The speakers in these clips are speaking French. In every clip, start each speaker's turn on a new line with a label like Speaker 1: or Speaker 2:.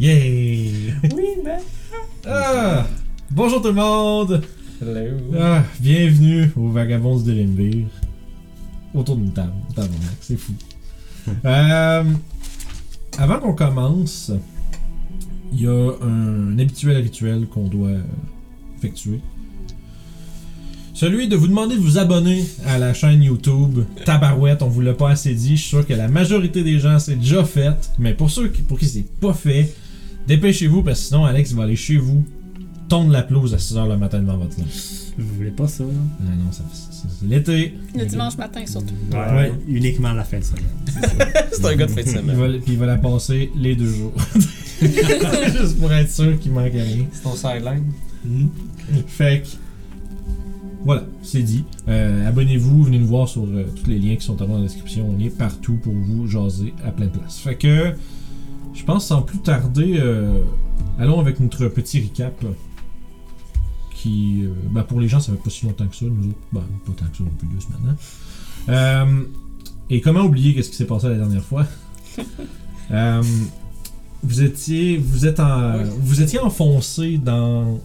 Speaker 1: Yay!
Speaker 2: Oui, ben.
Speaker 1: Ah, bonjour tout le monde!
Speaker 2: Hello.
Speaker 1: Ah, bienvenue aux Vagabonds de Limbir. Autour d'une table. Tabarnak, c'est fou. Euh, avant qu'on commence, il y a un habituel rituel qu'on doit euh, effectuer. Celui de vous demander de vous abonner à la chaîne YouTube Tabarouette, on vous l'a pas assez dit. Je suis sûr que la majorité des gens c'est déjà fait. Mais pour ceux qui, pour qui c'est pas fait, dépêchez-vous parce que sinon Alex va aller chez vous, tondre la pelouse à 6h le matin devant votre lit.
Speaker 3: Vous voulez pas ça, là?
Speaker 1: Non, Euh, non, ça, ça- ça- c'est l'été.
Speaker 4: Le dimanche matin, surtout.
Speaker 1: Ouais.
Speaker 3: Uniquement la fin de semaine.
Speaker 2: C'est un gars de fin de
Speaker 1: Il
Speaker 2: semaine.
Speaker 1: va, puis il va la passer les deux jours. Juste pour être sûr qu'il manque rien.
Speaker 2: C'est ton sideline.
Speaker 1: Fait que. Voilà, c'est dit. Euh, Abonnez-vous, venez nous voir sur euh, tous les liens qui sont en bas dans la description. On est partout pour vous jaser à plein de places. Fait que. Je pense sans plus tarder, euh, allons avec notre petit recap. Qui. euh, ben, pour les gens, ça fait pas si longtemps que ça. Nous autres, ben, pas tant que ça non plus, deux semaines. hein. Euh, et comment oublier qu'est-ce qui s'est passé la dernière fois Euh, Vous étiez, vous êtes en,
Speaker 2: Oui.
Speaker 1: vous étiez enfoncé dans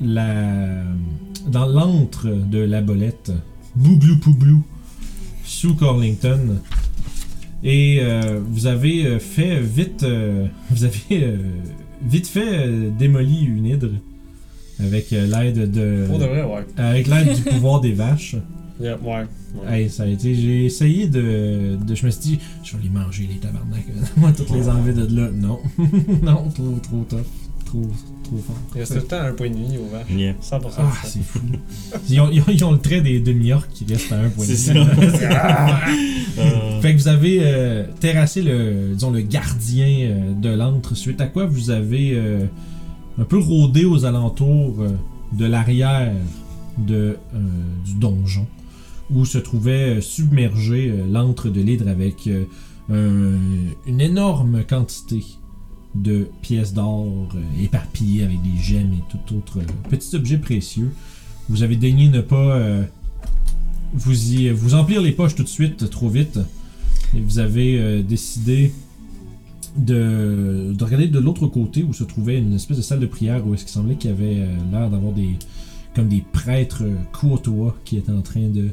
Speaker 1: la, dans l'antre de la bolette, bouglou pouglou, sous Corlington, et euh, vous avez euh, fait vite, euh, vous avez euh, vite fait euh, démoli une hydre avec euh, l'aide de,
Speaker 2: Pour de vrai, ouais.
Speaker 1: avec l'aide du pouvoir des vaches.
Speaker 2: Yeah, ouais. ouais.
Speaker 1: Hey, ça a été. J'ai essayé de, de- Je me suis dit, je vais les manger, les tabarnak. Moi, toutes les envies de là. Non. non, trop, trop tough. Trop, trop fort.
Speaker 2: Il reste tout le temps un point et demi au vache.
Speaker 3: Yeah.
Speaker 2: 100% de
Speaker 1: Ah,
Speaker 2: ça.
Speaker 1: c'est fou. ils, ont, ils ont- ils ont le trait des demi-orques qui restent à un point. de
Speaker 3: C'est
Speaker 1: vue. Ah.
Speaker 3: ça. Euh,
Speaker 1: Fait que vous avez euh, terrassé le, disons, le gardien euh, de l'antre, suite à quoi vous avez euh, un peu rôdé aux alentours euh, de l'arrière de, euh, du donjon, où se trouvait euh, submergé euh, l'antre de l'hydre avec euh, un- une énorme quantité de pièces d'or euh, éparpillées avec des gemmes et tout autre euh, petit objet précieux. Vous avez daigné ne pas euh, vous y vous emplir les poches tout de suite, trop vite. Et vous avez euh, décidé de, de regarder de l'autre côté où se trouvait une espèce de salle de prière où est-ce qu'il semblait qu'il y avait euh, l'air d'avoir des comme des prêtres euh, courtois qui étaient en train de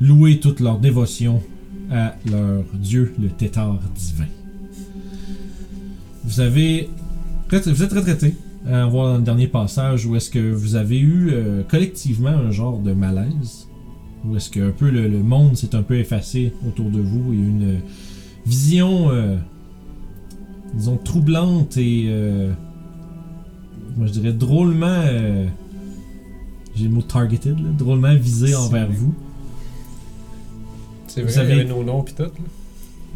Speaker 1: louer toute leur dévotion à leur dieu, le tétard divin. Vous avez vous êtes retraité à avoir un dernier passage où est-ce que vous avez eu euh, collectivement un genre de malaise où est-ce que un peu le, le monde s'est un peu effacé autour de vous et une vision, euh, disons, troublante et, euh, moi je dirais, drôlement, euh, j'ai le mot targeted, là, drôlement visée
Speaker 2: Ciblée.
Speaker 1: envers vous.
Speaker 2: C'est
Speaker 1: Vous
Speaker 2: vrai, il y
Speaker 1: avez-
Speaker 2: avait nos noms pis tout. là.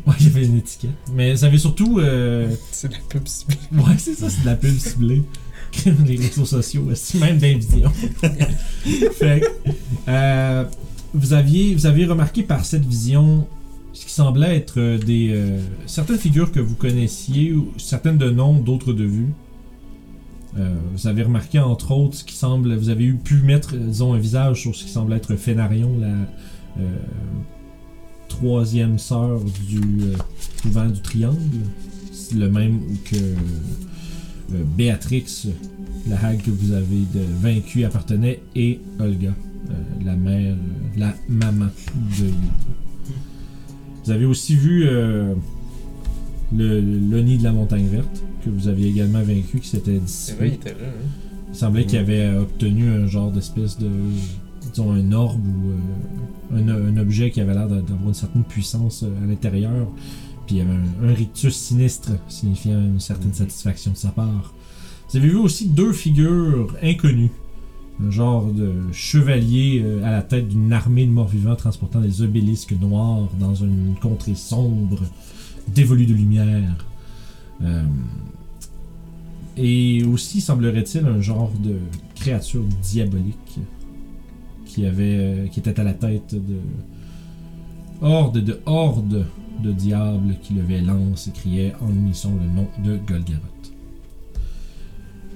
Speaker 1: Ouais, il y avait une étiquette. Mais ça avait surtout... euh,
Speaker 2: C'est de la pub ciblée.
Speaker 1: Ouais, c'est ça, c'est de la pub ciblée. Crime, Les réseaux sociaux, aussi, même d'invision. fait que, euh, vous, aviez, vous aviez remarqué par cette vision ce qui semblait être euh, des euh, certaines figures que vous connaissiez, ou certaines de nom, d'autres de vue. Euh, vous avez remarqué entre autres ce qui semble. Vous avez eu pu mettre, euh, disons, un visage sur ce qui semble être Fénarion, la euh, troisième sœur du euh, couvent du triangle. C'est le même que euh, Béatrix, la hag que vous avez de- vaincue, appartenait, et Olga, euh, la mère, euh, la maman de Youb. Vous avez aussi vu euh, le, le nid de la montagne verte, que vous aviez également vaincu, qui s'était
Speaker 2: C'est vrai, il
Speaker 1: dissipé.
Speaker 2: était là. Hein.
Speaker 1: Il semblait qu'il
Speaker 2: Mhm.
Speaker 1: avait euh, obtenu un genre d'espèce de. disons, un orbe ou euh, un, un objet qui avait l'air d'a- d'avoir une certaine puissance euh, à l'intérieur. Puis il y avait un, un rictus sinistre, signifiant une certaine satisfaction de sa part. Vous avez vu aussi deux figures inconnues. Un genre de chevalier euh, à la tête d'une armée de morts-vivants transportant des obélisques noirs dans une contrée sombre, dévolue de lumière. Euh, et aussi, semblerait-il, un genre de créature diabolique qui avait, euh, qui était à la tête de horde de horde de diables qui levait lance et criait en unisson le nom de Golgaroth.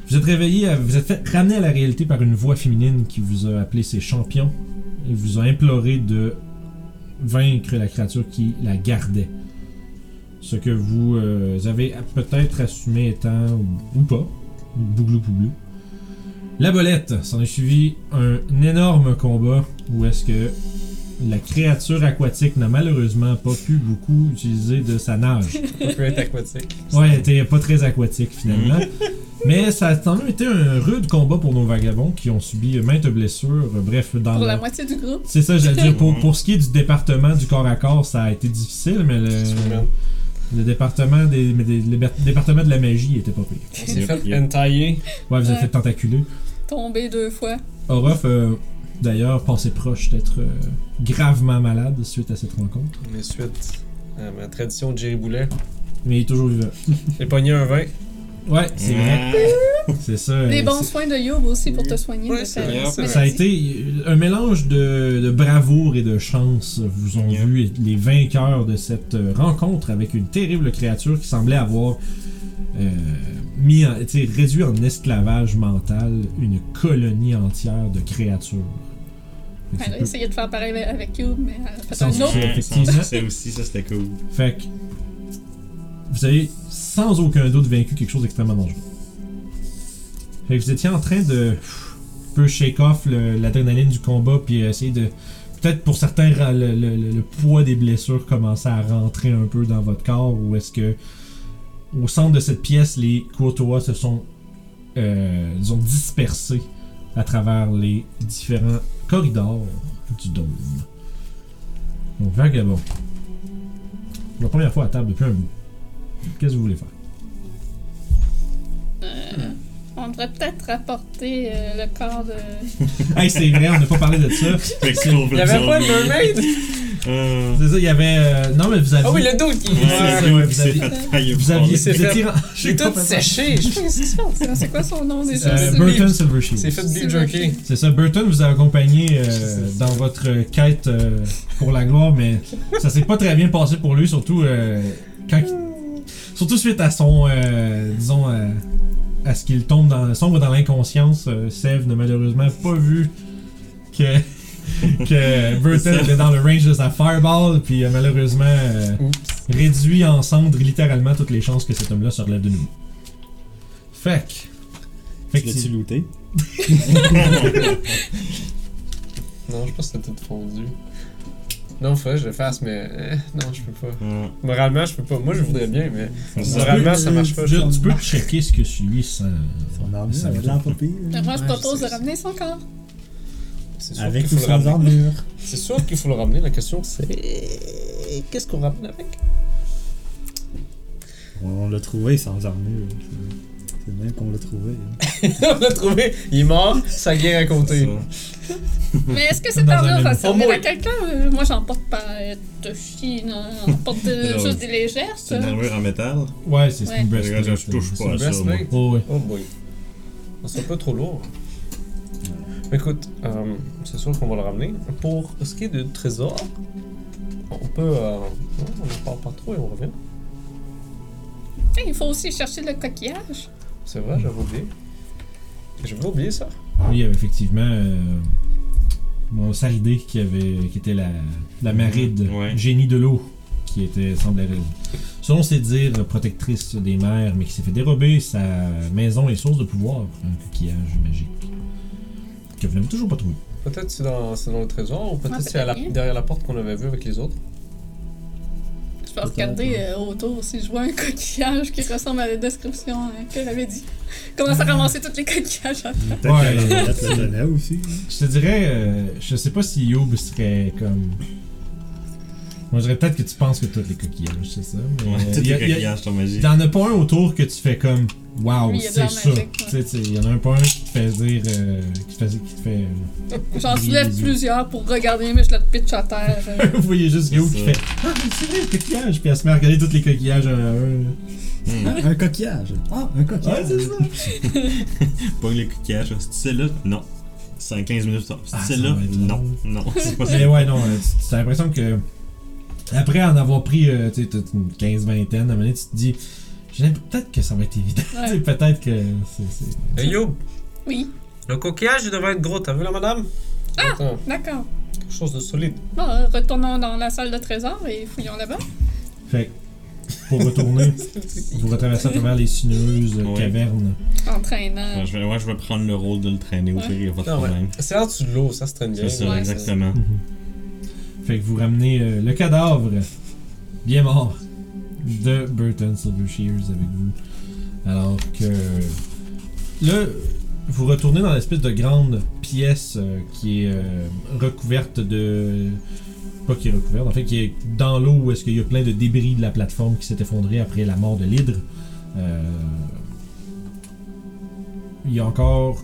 Speaker 1: Vous êtes réveillé, à- vous êtes fait ramener à la réalité par une voix féminine qui vous a appelé ses champions et vous a imploré de vaincre la créature qui la gardait. ce que vous euh, avez peut-être assumé étant, ou, ou pas, bouglou pouglou. La bolette, s'en est suivi un énorme combat où est-ce que la créature aquatique n'a malheureusement pas pu beaucoup utiliser de sa nage.
Speaker 2: Ça peut être aquatique.
Speaker 1: Ouais, elle était pas très aquatique finalement.
Speaker 4: Mm.
Speaker 1: Mais ça a quand même été un rude combat pour nos vagabonds qui ont subi maintes blessures. Bref, dans
Speaker 4: Pour
Speaker 1: le-
Speaker 4: la moitié du groupe.
Speaker 1: C'est ça, j'allais dire. Pour, pour ce qui est du département du corps à corps, ça a été difficile, mais le,
Speaker 2: Superman.
Speaker 1: le département des, mais des- le ber- département de la magie était pas pire.
Speaker 2: On s'est
Speaker 3: Yep,
Speaker 2: fait
Speaker 3: yep.
Speaker 2: entailler.
Speaker 1: Ouais, vous êtes
Speaker 4: Ouais.
Speaker 1: fait tentaculer.
Speaker 4: Tombé deux fois.
Speaker 1: Orof, euh, d'ailleurs, pensait proche d'être euh, gravement malade suite à cette rencontre.
Speaker 2: Mais suite à ma tradition de Jerry Boulet,
Speaker 1: Mais il est toujours vivant.
Speaker 2: j'ai pogné un vin.
Speaker 1: Ouais, c'est vrai. C'est ça. euh,
Speaker 4: Des bons
Speaker 1: c'est-
Speaker 4: soins de Yob aussi pour te soigner.
Speaker 2: Ouais,
Speaker 4: de
Speaker 2: c'est
Speaker 4: ta-
Speaker 2: vrai, c'est
Speaker 4: maladie.
Speaker 1: Ça a été euh, un mélange de, de bravoure et de chance. Vous ont
Speaker 3: Yeah.
Speaker 1: vu les vainqueurs de cette euh, rencontre avec une terrible créature qui semblait avoir euh, mis, en- tu sais, réduit en esclavage mental une colonie entière de créatures. Fait que
Speaker 4: Elle a
Speaker 1: c'est peu-
Speaker 4: essayé de faire pareil avec Yob, mais elle a fait
Speaker 1: Sans
Speaker 4: un autre.
Speaker 1: succès.
Speaker 3: Ouais,
Speaker 1: effectivement.
Speaker 3: sans succès aussi, ça c'était cool.
Speaker 1: Fait que vous avez sans aucun doute vaincu quelque chose d'extrêmement dangereux. Fait que vous étiez en train de pff, un peu shake off le- l'adrénaline du combat puis essayer de peut-être pour certains ra- le, le- le- le poids des blessures commençait à rentrer un peu dans votre corps ou est-ce que au centre de cette pièce les courtois se sont euh, ils ont dispersé à travers les différents corridors du dôme. Donc vagabond. La première fois à table depuis un bout. Qu'est-ce que vous voulez faire?
Speaker 4: On devrait peut-être rapporter euh, le corps de.
Speaker 1: Hey, c'est vrai, on n'a pas parlé de ça. C'est
Speaker 3: Fait que c'est
Speaker 2: Il y avait pas de mermaid!
Speaker 3: Euh,
Speaker 1: ça, il y avait. euh, non, mais vous aviez.
Speaker 2: Ah oui, le dos qui.
Speaker 3: ouais,
Speaker 1: c'est-
Speaker 2: Ouais.
Speaker 3: c'est
Speaker 1: ouais,
Speaker 3: ouais,
Speaker 1: vous
Speaker 3: c'est
Speaker 1: aviez-
Speaker 3: fait tailler au
Speaker 1: Vous
Speaker 3: fond.
Speaker 1: aviez.
Speaker 2: s'est
Speaker 1: Vous
Speaker 2: fait-
Speaker 1: étiez. en- je sais
Speaker 2: J'ai
Speaker 1: pas
Speaker 2: tout
Speaker 1: comment-
Speaker 2: séché! Je pense que c'est ça.
Speaker 4: C'est c'est quoi son nom déjà?
Speaker 1: Euh,
Speaker 2: C'est-
Speaker 1: Burton Silver Shield.
Speaker 2: C'est fait de beef
Speaker 4: C'est
Speaker 2: jerky.
Speaker 1: C'est ça, Burton vous a accompagné euh, dans votre euh, quête euh, pour la gloire, mais ça s'est pas très bien passé pour lui, surtout euh, quand il- surtout suite à son, euh, disons, euh, à ce qu'il tombe dans, sombre dans l'inconscience. euh, Sev n'a malheureusement pas vu que que Burton était dans le range de sa fireball, puis a malheureusement euh,
Speaker 2: Oups.
Speaker 1: réduit en cendres littéralement toutes les chances que cet homme-là se relève de nouveau. Fait que- fait que
Speaker 3: L'as-tu looté?
Speaker 2: Non, je pense que c'était tout fondu. Non, faudrait que je le fasse, mais. euh, Non, je peux pas.
Speaker 3: Euh,
Speaker 2: Moralement, je peux pas. Moi, je voudrais bien, mais.
Speaker 3: c'est
Speaker 1: Tu
Speaker 3: ça.
Speaker 1: peux-
Speaker 2: Moralement, ça marche pas.
Speaker 1: Tu, tu peux checker ce que celui sans.
Speaker 3: Son armure,
Speaker 1: Ça
Speaker 3: elle a
Speaker 1: va.
Speaker 3: l'air pas pire.
Speaker 4: Mais Moi, je
Speaker 2: Ouais,
Speaker 4: propose
Speaker 2: je
Speaker 4: de
Speaker 2: sais.
Speaker 4: ramener son corps.
Speaker 2: C'est sûr
Speaker 3: Avec
Speaker 2: qu'il
Speaker 3: ou
Speaker 2: faut le
Speaker 3: sans
Speaker 2: ramener.
Speaker 3: armure.
Speaker 2: C'est sûr qu'il faut le ramener. La question, c'est. Qu'est-ce qu'on ramène avec?
Speaker 3: On l'a trouvé sans armure. C'est- C'est le même qu'on l'a trouvé.
Speaker 2: On l'a trouvé, il est mort, sa guerre à côté.
Speaker 4: Mais est-ce que
Speaker 1: Dans
Speaker 4: cette armure
Speaker 1: un
Speaker 4: va
Speaker 1: menu.
Speaker 4: servir
Speaker 2: Oh,
Speaker 4: à
Speaker 2: moi.
Speaker 4: quelqu'un? Euh, Moi, j'en porte pas euh, de fine. hein. J'en porte de-
Speaker 3: Alors,
Speaker 4: juste des légères, ça.
Speaker 3: C'est une armure en métal.
Speaker 1: Ouais, c'est
Speaker 4: Ouais.
Speaker 1: une
Speaker 3: Regarde,
Speaker 1: breastplate.
Speaker 3: je touche
Speaker 1: c'est
Speaker 3: pas
Speaker 1: une
Speaker 3: à ça. moi.
Speaker 1: breast-
Speaker 2: breastplate.
Speaker 1: Oh, ouais.
Speaker 2: Oh boy. Ah, On serait pas trop lourd. Mais Écoute, euh, c'est sûr qu'on va le ramener. Pour ce qui est du trésor, on peut. euh, non, on ne parle pas trop et on revient.
Speaker 4: Tiens, Il faut aussi chercher le coquillage.
Speaker 2: C'est vrai, j'avais oublié. J'avais oublié ça.
Speaker 1: Oui, il y avait effectivement. euh, Mon Saridé qui, avait, qui était la, la maride,
Speaker 3: Ouais.
Speaker 1: génie de l'eau, qui était, semblait-il, selon ses dires, protectrice des mers, mais qui s'est fait dérober sa maison et source de pouvoir, un coquillage magique, que vous n'avez toujours pas trouvé.
Speaker 2: Peut-être c'est dans, c'est dans le trésor ou peut-être
Speaker 4: Ah,
Speaker 2: c'est à la-
Speaker 4: peut-être.
Speaker 2: derrière la porte qu'on avait vue avec les autres.
Speaker 4: Je vais regarder euh, autour si je vois un coquillage qui ressemble à la description hein, qu'elle avait dit. Commence à ramasser tous les coquillages.
Speaker 3: Peut-être
Speaker 1: Ouais.
Speaker 3: qu'elle la lettre le donnait aussi.
Speaker 1: Je te dirais, euh, je sais pas si Youb serait comme. Moi, je dirais peut-être que tu penses que tous les coquillages, c'est ça. Mais
Speaker 3: Ouais,
Speaker 1: il
Speaker 3: Toutes
Speaker 1: Euh, y a-
Speaker 3: les
Speaker 1: il y a-
Speaker 3: coquillages sont magiques.
Speaker 1: T'en as pas un autour que tu fais comme Wow,
Speaker 4: Oui, il y a de
Speaker 1: c'est
Speaker 4: l'air
Speaker 1: ça.
Speaker 4: magique,
Speaker 1: Tu
Speaker 4: ouais.
Speaker 1: sais, tu sais, Il y en a un pas un qui te fait dire. euh, qui te fait. Qui te fait
Speaker 4: J'en soulève plusieurs pour regarder, mais je le pitch à terre. euh.
Speaker 1: Vous voyez juste
Speaker 3: C'est
Speaker 1: Youb qui
Speaker 3: ça.
Speaker 1: fait Ah, mais c'est vrai, le coquillage. Puis elle se met à regarder tous les coquillages euh, un à un.
Speaker 3: Hum, Un coquillage. Ah, un
Speaker 1: Ouais,
Speaker 3: coquillage.
Speaker 1: c'est ça.
Speaker 3: Pas les coquillages. hein. C'est là Non. C'est en 15 minutes. plus tard.
Speaker 1: Ah,
Speaker 3: C'est
Speaker 1: ça
Speaker 3: là
Speaker 1: va être
Speaker 3: Non.
Speaker 1: drôle.
Speaker 3: Non. C'est pas ça.
Speaker 1: Mais ouais, non, euh, tu- t'as l'impression que. Après en avoir pris euh, tu sais, t'as une 15-20, à un moment donné, tu te dis. J'ai l'impression- Peut-être que ça va être évident. Tu sais,
Speaker 4: Ouais.
Speaker 1: Peut-être que. c'est- c'est-
Speaker 2: Hey yo,
Speaker 4: Oui,
Speaker 2: le coquillage il devrait être gros, t'as vu la madame? Attends,
Speaker 4: d'accord.
Speaker 2: quelque chose de solide.
Speaker 4: Bon, euh, retournons dans la salle de trésor et fouillons là-bas.
Speaker 1: Fait pour retourner. vous
Speaker 2: Vous
Speaker 1: retraversez à travers les sinueuses euh,
Speaker 3: Ouais.
Speaker 1: cavernes.
Speaker 4: Entraînant.
Speaker 3: Ouais, je vais, ouais, je vais prendre le rôle de le traîner au
Speaker 4: Ouais.
Speaker 3: pire, il n'y a pas de
Speaker 2: Ah ouais.
Speaker 3: problème.
Speaker 2: C'est en dessous de l'eau, ça se traîne bien.
Speaker 3: C'est ça,
Speaker 4: Ouais,
Speaker 3: exactement.
Speaker 1: Fait que vous ramenez euh, le cadavre, bien mort, de Burton Silvershears avec vous. Alors que. Là, vous retournez dans l'espèce de grande pièce euh, qui est euh, recouverte de. Pas qui est recouverte, en fait, qui est dans l'eau où est-ce qu'il y a plein de débris de la plateforme qui s'est effondrée après la mort de l'hydre. Euh, Il y a encore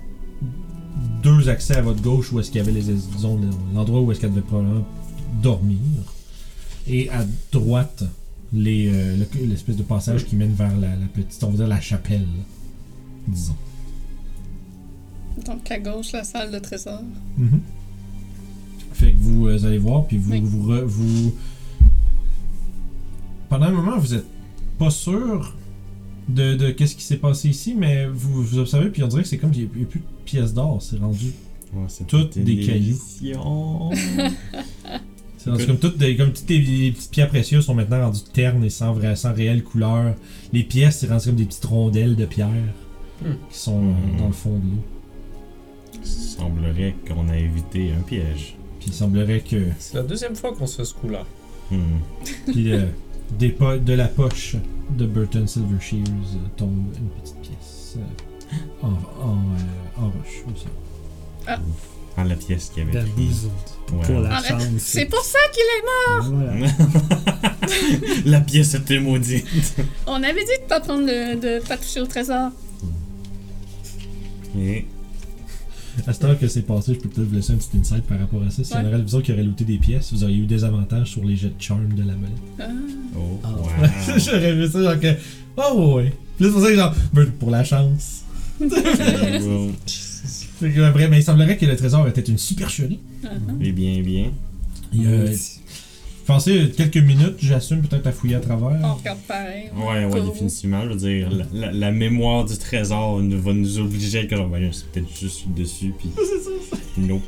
Speaker 1: deux accès à votre gauche où est-ce qu'il y avait les, disons, l'endroit où est-ce qu'elle devait probablement dormir. Et à droite, les, euh, le- l'espèce de passage qui mène vers la, la petite, on va dire la chapelle, disons.
Speaker 4: Donc à gauche, la salle de trésor.
Speaker 1: Fait que vous euh, allez voir, puis vous,
Speaker 4: Oui.
Speaker 1: vous, re- vous- Pendant un moment, vous êtes pas sûr de, de qu'est-ce qui s'est passé ici, mais vous, vous observez, puis on dirait que c'est comme s'il n'y a, plus de pièces d'or, c'est rendu.
Speaker 3: Ouais, c'est
Speaker 1: Toutes
Speaker 3: une
Speaker 1: des cailloux.
Speaker 3: émission.
Speaker 1: C'est rendu
Speaker 3: Écoute.
Speaker 1: comme toutes des, comme toutes les, les petites pierres précieuses sont maintenant rendues ternes et sans, vrai, sans réelle couleur. Les pièces, c'est rendu comme des petites rondelles de pierre
Speaker 2: Hmm.
Speaker 1: qui sont euh, dans le fond de l'eau.
Speaker 3: Il semblerait qu'on a évité un piège.
Speaker 1: Puis il semblerait que.
Speaker 2: C'est la deuxième fois qu'on se fait ce coup-là.
Speaker 3: Hmm.
Speaker 1: Puis euh, des po- de la poche de Burton Silvershears euh, tombe une petite pièce euh, en, en, euh, en roche. au sol.
Speaker 3: Ah, la pièce qu'il y avait
Speaker 5: La
Speaker 3: pris.
Speaker 5: bousonne.
Speaker 3: Ouais.
Speaker 5: Pour la
Speaker 4: Arrête.
Speaker 5: chance.
Speaker 4: C'est pour ça qu'il est mort!
Speaker 5: Voilà.
Speaker 3: la pièce était maudite.
Speaker 4: On avait dit de pas prendre le, de pas toucher au trésor.
Speaker 3: Et
Speaker 1: À cette heure que c'est passé, je peux peut-être vous laisser un petit insight par rapport à ça. Si
Speaker 4: Ouais.
Speaker 1: on aurait le vision qui aurait looté des pièces, vous auriez eu des avantages sur les jets de charme de la molette.
Speaker 4: Ah.
Speaker 3: Oh,
Speaker 5: Ah.
Speaker 3: wow.
Speaker 1: J'aurais aimé ça, genre que. Oh ouais. Puis là, c'est pour ça que genre. ben, pour la chance.
Speaker 3: Très beau.
Speaker 1: Fait que, vrai, mais il semblerait que le trésor était une supercherie.
Speaker 4: ah.
Speaker 3: Eh bien, bien.
Speaker 1: Il y a- Pensez quelques minutes, j'assume, peut-être à fouiller à travers.
Speaker 4: On regarde pareil.
Speaker 3: Ouais, ouais,
Speaker 4: Cool.
Speaker 3: définitivement. Je veux dire, la, la- la mémoire du trésor ne va nous obliger que genre, ben, c'est peut-être juste dessus, puis. Nope.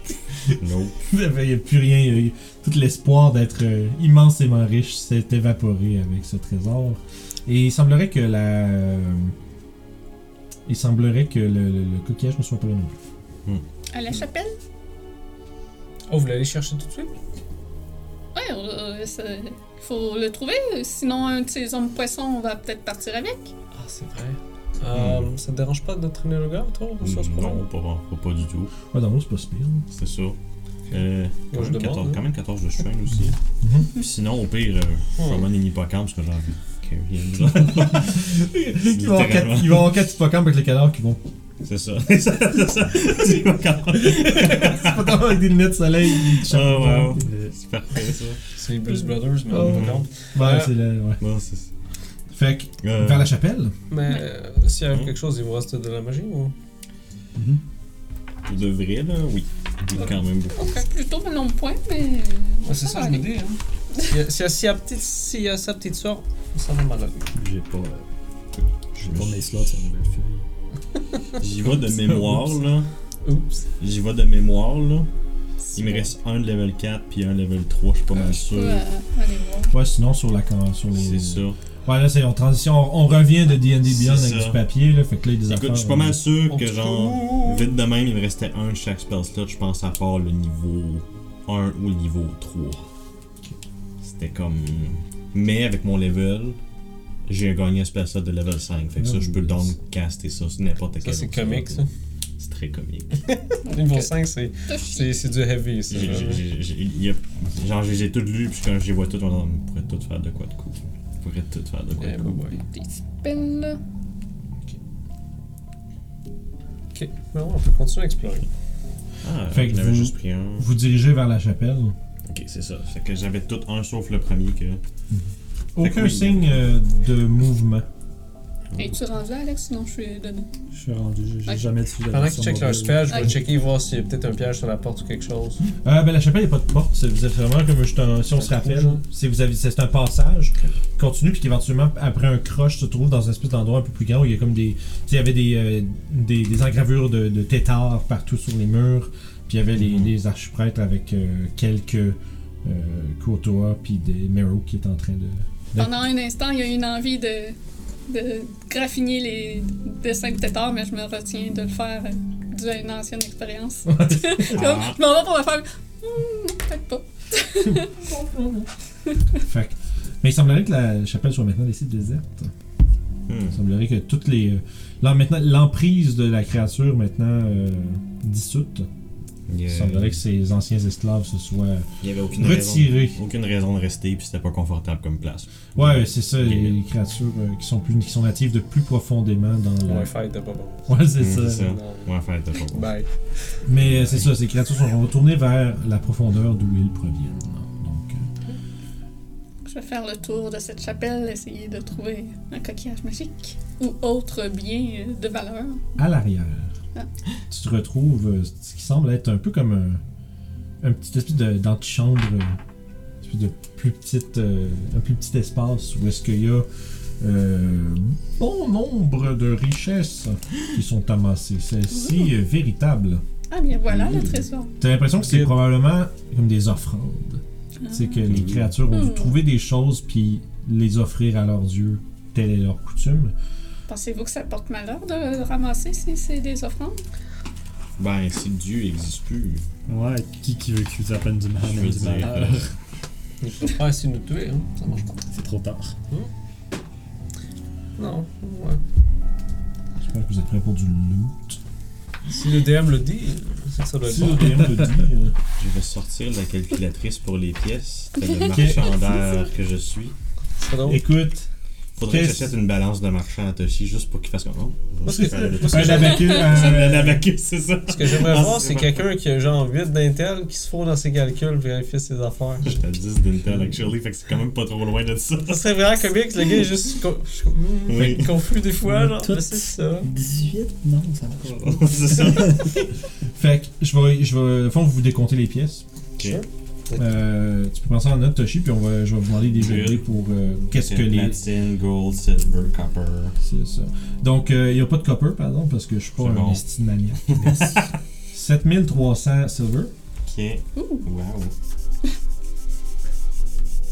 Speaker 3: Nope.
Speaker 1: Il n'y a plus rien. il y a- Tout l'espoir d'être euh, immensément riche s'est évaporé avec ce trésor. Et il semblerait que la. euh, Il semblerait que le, le- le coquillage ne soit pas là non plus.
Speaker 4: À la chapelle?
Speaker 2: Oh, vous l'allez chercher tout de suite
Speaker 4: Ouais, on- euh, ça- faut le trouver. Sinon, un de ces hommes poissons, on va peut-être partir avec.
Speaker 2: Ah, c'est vrai. Euh,
Speaker 3: Hmm.
Speaker 2: Ça te dérange pas de traîner le gars, toi, sur ce
Speaker 3: Non,
Speaker 2: problème
Speaker 3: pas, pas, pas du tout.
Speaker 1: Ouais, Ah, dans l'eau, c'est pas si pire. hein.
Speaker 3: C'est sûr. Euh, quand,
Speaker 2: Moi, je
Speaker 3: même
Speaker 2: demande,
Speaker 3: 14,
Speaker 2: hein.
Speaker 3: quand même 14 de chemin aussi.
Speaker 1: Mhm.
Speaker 3: Puis sinon, au pire, euh, je vais
Speaker 2: Ouais.
Speaker 3: prendre une hippocampe parce que j'ai envie de carry
Speaker 1: Ils vont avoir quatre- ils vont avoir quatre hippocampes avec les cadavres qui vont.
Speaker 3: C'est ça. c'est ça. C'est hippocampe.
Speaker 1: C'est pas tant avec des lunettes de soleil.
Speaker 3: Oh, wow.
Speaker 5: Le-
Speaker 3: C'est parfait ça.
Speaker 2: C'est les Blues Brothers, mais
Speaker 1: Oh.
Speaker 3: Hmm.
Speaker 2: on regarde.
Speaker 1: Ouais,
Speaker 2: Euh,
Speaker 1: c'est le. Ouais.
Speaker 3: Bon, c'est ça.
Speaker 1: Fait que,
Speaker 3: Euh,
Speaker 1: vers la chapelle.
Speaker 2: Mais euh, s'il arrive
Speaker 3: Hmm.
Speaker 2: quelque chose, il vous reste de la magie ou
Speaker 3: Pour de vrai, là, oui. Il y a quand même beaucoup.
Speaker 4: Ok, plutôt un long point, mais.
Speaker 2: Ah, C'est ça,
Speaker 4: va
Speaker 2: je me
Speaker 4: aller.
Speaker 2: dis. Hein. S'il y a- s'il y, a- s'il y a petite- s'il y a sa petite soeur, ça va mal aller.
Speaker 5: J'ai pas. euh,
Speaker 3: Je
Speaker 5: J'ai
Speaker 3: me
Speaker 5: pas mes slots sur la nouvelle feuille.
Speaker 3: J'y vais de mémoire, là.
Speaker 2: Oups.
Speaker 3: J'y vais de mémoire, là. Il me reste un de level 4 puis un level 3, je suis pas
Speaker 2: Ah,
Speaker 3: mal sûr.
Speaker 4: Ouais, allez euh, voir.
Speaker 1: Ouais, sinon sur la. can- Sur les...
Speaker 3: C'est ça.
Speaker 1: Ouais, là, c'est en transition. On, on revient de DD Beyond
Speaker 3: C'est
Speaker 1: avec
Speaker 3: ça.
Speaker 1: du papier, là. Fait que là, il y a des
Speaker 3: Écoute,
Speaker 1: affaires,
Speaker 3: je suis pas
Speaker 1: euh,
Speaker 3: mal sûr
Speaker 2: En
Speaker 3: que
Speaker 2: tout cas,
Speaker 3: genre,
Speaker 2: ouh, ouh.
Speaker 3: vite de même, il me restait un de chaque spell slot, je pense, à part le niveau 1 ou le niveau 3. C'était comme. Mais avec mon level, j'ai gagné un spell slot de level 5. Fait que ça, je peux donc caster ça sur n'importe quel.
Speaker 2: Ah, Ça, c'est
Speaker 3: autre
Speaker 2: comique, ça.
Speaker 3: slot. C'est très comique.
Speaker 2: Niveau 5, c'est c'est- c'est du heavy, ça.
Speaker 3: J'ai- j'ai- j'ai- j'ai- il y a- Genre, j'ai j'ai tout lu, puis quand j'y vois tout, on en- on pourrait tout faire de quoi de cool. On pourrait tout faire de quoi
Speaker 2: Eh,
Speaker 3: de
Speaker 2: bah,
Speaker 3: cool.
Speaker 2: ouais.
Speaker 4: Des spells.
Speaker 2: Ok, mais ouais, on peut continuer à explorer.
Speaker 3: Ah,
Speaker 1: Fait que
Speaker 3: j'en avais
Speaker 1: vous-
Speaker 3: juste pris un.
Speaker 1: Vous dirigez vers la chapelle.
Speaker 3: Ok, c'est ça. Fait que j'avais tout un sauf le premier que. Fait que
Speaker 1: Aucun
Speaker 3: oui.
Speaker 1: signe euh, de mouvement.
Speaker 4: Et tu rendu, Alex? Sinon, je suis dedans.
Speaker 5: Je suis rendu, j'ai- j'ai
Speaker 4: Ok.
Speaker 5: jamais dessus de
Speaker 2: Pendant qu'ils checkent leur spell, je vais
Speaker 4: Ok.
Speaker 2: checker voir s'il y a peut-être un piège sur la porte ou quelque chose.
Speaker 1: Euh, ben, la chapelle, il n'y a pas de porte. C'est vous êtes vraiment comme juste un- si on
Speaker 2: Un
Speaker 1: se
Speaker 2: trou,
Speaker 1: rappelle,
Speaker 2: genre.
Speaker 1: si vous avez, c'est un passage qui continue, puis qu'éventuellement, après un croche, se trouve dans un espèce d'endroit un peu plus grand où il y a comme des. tu sais, il y avait des, euh, des, des engravures de, de tétards partout sur les murs, puis il y avait les,
Speaker 3: Mhm.
Speaker 1: les archiprêtres avec euh, quelques euh, Courtois, puis des Mero qui est en train de,
Speaker 4: Pendant un instant, il y a eu une envie de, de graffiner les dessins que tétards, mais je me retiens de le faire euh, dû à une ancienne expérience. Comme,
Speaker 3: Ah.
Speaker 4: je m'en vais pour le faire. Hmm, peut-être pas.
Speaker 1: Fait que- Mais il semblerait que la chapelle soit maintenant laissée déserte.
Speaker 3: Hmm.
Speaker 1: Il semblerait que toutes les. euh, Là, maintenant, l'emprise de la créature maintenant euh, dissoute.
Speaker 3: Il,
Speaker 1: Il
Speaker 3: euh,
Speaker 1: semblerait que ses anciens esclaves se soient.
Speaker 3: il y avait aucune
Speaker 1: Retiré.
Speaker 3: raison, aucune raison de rester, puis c'était pas confortable comme place.
Speaker 1: Ouais, c'est ça, les,
Speaker 3: Yeah.
Speaker 1: créatures euh, qui sont plus qui sont natives de plus profondément dans la.
Speaker 2: Le Wi-Fi était pas bon.
Speaker 1: Ouais, c'est
Speaker 3: Hmm,
Speaker 1: ça.
Speaker 3: c'est ça.
Speaker 2: Non.
Speaker 3: Ouais, enfin, t'as pas compris.
Speaker 2: Bye.
Speaker 1: Mais euh, c'est ça, ces créatures sont retournées vers la profondeur d'où ils proviennent. Donc, euh,
Speaker 4: Je vais faire le tour de cette chapelle, essayer de trouver un coquillage magique ou autre bien euh, de valeur.
Speaker 1: à l'arrière,
Speaker 4: Ah.
Speaker 1: tu te retrouves euh, ce qui semble être un peu comme un, un petit espèce de- d'antichambre, euh, une espèce de plus petite, euh, un plus petit espace où est-ce qu'il y a euh, bon nombre de richesses qui sont amassées. Celle-ci est véritable.
Speaker 4: Ah, bien voilà le
Speaker 1: Mmh.
Speaker 4: trésor.
Speaker 1: T'as l'impression que c'est
Speaker 2: Ok.
Speaker 1: probablement comme des offrandes. C'est que les
Speaker 3: Mhm.
Speaker 1: créatures ont dû
Speaker 4: Hmm.
Speaker 1: trouver des choses puis les offrir à leurs yeux, telle est leur coutume.
Speaker 4: Ah. Pensez-vous que ça porte malheur de ramasser si c'est des offrandes?
Speaker 3: Ben, si Dieu existe plus,
Speaker 5: Ouais, qui qui veut qu'ils apprennent du mal,
Speaker 3: Je
Speaker 5: même
Speaker 3: veux
Speaker 5: du
Speaker 3: dire,
Speaker 5: malheur.
Speaker 2: Ils peuvent pas essayer de nous tuer, hein. Ça marche pas. Hein?
Speaker 5: C'est trop tard.
Speaker 2: Non, ouais.
Speaker 1: J'espère que vous êtes prêts pour du loot.
Speaker 2: Si le DM le dit, c'est que ça doit être
Speaker 1: Si
Speaker 2: bon.
Speaker 1: le DM le dit, euh,
Speaker 3: je vais sortir la calculatrice pour les pièces. C'est le
Speaker 1: Ok.
Speaker 3: marchandeur que je suis.
Speaker 2: C'est drôle.
Speaker 1: écoute,
Speaker 3: Faudrait que
Speaker 1: Qu'est-ce-
Speaker 3: j'achète une balance de marchand à Toshi juste pour qu'il fasse comme non.
Speaker 2: Parce que- parce
Speaker 1: un
Speaker 2: que-
Speaker 1: abacus, un-
Speaker 3: La vacu, c'est ça.
Speaker 2: Ce que j'aimerais
Speaker 3: Ah,
Speaker 2: voir,
Speaker 3: c'est
Speaker 2: c'est
Speaker 3: bon.
Speaker 2: quelqu'un qui a genre 8 d'intel qui se fout dans ses calculs vérifier ses affaires.
Speaker 3: J'étais à 10 d'Intel, actually, fait que c'est quand même pas trop loin de ça.
Speaker 2: Ça serait vraiment comique, le gars est juste co- je suis comme, hmm,
Speaker 3: Oui.
Speaker 2: fait confus des fois,
Speaker 5: Ouais,
Speaker 2: genre,
Speaker 5: tout.
Speaker 2: mais c'est ça.
Speaker 5: 18 Non, ça marche pas.
Speaker 3: c'est ça.
Speaker 1: fait que je vais, je vais, au fond, vous décompter les pièces.
Speaker 3: Ok.
Speaker 1: Euh, tu peux penser en note, Toshi, puis on va, je vais vous demander des jeux de dés pour euh, qu'est-ce que les.
Speaker 3: Platine, gold, silver, copper.
Speaker 1: C'est ça. Donc, euh, il n'y a pas de copper, pardon, parce que je suis pas
Speaker 3: C'est
Speaker 1: un
Speaker 3: bon.
Speaker 1: estime maniaque. Merci. 7300 silver,
Speaker 3: Ok.
Speaker 4: Ouh.
Speaker 3: Wow.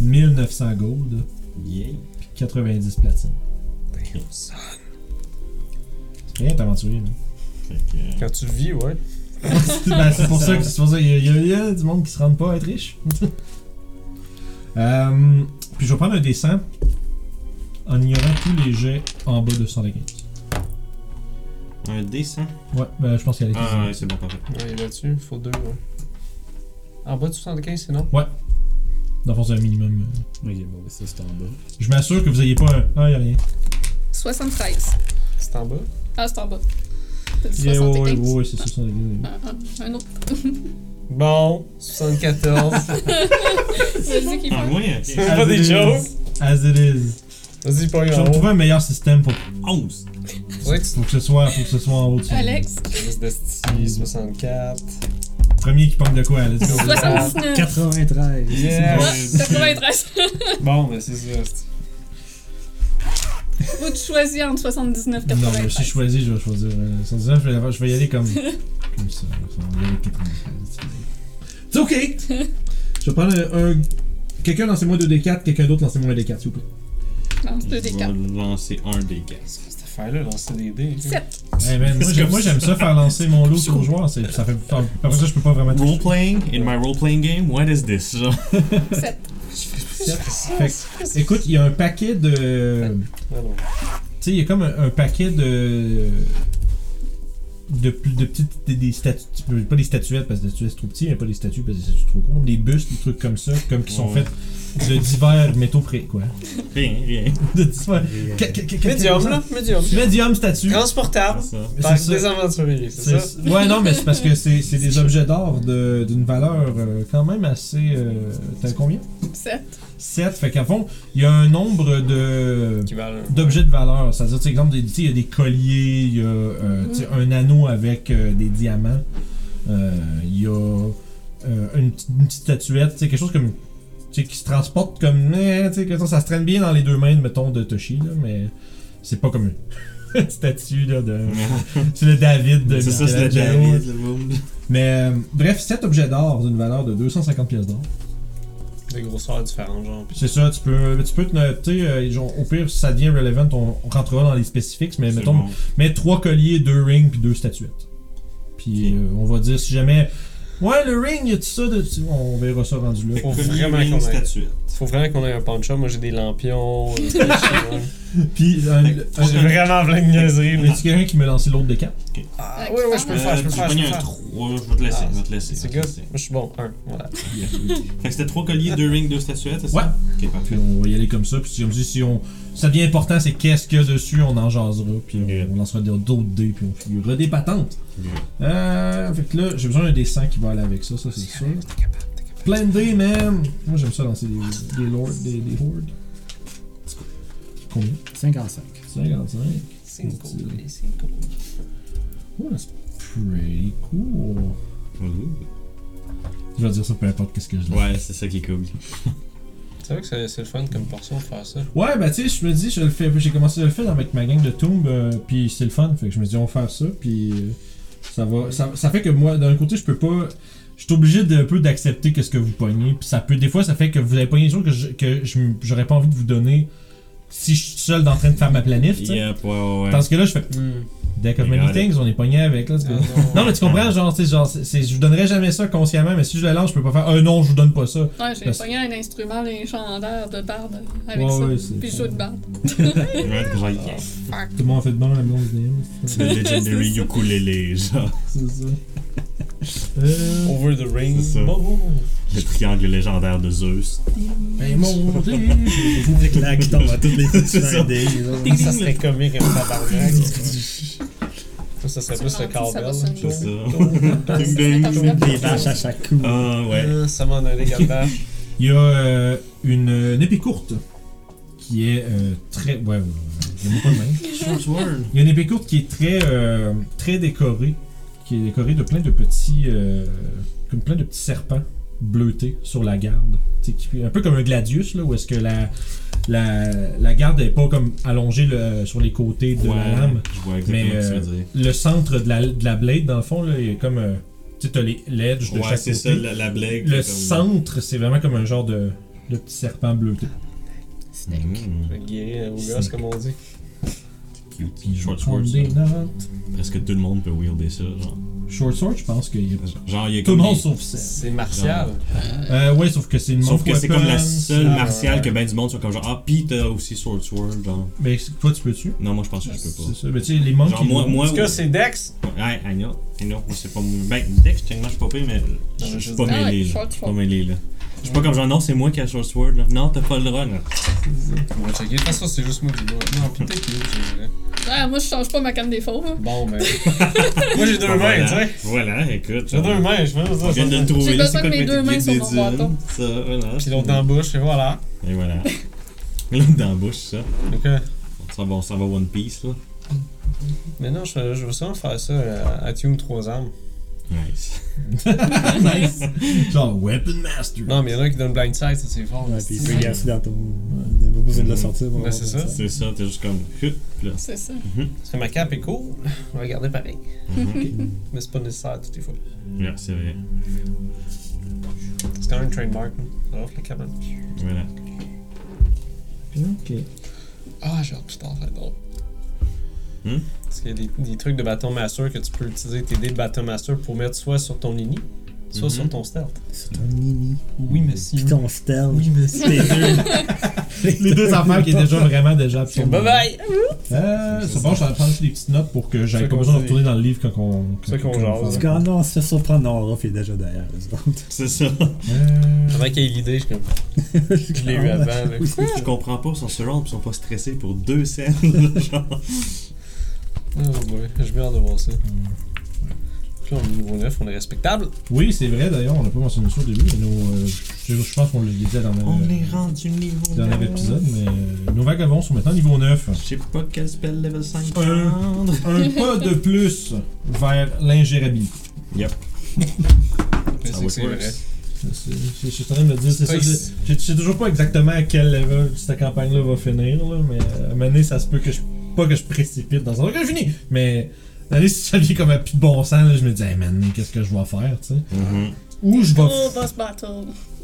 Speaker 1: 1900 gold,
Speaker 3: Yeah.
Speaker 1: puis 90 platine. C'est rien d'aventurier, là.
Speaker 3: Fait que.
Speaker 2: Quand tu le vis, ouais.
Speaker 1: Ben, c'est pour ça que c'est pour ça qu'il y a- il y, a- il y a du monde qui se rend pas à être riche. Euh, puis je vais prendre un dessin en ignorant tous les jets en bas de 115.
Speaker 3: Un D100.
Speaker 1: Ouais, ben, je pense qu'elle est
Speaker 3: Ah, ouais, c'est bon, parfait.
Speaker 2: Ouais, là-dessus, il faut deux, ouais. En bas de 75, sinon.
Speaker 1: Dans le fond, c'est un minimum. euh.
Speaker 5: Ok, bon, ça c'est en bas.
Speaker 1: Je m'assure que vous ayez pas un. Ah, il a rien.
Speaker 4: 73.
Speaker 2: C'est en bas.
Speaker 4: Ah, c'est en bas. T'as dit
Speaker 1: Yeah, ouais, ouais,
Speaker 4: 75?
Speaker 1: ouais, ouais, c'est 75.
Speaker 4: Un, un- un autre.
Speaker 2: Bon, 74.
Speaker 4: C'est lui qui
Speaker 3: Ah,
Speaker 4: parle.
Speaker 3: ouais, ok.
Speaker 2: Pas
Speaker 1: As
Speaker 2: des
Speaker 1: it is.
Speaker 2: jokes.
Speaker 1: As it is.
Speaker 2: Vas-y, pas
Speaker 3: Ah,
Speaker 1: Je vais
Speaker 2: grave.
Speaker 1: trouver un meilleur système pour,
Speaker 3: 11.
Speaker 2: Faudrait que tu
Speaker 1: pour, que, ce soit, pour que ce soit en haut de ça.
Speaker 4: Alex,
Speaker 2: Juste d'esti, 64.
Speaker 1: Premier qui pogne de quoi, let's go.
Speaker 3: Ah,
Speaker 4: 79.
Speaker 5: 93
Speaker 2: Yeah.
Speaker 4: Ah, 93.
Speaker 2: Bon, ben c'est ça. esti.
Speaker 4: Vous choisissez entre 79 et
Speaker 1: Non, mais si je
Speaker 4: 93.
Speaker 1: choisis, je vais choisir euh, 119. Je vais, je vais y aller comme, comme ça. Ça va aller avec 93. C'est ok! Je vais prendre un. un- Quelqu'un lancez-moi 2D4, quelqu'un d'autre lancez-moi un D4, s'il vous plaît.
Speaker 4: Lance
Speaker 3: Je
Speaker 4: deux des
Speaker 3: vais
Speaker 4: quatre.
Speaker 3: lancer un D4.
Speaker 2: Qu'est-ce que cette affaire-là, lancer des dés? là?
Speaker 4: 7.
Speaker 1: Hey Eh, man, moi, j'aime- moi j'aime ça faire lancer mon lot sur le joueur. c'est- Ça fait, ça- après ça, je peux pas vraiment toucher.
Speaker 3: Role-playing? In my role-playing game? What is this?
Speaker 4: 7.
Speaker 1: Fait que, écoute, il y a un paquet de.
Speaker 2: Ah non.
Speaker 1: Tu sais, il y a comme un, un paquet de. De, plus- de petites. Des, des statues. Pas des statuettes parce que des statuettes c'est trop petit, mais pas des statues parce que des statues c'est trop courtes. Des bustes, des trucs comme ça, comme qui sont
Speaker 3: Ouais.
Speaker 1: faits de divers métaux près, quoi.
Speaker 3: rien, rien.
Speaker 1: De divers. Que- que- que- que-
Speaker 2: Médium, là. Médium.
Speaker 1: Médium statue.
Speaker 2: Transportable.
Speaker 3: Ça.
Speaker 2: Par
Speaker 1: ça.
Speaker 2: des aventuriers, c'est ça?
Speaker 1: C'est- Ouais, non, mais c'est parce que c'est c'est des objets d'or de- d'une valeur euh, quand même assez. euh, T'as combien
Speaker 4: 7.
Speaker 1: 7. Fait qu'à fond, il y a un nombre de.
Speaker 2: Qui valent.
Speaker 1: d'objets de valeur. C'est-à-dire, tu sais, exemple, des- tu sais, il y a des colliers, il y a euh, tu sais, un anneau avec euh, des diamants, euh, il y a euh, une, petite- une petite statuette, tu sais, quelque chose comme. tu sais, qui se transporte comme. eh, tu sais, que ça, ça se traîne bien dans les deux mains, mettons, de Toshi, là, mais c'est pas comme une statue, là, de. C'est le David de
Speaker 3: C'est ça, c'est le
Speaker 1: Michelangelo.
Speaker 3: David, le boom.
Speaker 1: Mais euh, bref, 7 objets d'or d'une valeur de 250 pièces d'or.
Speaker 2: Des grosseurs différentes, genre. Puis
Speaker 1: C'est ça, tu peux, tu peux te noter, euh, genre, au pire, si ça devient relevant, on, on rentrera dans les spécifiques, mais mettons,
Speaker 3: Absolument.
Speaker 1: mets trois colliers, deux rings, puis deux statuettes. Puis
Speaker 3: Ok.
Speaker 1: euh, on va dire si jamais. Ouais, le ring, y a tout ça de. tu- On verra ça rendu là.
Speaker 3: Fait que
Speaker 2: Faut
Speaker 3: collier,
Speaker 2: vraiment
Speaker 3: ring,
Speaker 2: qu'on aille.
Speaker 3: statuette.
Speaker 2: faut vraiment qu'on ait un punch-up. Moi, j'ai des lampions. euh, des trucs, genre.
Speaker 1: Puis un. un-
Speaker 2: j'ai vraiment plein de niaiseries,
Speaker 1: y
Speaker 2: mais.
Speaker 1: a-tu quelqu'un qui m'a lancé l'autre de quatre
Speaker 2: Ah,
Speaker 4: Fait que
Speaker 2: ouais, ouais, je
Speaker 4: tu
Speaker 2: peux
Speaker 4: parles.
Speaker 2: le faire, je peux le
Speaker 3: Euh, tu
Speaker 2: faire. je peux
Speaker 3: pognes
Speaker 2: le
Speaker 3: un
Speaker 2: faire.
Speaker 3: 3, je vais te laisser,
Speaker 2: Ah,
Speaker 3: je vais te laisser.
Speaker 2: C'est
Speaker 3: je vais
Speaker 2: good.
Speaker 3: te
Speaker 2: Moi, je suis bon. Un, voilà.
Speaker 3: laisser. fait que c'était 3 colliers, 2 rings, 2 statuettes, c'est ça? Ouais. Ok,
Speaker 1: Puis
Speaker 3: parfait.
Speaker 1: on va y aller comme ça. Puis c'est comme si, si on. Si ça devient important, c'est qu'est-ce qu'il y a dessus, on en jasera. Puis
Speaker 3: Ok.
Speaker 1: on, on lancera des- d'autres dés, puis on figurera des patentes. Euh. Fait que là, j'ai besoin d'un dessin qui va aller avec ça, ça c'est sûr.
Speaker 2: T'es capable, t'es capable.
Speaker 1: Plein de dés, man Moi j'aime ça lancer des, des lords, des, des hordes. Combien
Speaker 5: 55.
Speaker 1: 55.
Speaker 2: Cinco,
Speaker 1: Utile.
Speaker 2: cinco.
Speaker 1: Ouais, c'est Oh, pretty cool. Je vais dire ça peu importe qu'est-ce que je dis.
Speaker 3: Ouais, c'est ça qui est cool.
Speaker 2: C'est vrai que c'est c'est le fun comme portion de faire ça.
Speaker 1: Ouais, bah tu sais, je me dis, je le fais, j'ai commencé à le faire avec ma gang de Tomb, euh, puis c'est le fun, fait que je me dis, on va faire ça, puis euh, ça va, ça, ça fait que moi, d'un côté, je peux pas, je suis obligé de un peu d'accepter que ce que vous pognez, puis ça peut, des fois, ça fait que vous avez pogné des choses que je- que je- j'aurais pas envie de vous donner si je suis seul en train de faire ma planif, tu sais.
Speaker 3: Yep, ouais, ouais, ouais.
Speaker 1: Tandis que là, je fais
Speaker 2: Hmm.
Speaker 1: deck of
Speaker 3: You
Speaker 1: many
Speaker 3: got it.
Speaker 1: things, on est pogné avec, là, c'est-
Speaker 2: Ah, non,
Speaker 1: Non mais tu comprends, genre, tu sais, genre, c'est- c'est- je vous donnerais jamais ça consciemment, mais si je le lance, je peux pas faire, euh, non, je vous donne pas ça.
Speaker 4: Ouais, j'ai
Speaker 1: Parce-
Speaker 4: pogné un instrument légendaire de barde avec
Speaker 1: Ouais,
Speaker 4: ça.
Speaker 1: ouais, c'est-
Speaker 4: puis je joue de barde.
Speaker 3: Ouais, genre, yes.
Speaker 1: Tout le monde a fait de bon la blonde
Speaker 3: Le legendary ukulélé, genre.
Speaker 1: C'est ça. Euh,
Speaker 2: Over the ring.
Speaker 3: C'est ça. Le triangle légendaire de Zeus.
Speaker 1: ben mon Dieu!
Speaker 5: Des claques qui tombent à toutes les petites
Speaker 3: C'est ça.
Speaker 5: scindées, là.
Speaker 2: Ah, Ça serait comique un tabarnak. Ça serait plus le
Speaker 4: Ça va
Speaker 2: cowbell.
Speaker 4: sonner.
Speaker 3: C'est ça. Ding
Speaker 4: c'est
Speaker 3: ding,
Speaker 4: pas
Speaker 3: ding.
Speaker 5: Des vaches à chaque coup.
Speaker 3: Ah, ouais.
Speaker 2: Ah, Ça m'en allait, Gandalf.
Speaker 1: Il y a euh, une, une épée courte qui est euh, très. Ouais, ouais, ouais, il y a beaucoup de main.
Speaker 3: Short word.
Speaker 1: Il y a une épée courte qui est très, euh, très décorée, qui est décorée de plein de petits, euh, comme plein de petits serpents bleutés sur la garde. Tu sais, qui- un peu comme un gladius, là, où est-ce que la, la, la garde est pas comme allongée le- sur les côtés de la lame.
Speaker 3: Ouais, je vois exactement
Speaker 1: Mais,
Speaker 3: ce que tu
Speaker 1: euh,
Speaker 3: veux dire.
Speaker 1: le centre de la, de la blade, dans le fond, là, il est comme. euh, tu sais, t'as les l'edge de
Speaker 3: Ouais,
Speaker 1: chaque
Speaker 3: c'est
Speaker 1: côté.
Speaker 3: ça, la, la blague.
Speaker 1: le
Speaker 3: c'est comme-
Speaker 1: centre, c'est vraiment comme un genre de, de petit serpent bleuté.
Speaker 3: Mm.
Speaker 2: Je vais guérir au gosse, comme on dit.
Speaker 1: Puis
Speaker 3: Cute.
Speaker 1: je vais
Speaker 3: Short
Speaker 1: prendre
Speaker 3: sword.
Speaker 1: des
Speaker 3: ça.
Speaker 1: notes.
Speaker 3: Parce que tout le monde peut wielder ça, genre.
Speaker 1: Short sword, je pense qu'il y a.
Speaker 3: Genre, il y a
Speaker 1: Tout
Speaker 3: comme
Speaker 1: le monde
Speaker 3: des-
Speaker 1: sauf celle.
Speaker 2: C'est martial.
Speaker 1: Euh, ouais, sauf que c'est une monk
Speaker 3: Sauf que c'est comme la
Speaker 1: weapon,
Speaker 3: seule
Speaker 2: Ah,
Speaker 3: martiale
Speaker 2: ouais.
Speaker 3: que ben du monde soit comme genre Ah pis t'as aussi Sword Sword genre.
Speaker 1: Mais c'est- toi, tu peux-tu
Speaker 3: Non moi je pense que je peux
Speaker 1: C'est
Speaker 3: pas.
Speaker 1: ça. Mais tu sais, les monks.
Speaker 3: Genre moi,
Speaker 1: ils-
Speaker 3: moi
Speaker 2: Est-ce que c'est Dex?
Speaker 3: Ouais, I know, I know, moi c'est pas mon. Ben Dex techniquement je suis pas pire mais je- je suis pas
Speaker 4: Ah,
Speaker 3: mêlé
Speaker 4: ouais,
Speaker 3: là.
Speaker 4: Sword
Speaker 3: Je suis pas
Speaker 4: Sword.
Speaker 3: mêlé là. Je suis pas comme genre non c'est moi qui a Sword Sword là. Non t'as pas le droit là.
Speaker 2: On va checker. De toute façon, c'est juste moi qui dois. Non, pis t'es qui, hein? je dirais.
Speaker 4: Ouais, moi, je change pas ma canne des faux. hein.
Speaker 2: Bon, ben. Moi, j'ai deux mains,
Speaker 3: Voilà.
Speaker 2: tu sais.
Speaker 3: Voilà, écoute.
Speaker 2: J'ai deux mains, je veux dire.
Speaker 3: On vient de le
Speaker 2: ça.
Speaker 3: trouver
Speaker 4: J'ai
Speaker 3: là,
Speaker 4: besoin
Speaker 3: c'est
Speaker 4: de
Speaker 3: quoi
Speaker 4: mes
Speaker 3: le
Speaker 4: deux
Speaker 3: métier
Speaker 4: mains sur mon
Speaker 3: des
Speaker 4: bâton.
Speaker 3: dunes? Ça, voilà.
Speaker 2: Pis l'autre dans la bouche, et voilà. euh,
Speaker 3: Et voilà. L'autre dans la bouche, ça.
Speaker 2: Ok.
Speaker 3: Ça va, ça va One Piece là.
Speaker 2: Mais non, je, je veux sûrement faire ça euh, à Tune 3 armes.
Speaker 3: Nice.
Speaker 1: nice. Genre Weapon Master.
Speaker 2: Non, mais il y en a qui donnent blind sight, ça c'est fort.
Speaker 5: Ouais, puis il peut
Speaker 2: c'est-
Speaker 5: gasser dans ton. Il n'a pas besoin de le sortir. pour
Speaker 2: Ben,
Speaker 5: avoir
Speaker 2: c'est
Speaker 5: ça.
Speaker 2: ça.
Speaker 3: C'est ça, t'es juste comme hut là.
Speaker 4: C'est ça.
Speaker 2: Parce que ma cape est cool, on va garder pareil.
Speaker 4: Mhm.
Speaker 2: Mais c'est pas nécessaire toutes les fois.
Speaker 3: Ouais, c'est vrai.
Speaker 2: C'est quand même un trademark. hein. Alors, la cabane.
Speaker 3: Voilà.
Speaker 1: Ok.
Speaker 2: Ah, j'ai hâte plus tard, c'est drôle.
Speaker 3: Hmm?
Speaker 2: Parce qu'il y a des, des trucs de bâton master que tu peux utiliser tes dés de bâton master pour mettre soit sur ton ini, soit
Speaker 3: Mhm.
Speaker 2: sur ton stealth.
Speaker 5: C'est ton mini.
Speaker 2: Oui,
Speaker 5: Puis
Speaker 2: monsieur.
Speaker 5: ton stealth.
Speaker 2: Oui, monsieur.
Speaker 5: Les deux.
Speaker 1: Les deux affaires qui est déjà vraiment déjà
Speaker 2: Bye bye!
Speaker 1: Euh, c'est bon, je vais prendre des petites notes pour que j'aille
Speaker 2: C'est
Speaker 1: pas
Speaker 2: qu'on
Speaker 1: besoin de
Speaker 2: dit.
Speaker 1: retourner dans le livre quand on.
Speaker 2: C'est qu'on
Speaker 5: Parce
Speaker 2: jase.
Speaker 5: que, ah non, on se fait surprendre, non, Ruff est déjà derrière eux autres.
Speaker 3: C'est ça.
Speaker 4: Ah.
Speaker 1: Euh,
Speaker 2: Avant qu'il y ait l'idée, je suis comme. Je l'ai eu avant, là.
Speaker 5: Oui.
Speaker 3: Je comprends pas, ils sont surround pis ils sont pas stressés pour deux scènes. là, genre.
Speaker 2: Oh boy, j'ai bien hâte de voir ça. Puis là, on est niveau 9, on est respectable.
Speaker 1: Oui, c'est vrai d'ailleurs, on n'a pas mentionné ça au début, mais nos, euh, je, je pense qu'on le disait dans le
Speaker 3: On est rendu niveau.
Speaker 1: dernier
Speaker 3: neuf.
Speaker 1: épisode, mais euh, nos vagabonds sont maintenant niveau 9.
Speaker 3: Je sais pas quel spell level Ah, 5
Speaker 1: Un.
Speaker 3: prendre.
Speaker 1: Un pas de plus vers l'ingérabilité.
Speaker 2: Je sais que c'est vrai.
Speaker 1: C'est- c'est- Je je suis en train de me dire, c'est ça.
Speaker 2: Space.
Speaker 1: je- Je je sais toujours pas exactement à quel level cette campagne-là va finir, là, mais euh, à un moment donné, ça se peut que je. Pas que je précipite dans un que je finis, euh, mais. Allez, si ça vient comme un plus de bon sens, là, je me dis, hey man, qu'est-ce que je vais faire, tu sais.
Speaker 3: Mhm.
Speaker 1: Ou je vais.
Speaker 4: Oh, boss battle.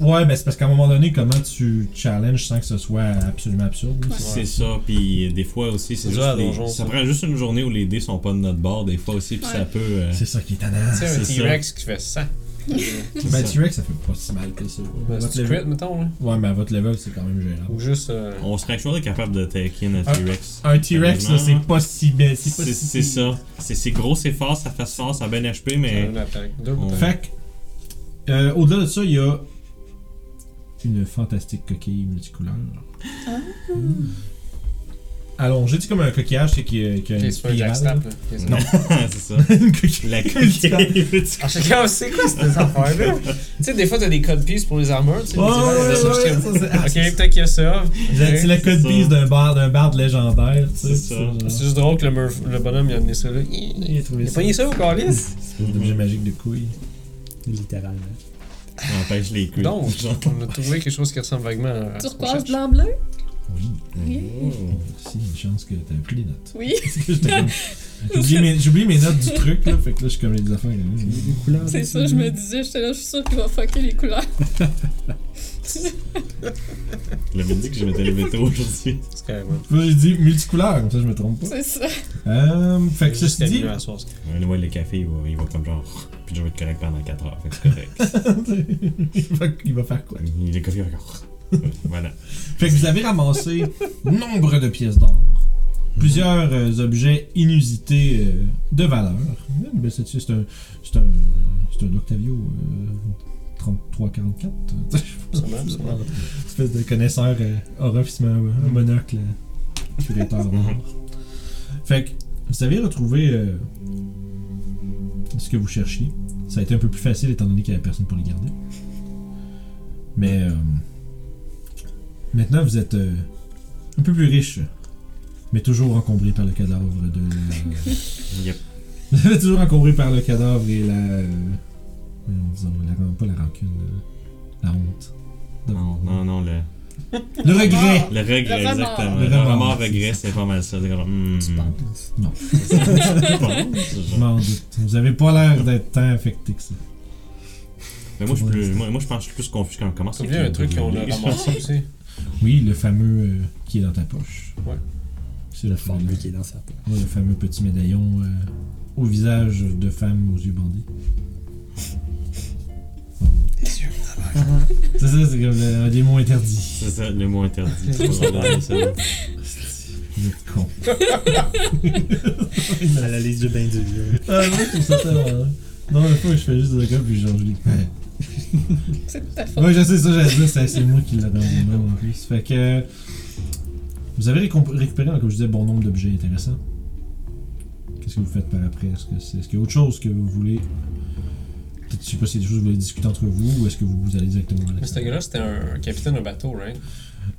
Speaker 1: Ouais, ben c'est parce qu'à un moment donné, comment tu challenges sans que ce soit absolument absurde. là.
Speaker 3: C'est ça, puis des fois aussi, c'est
Speaker 2: C'est
Speaker 3: juste.
Speaker 2: ça, la
Speaker 3: les-
Speaker 2: donjon,
Speaker 3: ça
Speaker 2: ça.
Speaker 3: prend juste une journée où les dés sont pas de notre bord, des fois aussi, puis ça
Speaker 4: Ouais.
Speaker 3: peut. euh,
Speaker 1: C'est ça qui est tannant.
Speaker 2: Tu sais, un
Speaker 3: c'est ça.
Speaker 2: T-Rex qui fait 100.
Speaker 3: c'est
Speaker 1: Ben,
Speaker 3: ça.
Speaker 1: T-Rex, ça fait pas si mal que ça.
Speaker 2: Ben,
Speaker 1: Votre
Speaker 2: c'est du crit,
Speaker 1: level-
Speaker 2: mettons, là.
Speaker 1: Ouais, mais à votre level, c'est quand même gérable.
Speaker 2: Ou juste. euh,
Speaker 3: On serait toujours capable de take in un
Speaker 1: Ah.
Speaker 3: T-Rex.
Speaker 1: Un T-Rex, là,
Speaker 3: Honnêtement,
Speaker 1: c'est pas si bête. C'est pas
Speaker 3: C'est
Speaker 1: si-
Speaker 3: c'est ça. C'est c'est gros, c'est fort, ça fasse fort, ça a bien HP,
Speaker 2: ça
Speaker 3: mais.
Speaker 2: donne la taille. Deux
Speaker 3: on-
Speaker 2: boutons.
Speaker 1: Fait que, euh, au-delà de ça, il y a une fantastique coquille multicouleur.
Speaker 4: Ah.
Speaker 1: Mm. Allongée, c'est comme un coquillage, c'est qui a, qui a
Speaker 2: Ok,
Speaker 1: une
Speaker 2: c'est pas un jackstrap,
Speaker 1: spirale.
Speaker 2: là. Ok, c'est-
Speaker 1: Non.
Speaker 3: c'est ça.
Speaker 1: une coquille.
Speaker 3: La
Speaker 1: multicolore.
Speaker 2: Ah, je sais pas, c'est quoi ces affaires-là? tu sais, des fois, t'as des code pieces pour les armures, tu sais.
Speaker 1: Ouais,
Speaker 2: mais tu vois,
Speaker 1: ouais,
Speaker 2: c'est ça,
Speaker 1: ouais,
Speaker 2: j'étais-
Speaker 1: ça, c'est- ah, c'est-
Speaker 2: Ok, peut-être qu'il y a ça.
Speaker 1: C'est
Speaker 2: Ok.
Speaker 1: la code
Speaker 3: ça.
Speaker 1: piece d'un bar, d'un barde légendaire, tu sais.
Speaker 3: C'est ça.
Speaker 1: genre-
Speaker 2: C'est juste drôle que le, mur- le bonhomme, il a amené ça là.
Speaker 1: Il a trouvé
Speaker 2: Il a
Speaker 1: ça.
Speaker 2: pogné ça au calice?
Speaker 1: Espèce d'objet magique de couille.
Speaker 5: Littéralement.
Speaker 3: On empêche les couilles.
Speaker 2: Donc, on a trouvé quelque chose qui ressemble vaguement à.
Speaker 4: Turquoise, blanc, bleu?
Speaker 1: Oui.
Speaker 3: Oh.
Speaker 1: C'est une chance que t'avais pris les notes.
Speaker 4: Oui.
Speaker 1: J'étais comme- J'oublie mes, j'oublie mes notes du truc, là. Fait que là, je suis comme les affaires. là.
Speaker 5: Les couleurs.
Speaker 4: C'est ça, je me disais, j'étais là, je suis sûre qu'il va fucker les couleurs.
Speaker 3: Je l'avais dit que je m'étais levé tôt aujourd'hui.
Speaker 2: C'est carrément.
Speaker 1: Là, j'ai dit multicouleur, comme ça, je me trompe pas.
Speaker 4: C'est ça.
Speaker 1: Euh, fait que ceci
Speaker 2: C'était
Speaker 1: dit,
Speaker 2: mieux à soir, c'est-
Speaker 3: Ouais, ouais, le café, il va, il va comme genre. Puis je vais être correct pendant 4 heures. Fait que c'est correct.
Speaker 1: il, va, il va faire quoi?
Speaker 3: Il est café encore. voilà.
Speaker 1: Fait que vous avez ramassé nombre de pièces d'or, plusieurs euh, objets inusités euh, de valeur. Euh, ben, c'est, c'est un, c'est, un, c'est un Octavio euh, 33-44. euh,
Speaker 2: Sûrement, sûrement.
Speaker 1: espèce de connaisseur euh, aura puis se met un, un monocle euh, curateur d'or. Fait que vous avez retrouvé euh, ce que vous cherchiez. Ça a été un peu plus facile étant donné qu'il n'y avait personne pour les garder. Mais euh, maintenant vous êtes euh, un peu plus riche, mais toujours encombré par le cadavre de la.
Speaker 3: Yep.
Speaker 1: Vous êtes toujours encombré par le cadavre et la. euh, disons, la, ran- pas la rancune, euh, la honte.
Speaker 3: Non, non, non, le,
Speaker 1: Le regret!
Speaker 3: le regret,
Speaker 4: Le remords.
Speaker 3: exactement.
Speaker 1: Le
Speaker 3: Le
Speaker 1: remords,
Speaker 3: remords,
Speaker 1: c'est
Speaker 3: regret, c'est pas mal ça. C'est genre, hmm,
Speaker 5: Tu penses?
Speaker 1: Je m'en doute. Vous avez pas l'air d'être tant affecté que ça.
Speaker 3: Mais moi, je suis plus, moi, moi, je pense que je suis plus confus quand on commence.
Speaker 2: Ça me vient un truc qu'on a ramassé aussi.
Speaker 1: Oui, le fameux euh, qui est dans ta poche.
Speaker 2: Ouais.
Speaker 1: C'est le
Speaker 5: Bon,
Speaker 1: fameux,
Speaker 5: lui qui est dans sa poche.
Speaker 1: ouais, le fameux petit médaillon euh, au visage de femme aux yeux bandés.
Speaker 2: Des yeux.
Speaker 1: C'est ça, c'est comme euh, le- des mots interdits.
Speaker 3: C'est ça, le mot interdit.
Speaker 2: C'est
Speaker 3: C'est pas mal, ça.
Speaker 1: Vous êtes con.
Speaker 5: Elle a les yeux bien durs.
Speaker 1: Ah oui, je trouve ça tellement. hein. Non, la fois que je fais juste le gars puis je change les
Speaker 4: C'est de ta faute.
Speaker 1: Ouais, je sais ça, j'allais dire, c'est c'est moi qui l'ai dans les mains en plus. Fait que. Vous avez récom- récupéré, comme je disais, bon nombre d'objets intéressants. Qu'est-ce que vous faites par après Est-ce que c'est- est-ce qu'il y a autre chose que vous voulez Peut-être, je sais pas si c'est des choses que vous voulez discuter entre vous ou est-ce que vous, vous allez directement à
Speaker 2: Mais ce
Speaker 1: l'extérieur?
Speaker 2: gars-là, c'était un capitaine de bateau, right?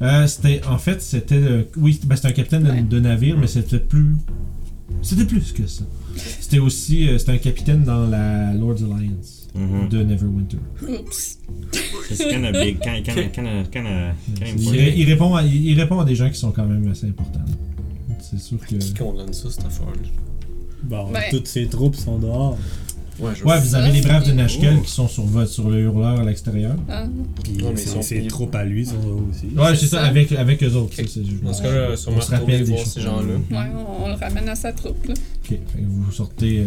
Speaker 1: Euh, C'était. En fait, c'était. le- oui, ben, c'était un capitaine de-
Speaker 4: Ouais.
Speaker 1: de, navire, mais c'était plus. C'était plus que ça. C'était aussi. euh, c'était un capitaine dans la Lord's Alliance
Speaker 2: Mm-hmm.
Speaker 3: Mhm.
Speaker 1: de Neverwinter.
Speaker 4: Oups.
Speaker 3: C'est kind of big. Kind kind- kind- kind- kind
Speaker 1: Il,
Speaker 3: important.
Speaker 1: il répond à, il, il répond à des gens qui sont quand même assez importants. C'est sûr que.
Speaker 2: Qui qu'on donne ça, cette affaire-là?
Speaker 5: Bon,
Speaker 4: Ouais.
Speaker 5: toutes ses troupes sont dehors.
Speaker 2: Ouais, je
Speaker 1: Ouais, vous avez les braves de Nashkel
Speaker 3: Oh.
Speaker 1: qui sont sur, votre- sur le hurleur à l'extérieur.
Speaker 4: Ah.
Speaker 5: Puis
Speaker 2: Ouais, mais
Speaker 5: ses-
Speaker 2: ils sont
Speaker 5: ses
Speaker 2: payés.
Speaker 5: troupes à lui sont là aussi.
Speaker 1: Ouais, c'est
Speaker 4: C'est
Speaker 1: ça,
Speaker 4: ça.
Speaker 1: avec, avec eux autres.
Speaker 2: Ok.
Speaker 1: ça, c'est-
Speaker 2: Dans ce cas-là, sûrement
Speaker 1: on se rappelle
Speaker 2: retourner
Speaker 1: des
Speaker 2: voir
Speaker 1: choses.
Speaker 2: ces gens-là.
Speaker 4: Ouais,
Speaker 1: Mm.
Speaker 4: on, on le ramène à sa troupe, là.
Speaker 1: Ok, fait que vous sortez. euh,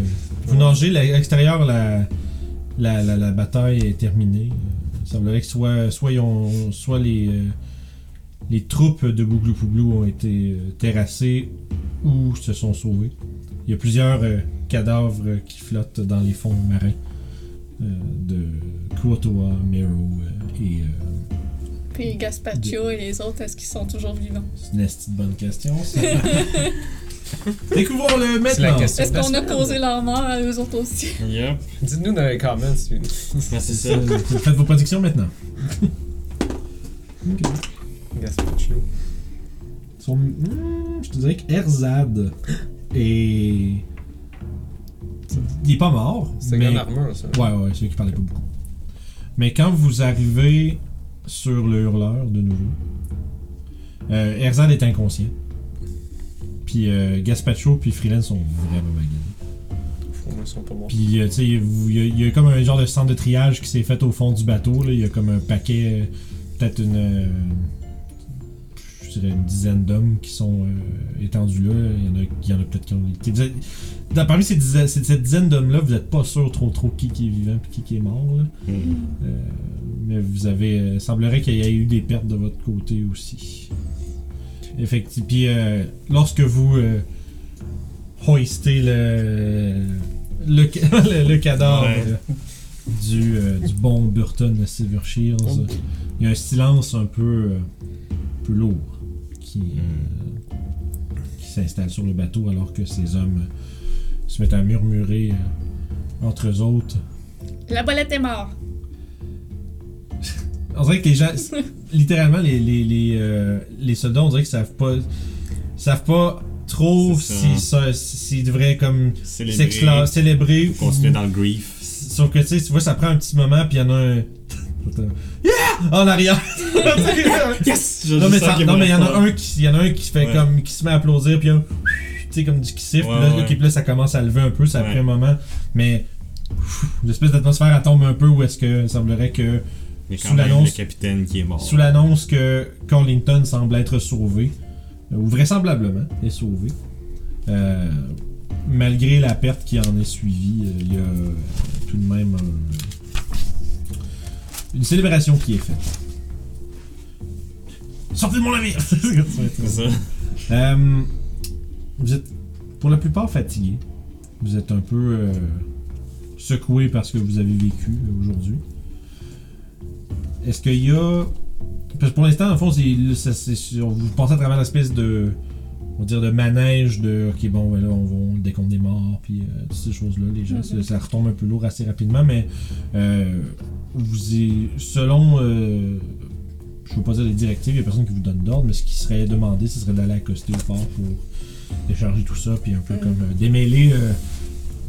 Speaker 1: vous nagez, la- l'extérieur, la, la, la, la bataille est terminée. Euh, Il semblerait que soit, soit, ils ont- soit les, euh, les troupes de Bouglou Pouglou ont été euh, terrassées ou se sont sauvées. Il y a plusieurs euh, cadavres euh, qui flottent dans les fonds marins euh, de Kuotoa, Mero euh, et. euh,
Speaker 4: Puis Gaspaccio et les autres, est-ce qu'ils sont toujours vivants?
Speaker 1: C'est une esti de bonne question, ça. Découvrons-le
Speaker 2: C'est la
Speaker 1: maintenant.
Speaker 2: question.
Speaker 4: Est-ce qu'on a
Speaker 2: Gaspard.
Speaker 4: causé leur mort à eux autres aussi?
Speaker 3: Yep.
Speaker 2: Dites-nous dans les comments si.
Speaker 3: Ah,
Speaker 1: C'est
Speaker 3: C'est ça.
Speaker 1: ça. Faites vos prédictions maintenant. Ok.
Speaker 2: Gaspaccio.
Speaker 1: Ils sont- hmm, je te dirais que Erzad est. Il est pas mort.
Speaker 2: C'est
Speaker 1: mais...
Speaker 2: grande armure, ça.
Speaker 1: Ouais, ouais, c'est lui qui parlait pas beaucoup. Mais quand vous arrivez sur le hurleur de nouveau, euh, Erzan est inconscient. Puis euh, Gaspacho puis Freeland sont vraiment maganés.
Speaker 2: Faut ils sont pas morts.
Speaker 1: Puis, euh, tu sais, il y, a- il y a comme un genre de centre de triage qui s'est fait au fond du bateau. Là. Il y a comme un paquet, euh, peut-être une. euh, je dirais une dizaine d'hommes qui sont euh, étendus là. Il y en a, il y en a peut-être qui ont. qui- vous êtes- dans- parmi ces dizaines, ces- cette dizaine d'hommes-là, vous n'êtes pas sûr trop trop qui, qui est vivant et qui, qui est mort. là.
Speaker 3: Hmm.
Speaker 1: Euh, mais vous avez. euh, semblerait qu'il y ait eu des pertes de votre côté aussi. Effectivement. Puis euh, lorsque vous euh, hoistez le. le, ca- le, le cadavre
Speaker 3: Ouais.
Speaker 1: euh, du, euh, du bon Burton de Silver Shields, euh, il y a un silence un peu. euh, un peu lourd qui. euh, qui s'installe sur le bateau alors que ces hommes euh, se mettent à murmurer euh, entre eux autres.
Speaker 4: La bolette est morte.
Speaker 1: On dirait que les gens, c'est- littéralement, les, les, les, euh, les soldats, on dirait qu'ils savent pas, savent pas trop
Speaker 3: C'est
Speaker 1: si ça- s'ils devraient comme s'excla-
Speaker 3: Célébrer.
Speaker 1: célébrer.
Speaker 3: Ou continuer
Speaker 1: ou-
Speaker 3: dans le grief.
Speaker 1: Sauf que tu sais, tu vois, ça prend un petit moment, puis il y en a un. Yeah! En arrière!
Speaker 3: Yes!
Speaker 1: non, mais, ça- non, mais il y en a un qui, il y en a un qui fait
Speaker 3: Ouais.
Speaker 1: comme, qui se met à applaudir, puis un, tu sais, comme du qui siffle,
Speaker 3: Ouais,
Speaker 1: puis là,
Speaker 3: ouais.
Speaker 1: ok, puis là, ça commence à lever un peu, ça a
Speaker 3: Ouais.
Speaker 1: pris un moment, mais l'espèce d'atmosphère, elle tombe un peu où est-ce que, il semblerait que
Speaker 3: Il y a
Speaker 1: sous
Speaker 3: quand même le
Speaker 1: l'annonce-
Speaker 3: capitaine qui est mort.
Speaker 1: sous l'annonce que Corlington semble être sauvé, euh, ou vraisemblablement est sauvé, euh, malgré la perte qui en est suivie, euh, il y a euh, tout de même un- une célébration qui est faite. Sortez de mon navire! C'est ce que tu vas être.
Speaker 3: C'est ça.
Speaker 1: Euh, vous êtes pour la plupart fatigués. Vous êtes un peu euh, secoués par ce que vous avez vécu aujourd'hui. Est-ce qu'il y a. Parce que pour l'instant, en fond, c'est, ça- c'est sûr- vous pensez à travers l'espèce de. On va dire de manège de. Ok, bon, ben là, on va on décompte des morts, puis euh, toutes ces choses-là, les gens, ça, ça retombe un peu lourd assez rapidement, mais. euh, vous y- Selon. euh, je veux pas dire les directives, il y a personne qui vous donne d'ordre, mais ce qui serait demandé, ce serait d'aller accoster au port pour décharger tout ça, puis un peu
Speaker 4: Mm.
Speaker 1: comme euh, démêler. euh,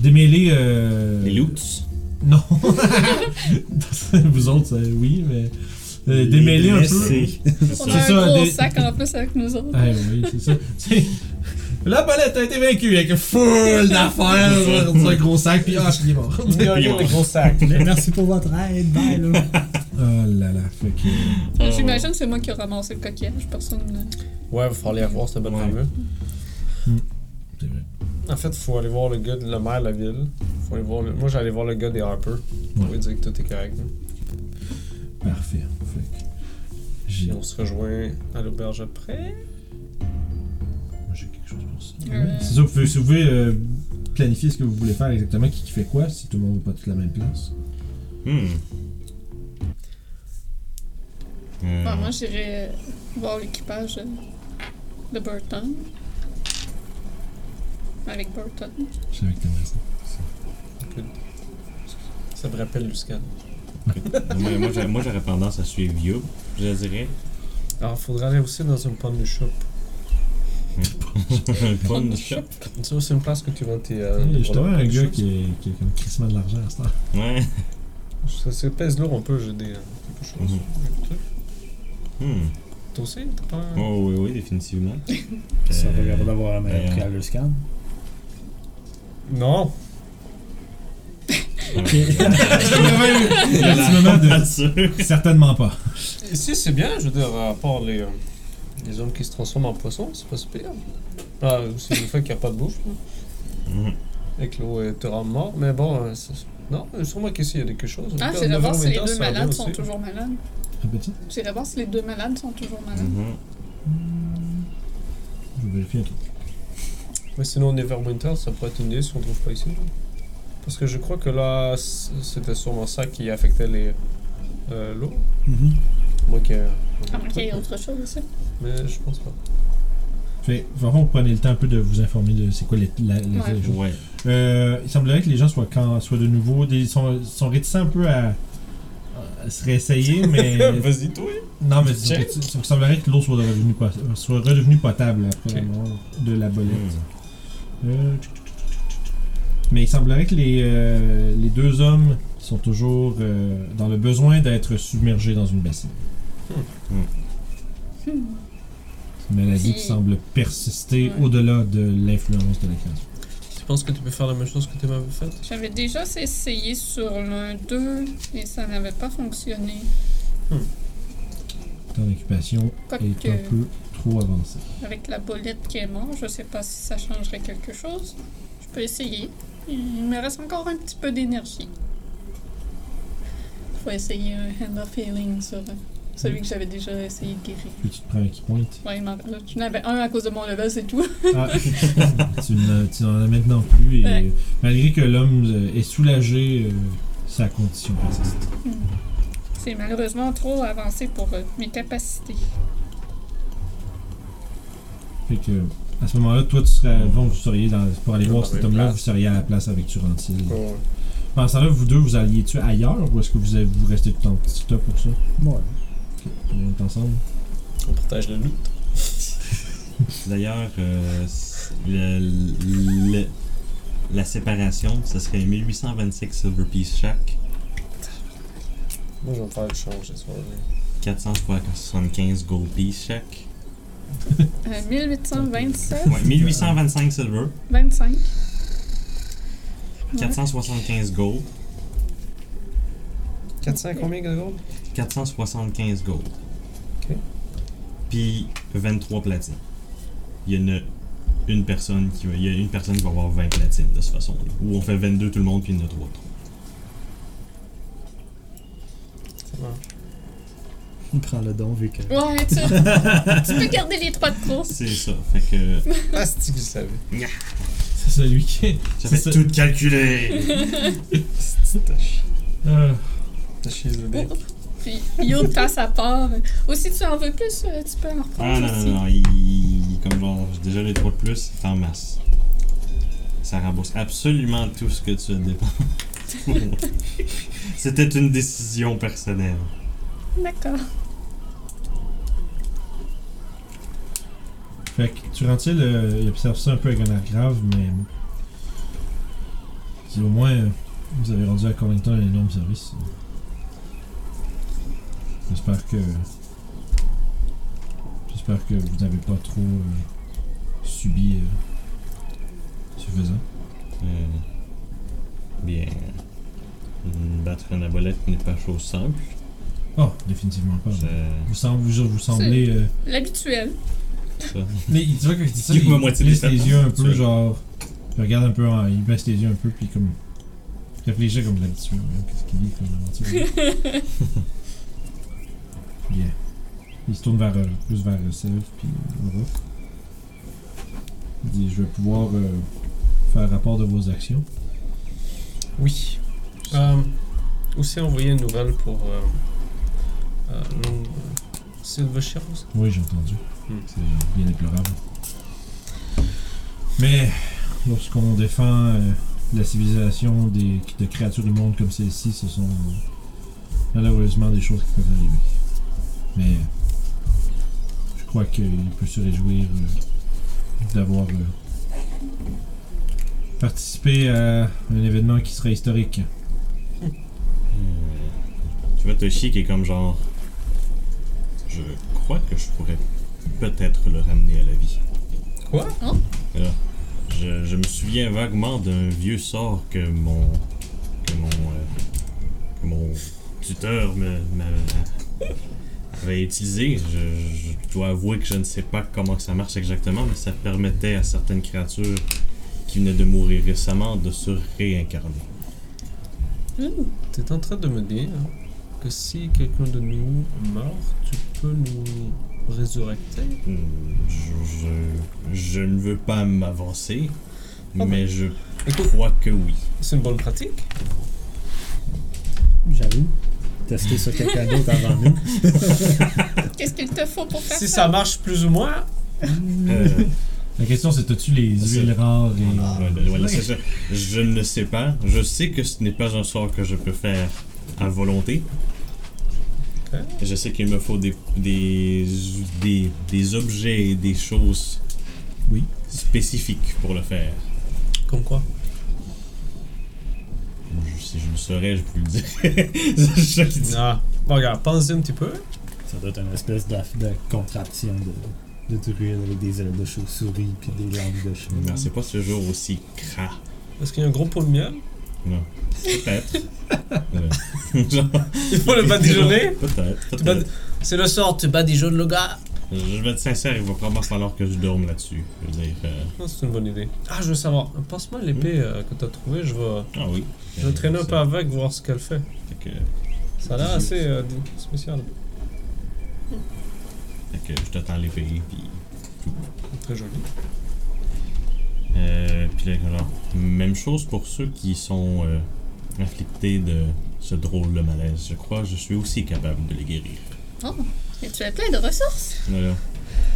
Speaker 1: démêler. euh,
Speaker 3: Les loots.
Speaker 1: non. Vous autres, ça, oui, mais. euh, démêler un peu.
Speaker 4: On
Speaker 1: C'est
Speaker 4: a un
Speaker 1: ça,
Speaker 4: gros
Speaker 1: des-
Speaker 4: sac en plus avec nous autres.
Speaker 1: Ah oui, c'est ça. C'est- La palette a été vaincue avec full d'affaires genre, dans un gros sac, puis ah, je suis mort.
Speaker 2: Il y a un gros sac.
Speaker 5: Merci pour votre aide, bye là.
Speaker 1: Oh là là, fait que.
Speaker 4: Euh, J'imagine que c'est moi qui ai ramassé le coquillage, personne. ne-
Speaker 2: Ouais, il faut aller voir cette bonne
Speaker 3: Ouais.
Speaker 2: fameux.
Speaker 1: C'est vrai.
Speaker 2: En fait, faut aller voir le gars, de- le maire de la ville. Faut aller voir le... Moi, j'allais voir le gars des Harper. Pour lui dire que tout est correct. hein.
Speaker 1: Parfait. Fait que. J'ai
Speaker 2: Puis on se rejoint à l'auberge après.
Speaker 1: Moi, j'ai quelque chose pour ça.
Speaker 4: Euh.
Speaker 1: C'est ça, vous pouvez, si vous pouvez, euh, planifier ce que vous voulez faire exactement, qui, qui fait quoi, si tout le monde va pas toute la même place.
Speaker 3: Hmm. Euh,
Speaker 4: Bon, Ah, Bah, moi, j'irai voir l'équipage euh, de Burton. Avec Burton.
Speaker 1: Je savais que t'aimerais ça.
Speaker 2: Ça me rappelle Luscan.
Speaker 3: moi, moi, j'aurais- moi, j'aurais tendance à suivre You, je dirais.
Speaker 2: Alors, faudrait aller aussi dans une panne de shop.
Speaker 3: Pas de shop.
Speaker 2: Ça, c'est une place que tu vends tes. euh,
Speaker 1: Hey,
Speaker 2: tes
Speaker 1: Justement,
Speaker 2: produits.
Speaker 1: un gars qui, est, qui a comme crissement de l'argent à ce temps.
Speaker 3: Ouais.
Speaker 2: Ça, ça pèse lourd un peu, j'ai des. euh, quelque chose.
Speaker 3: Mhm.
Speaker 2: des trucs.
Speaker 3: Hmm.
Speaker 2: Toi aussi, t'as pas.
Speaker 3: Oh, oui, oui, définitivement.
Speaker 5: Ça va
Speaker 3: Euh,
Speaker 5: capable d'avoir un meilleur
Speaker 3: euh,
Speaker 5: prix à le scan.
Speaker 2: Non!
Speaker 1: Il y a un petit moment de-
Speaker 3: Pas sûr.
Speaker 1: Certainement pas.
Speaker 2: Ici, c'est bien, je veux dire, à part les, euh, les hommes qui se transforment en poissons, c'est pas si pire. Ah, c'est le fait qu'il n'y a pas de bouffe, là,
Speaker 3: Mhm.
Speaker 2: et que l'eau est te rend mort, mais bon, euh, c'est- non, sûrement qu'ici, il y a quelque chose.
Speaker 4: Ah,
Speaker 2: Le
Speaker 4: c'est de voir si les
Speaker 2: 9h20,
Speaker 4: deux
Speaker 2: ça va
Speaker 4: malades
Speaker 2: bien
Speaker 4: sont
Speaker 2: aussi.
Speaker 4: toujours malades.
Speaker 1: Répète ça.
Speaker 4: C'est de voir si les deux malades sont toujours malades.
Speaker 3: Mhm.
Speaker 1: Je vais vérifier un truc.
Speaker 2: Mais sinon, Neverwinter, ça pourrait être une idée si on trouve pas ici. Parce que je crois que là, c- c'était sûrement ça qui affectait les euh, l'eau.
Speaker 5: Mhm.
Speaker 2: Moi qui. euh,
Speaker 4: À moins qu'il y ait autre chose aussi.
Speaker 2: Mais je pense pas.
Speaker 1: Fait, vraiment, prenez le temps un peu de vous informer de c'est quoi les, la, les-
Speaker 4: Ouais.
Speaker 1: les choses.
Speaker 3: Ouais.
Speaker 1: Euh, il semblerait que les gens soient, quand, soient de nouveau. Des, sont, sont réticents un peu à, à se réessayer, mais.
Speaker 2: Vas-y, toi!
Speaker 1: non, mais c'est-
Speaker 2: Check.
Speaker 1: c'est- il semblerait que l'eau soit redevenue, pot- soit redevenue potable après la
Speaker 2: Ok.
Speaker 1: mort de la bolette.
Speaker 3: Hmm.
Speaker 1: Euh, tchou, tchou, tchou, tchou, tchou. Mais il semblerait que les, euh, les deux hommes sont toujours euh, dans le besoin d'être submergés dans une bassine. Une maladie qui
Speaker 4: Puis-
Speaker 1: semble persister
Speaker 4: Ouais.
Speaker 1: au-delà de l'influence de la création.
Speaker 2: C'est penses que tu peux faire la même chose que tu m'avais faite?
Speaker 4: J'avais déjà essayé sur l'un d'eux et ça n'avait pas fonctionné.
Speaker 1: Ton occupation est un
Speaker 4: Quoique,
Speaker 1: peu trop avancée.
Speaker 4: avec la bolette qui est morte, je sais pas si ça changerait quelque chose. Je peux essayer. Il me reste encore un petit peu d'énergie. Faut essayer un Hand of Healing sur euh, celui que j'avais déjà essayé de guérir.
Speaker 1: Puis tu te prends un qui pointe.
Speaker 4: Ouais, il m'en reste- J'en avais un à cause de mon level, c'est tout.
Speaker 1: Ah, tu n'en tu n'en as maintenant plus. Et,
Speaker 4: Ouais.
Speaker 1: Malgré que l'homme euh, est soulagé, euh, sa condition persiste.
Speaker 4: C'est malheureusement trop avancé pour euh, mes capacités.
Speaker 1: Fait que, à ce moment-là, toi, tu serais, bon, vous seriez dans, pour aller
Speaker 2: Mm. Dans
Speaker 1: voir
Speaker 2: la
Speaker 1: cet
Speaker 2: même
Speaker 1: homme-là,
Speaker 2: place.
Speaker 1: vous seriez à la place avec Turantine. Pendant ce temps-là, vous deux, vous alliez-tu ailleurs ou est-ce que vous, avez- vous restez tout en petit tas pour ça?
Speaker 5: Bon, ouais.
Speaker 1: On est ensemble?
Speaker 2: On partage le loot.
Speaker 3: D'ailleurs, euh, s- le- le- la séparation, ce serait 1826 silver piece chaque,
Speaker 2: Moi, je vais me faire le change ce soir.
Speaker 3: 475 gold piece chaque.
Speaker 4: Euh, 1827,
Speaker 3: Ouais, 1825 silver,
Speaker 4: 25. Ouais.
Speaker 3: 475 gold,
Speaker 2: 400 combien de gold?
Speaker 3: 475 gold.
Speaker 2: Ok.
Speaker 3: Puis 23 platines. Il y en a une personne qui va, il y a une personne qui va avoir 20 platines de cette façon. là Ou on fait 22 tout le monde puis il y en a 3
Speaker 2: Ça marche.
Speaker 5: Il prend le don vu que.
Speaker 4: Ouais, tu, tu peux garder les trois de course.
Speaker 3: C'est ça. Fait que
Speaker 2: Ah, c'est que je savais.
Speaker 1: C'est celui qui est.
Speaker 3: j'avais
Speaker 1: C'est ça.
Speaker 3: tout calculé.
Speaker 1: euh,
Speaker 2: T'as chié le deck.
Speaker 4: Puis Yo passe à part. Ou si tu en veux plus, euh, tu peux en
Speaker 3: Ah
Speaker 4: reprendre
Speaker 3: non,
Speaker 4: aussi.
Speaker 3: non, non, il, comme genre, j'ai déjà les 3 de plus, c'est en masse. Ça rembourse absolument tout ce que tu as dépensé. C'était une décision personnelle.
Speaker 4: D'accord.
Speaker 1: Fait que Turantine, euh, il observe ça un peu avec un air grave, mais. il dit, au moins, euh, vous avez rendu à Covington un énorme service. J'espère que. J'espère que vous n'avez pas trop euh, subi euh, suffisant.
Speaker 3: Euh, bien. euh, Battre une abolette n'est pas chose simple.
Speaker 1: Oh, définitivement pas.
Speaker 3: Je-
Speaker 1: Vous semblez, vous, vous semblez. euh,
Speaker 4: L'habituel.
Speaker 3: ça.
Speaker 1: Mais il- tu vois quand il dit ça,
Speaker 3: Il
Speaker 1: il,
Speaker 3: voit moitié
Speaker 1: baisse
Speaker 3: des
Speaker 1: les
Speaker 3: fêtes,
Speaker 1: yeux
Speaker 3: hein,
Speaker 1: un
Speaker 3: tu
Speaker 1: peu,
Speaker 3: vois.
Speaker 1: genre. Il regarde un peu, en- il baisse les yeux un peu, puis comme. il Réfléchit comme d'habitude. hein, Qu'est-ce qu'il dit comme aventure Bien. Il se tourne vers, euh, plus vers le self, puis euh, Aura. Il dit Je vais pouvoir euh, faire rapport de vos actions.
Speaker 2: Oui. Euh, aussi envoyer une nouvelle pour euh, euh, nous- Silver Shields.
Speaker 1: Oui, j'ai entendu.
Speaker 2: Hmm.
Speaker 1: C'est bien déplorable. Mais lorsqu'on défend euh, la civilisation des, de créatures immondes comme celle-ci, ce sont euh, malheureusement des choses qui peuvent arriver. Mais je crois qu'il peut se réjouir euh, d'avoir euh, participé à un événement qui serait historique.
Speaker 3: Euh, Tu vois Toshi qui est comme genre. Je crois que je pourrais peut-être le ramener à la vie.
Speaker 2: Quoi?
Speaker 4: Hein?
Speaker 3: Là, je, je me souviens vaguement d'un vieux sort que mon. que mon. euh, que mon tuteur me. me- avait utilisé. Je, je dois avouer que je ne sais pas comment que ça marche exactement, mais ça permettait à certaines créatures qui venaient de mourir récemment de se réincarner.
Speaker 4: Ouh.
Speaker 2: T'es en train de me dire que si quelqu'un de nous meurt, tu peux nous résurrecter?
Speaker 3: Je, je- je ne veux pas m'avancer,
Speaker 2: Ah
Speaker 3: mais je
Speaker 2: Écoute,
Speaker 3: crois que oui.
Speaker 2: c'est une bonne pratique.
Speaker 5: J'avoue. Tester sur quelqu'un d'autre avant nous.
Speaker 4: Qu'est-ce qu'il te faut pour faire
Speaker 2: Si
Speaker 4: ça?
Speaker 2: ça marche plus ou moins,
Speaker 3: Euh,
Speaker 1: La question c'est as-tu les
Speaker 3: Ah, C'est- Ah,
Speaker 1: huiles rares et.
Speaker 3: voilà, voilà, c'est ça. Je ne sais pas. Je sais que ce n'est pas un sort que je peux faire à volonté.
Speaker 2: Ok.
Speaker 3: Je sais qu'il me faut des, des, des, des objets et des choses
Speaker 1: Oui.
Speaker 3: spécifiques pour le faire.
Speaker 2: comme quoi?
Speaker 3: Je- si je le saurais, je peux le dire. c'est ça qu'il dit.
Speaker 2: Ah, bon, regarde, pensez un petit peu.
Speaker 5: Ça doit être une espèce de, de contraption de. de druide avec des ailes de chauve-souris puis des langues de chevaux.
Speaker 3: Non, c'est pas toujours aussi cra.
Speaker 2: Est-ce qu'il y a un gros pot de miel
Speaker 3: Non. Peut-être. Euh, genre-
Speaker 2: Il faut le badigeonner
Speaker 3: Peut-être.
Speaker 2: Tu bad-
Speaker 3: peut-être.
Speaker 2: C'est le sort, tu badigeonnes le gars
Speaker 3: Euh, Je vais être sincère, il va probablement falloir que je dorme là-dessus. Je veux dire. euh,
Speaker 2: Non, C'est une bonne idée. Ah, je veux savoir. Passe-moi l'épée euh, que t'as trouvée, je vais,
Speaker 3: Ah oui.
Speaker 2: je vais
Speaker 3: Euh,
Speaker 2: traîner un
Speaker 3: ça-
Speaker 2: peu avec, voir ce qu'elle fait.
Speaker 3: Fait que,
Speaker 2: Ça a l'air assez euh, spécial.
Speaker 3: fait que je t'attends les pays, puis.
Speaker 2: Très joli.
Speaker 3: Euh, puis là, genre, même chose pour ceux qui sont euh, afflictés de ce drôle de malaise. Je crois que je suis aussi capable de les guérir.
Speaker 4: Oh, et tu as plein de ressources.
Speaker 3: Voilà.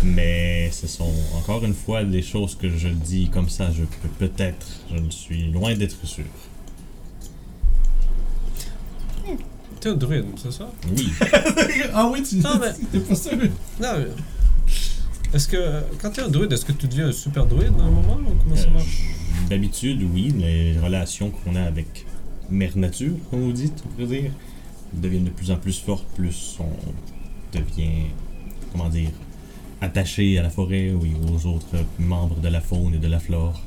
Speaker 3: Mais ce sont encore une fois des choses que je dis comme ça. Je peux peut-être, je ne suis loin d'être sûr.
Speaker 2: T'es un druide, c'est ça
Speaker 3: Oui.
Speaker 1: ah oui, tu
Speaker 2: Non, mais-
Speaker 1: t'es pas sûr.
Speaker 2: Non, mais... Est-ce que, euh, quand t'es un druide, est-ce que tu deviens un super druide dans un moment ou comment ça
Speaker 3: Euh,
Speaker 2: marche
Speaker 3: je- D'habitude, oui, les relations qu'on a avec Mère Nature, comme vous dites, on pourrait dire, deviennent de plus en plus fortes, plus on devient, comment dire, attaché à la forêt ou aux autres membres de la faune et de la flore.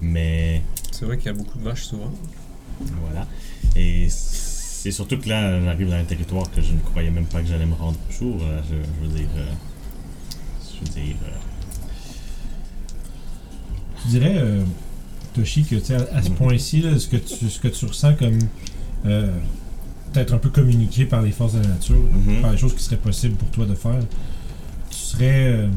Speaker 3: Mais
Speaker 2: C'est vrai qu'il y a beaucoup de vaches souvent.
Speaker 3: voilà. Et c'est surtout que là, j'arrive dans un territoire que je ne croyais même pas que j'allais me rendre un jour. Euh, Je, je veux dire. euh, je veux dire. euh,
Speaker 1: Je dirais, euh, Toshi, que tu sais, à, à ce point-ci, là, ce, que tu- ce que tu ressens comme euh, peut-être un peu communiqué par les forces de la nature,
Speaker 3: Mhm.
Speaker 1: par les choses qui seraient possibles pour toi de faire, tu serais, euh,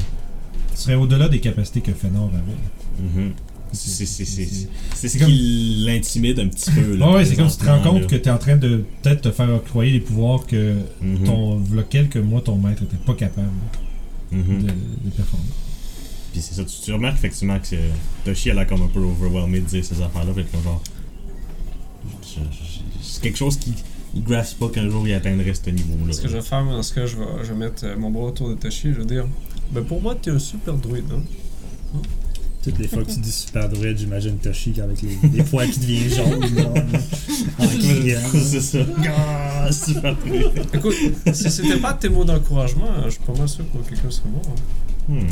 Speaker 1: tu serais au-delà des capacités que Fëanor avait.
Speaker 3: mhm. C'est- c'est- c'est- c'est- C'est ce
Speaker 1: C'est comme-
Speaker 3: qui l'intimide un petit peu. là,
Speaker 1: Ah ouais, c'est comme si tu te rends
Speaker 3: présentement,
Speaker 1: compte
Speaker 3: là.
Speaker 1: que tu es en train de peut-être te faire octroyer les pouvoirs que
Speaker 3: Mhm,
Speaker 1: ton, v'là quelques mois, ton maître n'était pas capable de,
Speaker 3: mhm.
Speaker 1: de performer.
Speaker 3: Puis c'est ça, tu, tu remarques effectivement que c'est- Toshi, elle a comme un peu overwhelmée de dire ces affaires-là, fait que là, genre. je- je- C'est quelque chose qui. Il grasp pas qu'un jour il atteindrait ce niveau-là.
Speaker 2: Ce que je vais faire, moi, dans ce cas, je vais, je vais mettre euh, mon bras autour de Toshi, je vais dire Ben pour moi, t'es un super druide. Hein?
Speaker 5: Toutes les fois que tu dis super druide, j'imagine Toshi avec les, les poils qui deviennent jaunes. genre, en criant.
Speaker 3: c'est ça. Ah, super truc.
Speaker 2: Écoute, si c'était pas tes mots d'encouragement, euh, je suis pas mal sûr que quelqu'un serait mort. hein.
Speaker 3: Hmm.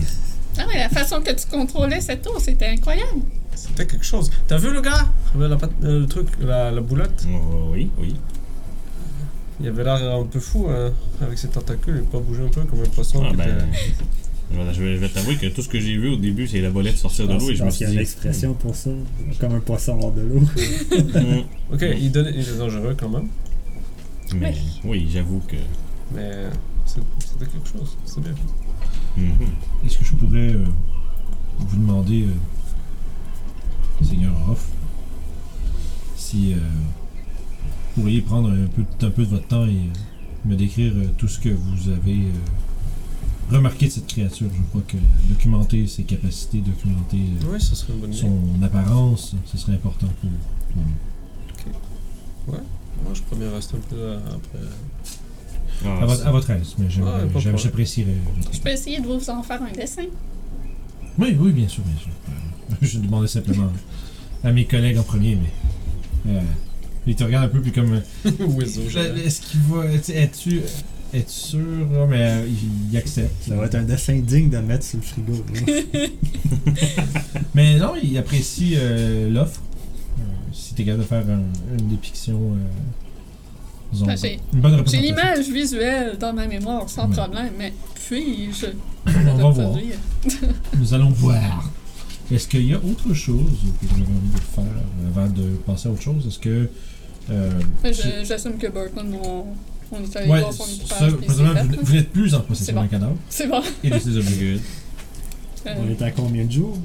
Speaker 4: Ah ouais, la façon que tu contrôlais cette eau, c'était incroyable.
Speaker 2: C'était quelque chose. T'as vu le gars Avec la pat- euh, le truc, la, la boulette
Speaker 3: Oh, oui, oui.
Speaker 2: Il avait l'air un peu fou hein, avec ses tentacules, il a pas bougé un peu comme un poisson.
Speaker 3: Ah,
Speaker 2: qui
Speaker 3: ben.
Speaker 2: était-
Speaker 3: Je vais, je vais- je vais t'avouer que tout ce que j'ai vu au début, c'est la bolette sortir de
Speaker 1: Ah,
Speaker 3: l'eau et
Speaker 5: Je
Speaker 3: je me
Speaker 5: pense
Speaker 3: suis
Speaker 5: qu'il y a une
Speaker 3: dit.
Speaker 5: expression pour ça, comme un poisson hors de l'eau.
Speaker 3: hmm,
Speaker 2: Ok, il, donnait- il est dangereux quand même,
Speaker 3: Mais oui, j'avoue que.
Speaker 2: mais c'est- c'était quelque chose, c'est bien.
Speaker 3: Mhm.
Speaker 1: Est-ce que je pourrais euh, vous demander, euh, Seigneur Hoff, si euh, vous pourriez prendre un peu, un peu de votre temps et euh, me décrire euh, tout ce que vous avez euh, remarqué de cette créature Je crois que documenter ses capacités, documenter euh,
Speaker 2: Oui, ça serait une bonne idée.
Speaker 1: son apparence, ce serait important pour pour nous.
Speaker 2: Moi, je pourrais bien rester un peu euh, après.
Speaker 3: Ah,
Speaker 1: À, votre-
Speaker 3: c'est-
Speaker 1: à votre aise, mais j'aimerais-
Speaker 2: Ouais, Ah, pas de
Speaker 1: j'aime-
Speaker 2: problème.
Speaker 1: j'apprécierais. euh,
Speaker 4: Je peux essayer de vous en faire un dessin.
Speaker 1: Oui, oui, bien sûr, bien sûr. Euh, je demandais simplement à mes collègues en premier, mais. Euh, ils te regardent un peu, puis comme. euh,
Speaker 2: Oiseau,
Speaker 1: Je-
Speaker 2: j'avais.
Speaker 1: Est-ce qu'il va. tu sais, Es-tu. Es-tu sûr? là? mais euh, il, il accepte.
Speaker 5: Ça va être un dessin digne de mettre sur le frigo. hein.
Speaker 1: Mais non, il apprécie euh, l'offre. Euh, si t'es capable de faire un- une dépiction. euh, disons,
Speaker 4: Ah, j'ai-
Speaker 1: une bonne
Speaker 4: J'ai
Speaker 1: représentation.
Speaker 4: l'image visuelle dans ma mémoire, sans
Speaker 1: Ouais. ben,
Speaker 4: problème, mais puis-je
Speaker 1: On va voir.
Speaker 4: reproduire?
Speaker 1: Nous allons voir. Est-ce qu'il y a autre chose que vous avez envie de faire avant de passer à autre chose? Est-ce que. euh,
Speaker 4: Ben, Je- J'assume que Burton, on, on est allé
Speaker 1: Ouais,
Speaker 4: voir son
Speaker 1: ça,
Speaker 4: équipage. puis c'est
Speaker 1: présentement,
Speaker 4: fait.
Speaker 1: vous, vous n'êtes plus en possession
Speaker 4: C'est bon.
Speaker 1: d'un cadavre
Speaker 4: C'est bon.
Speaker 1: et de ses objets.
Speaker 3: Good.
Speaker 4: Euh,
Speaker 5: On est à combien de jours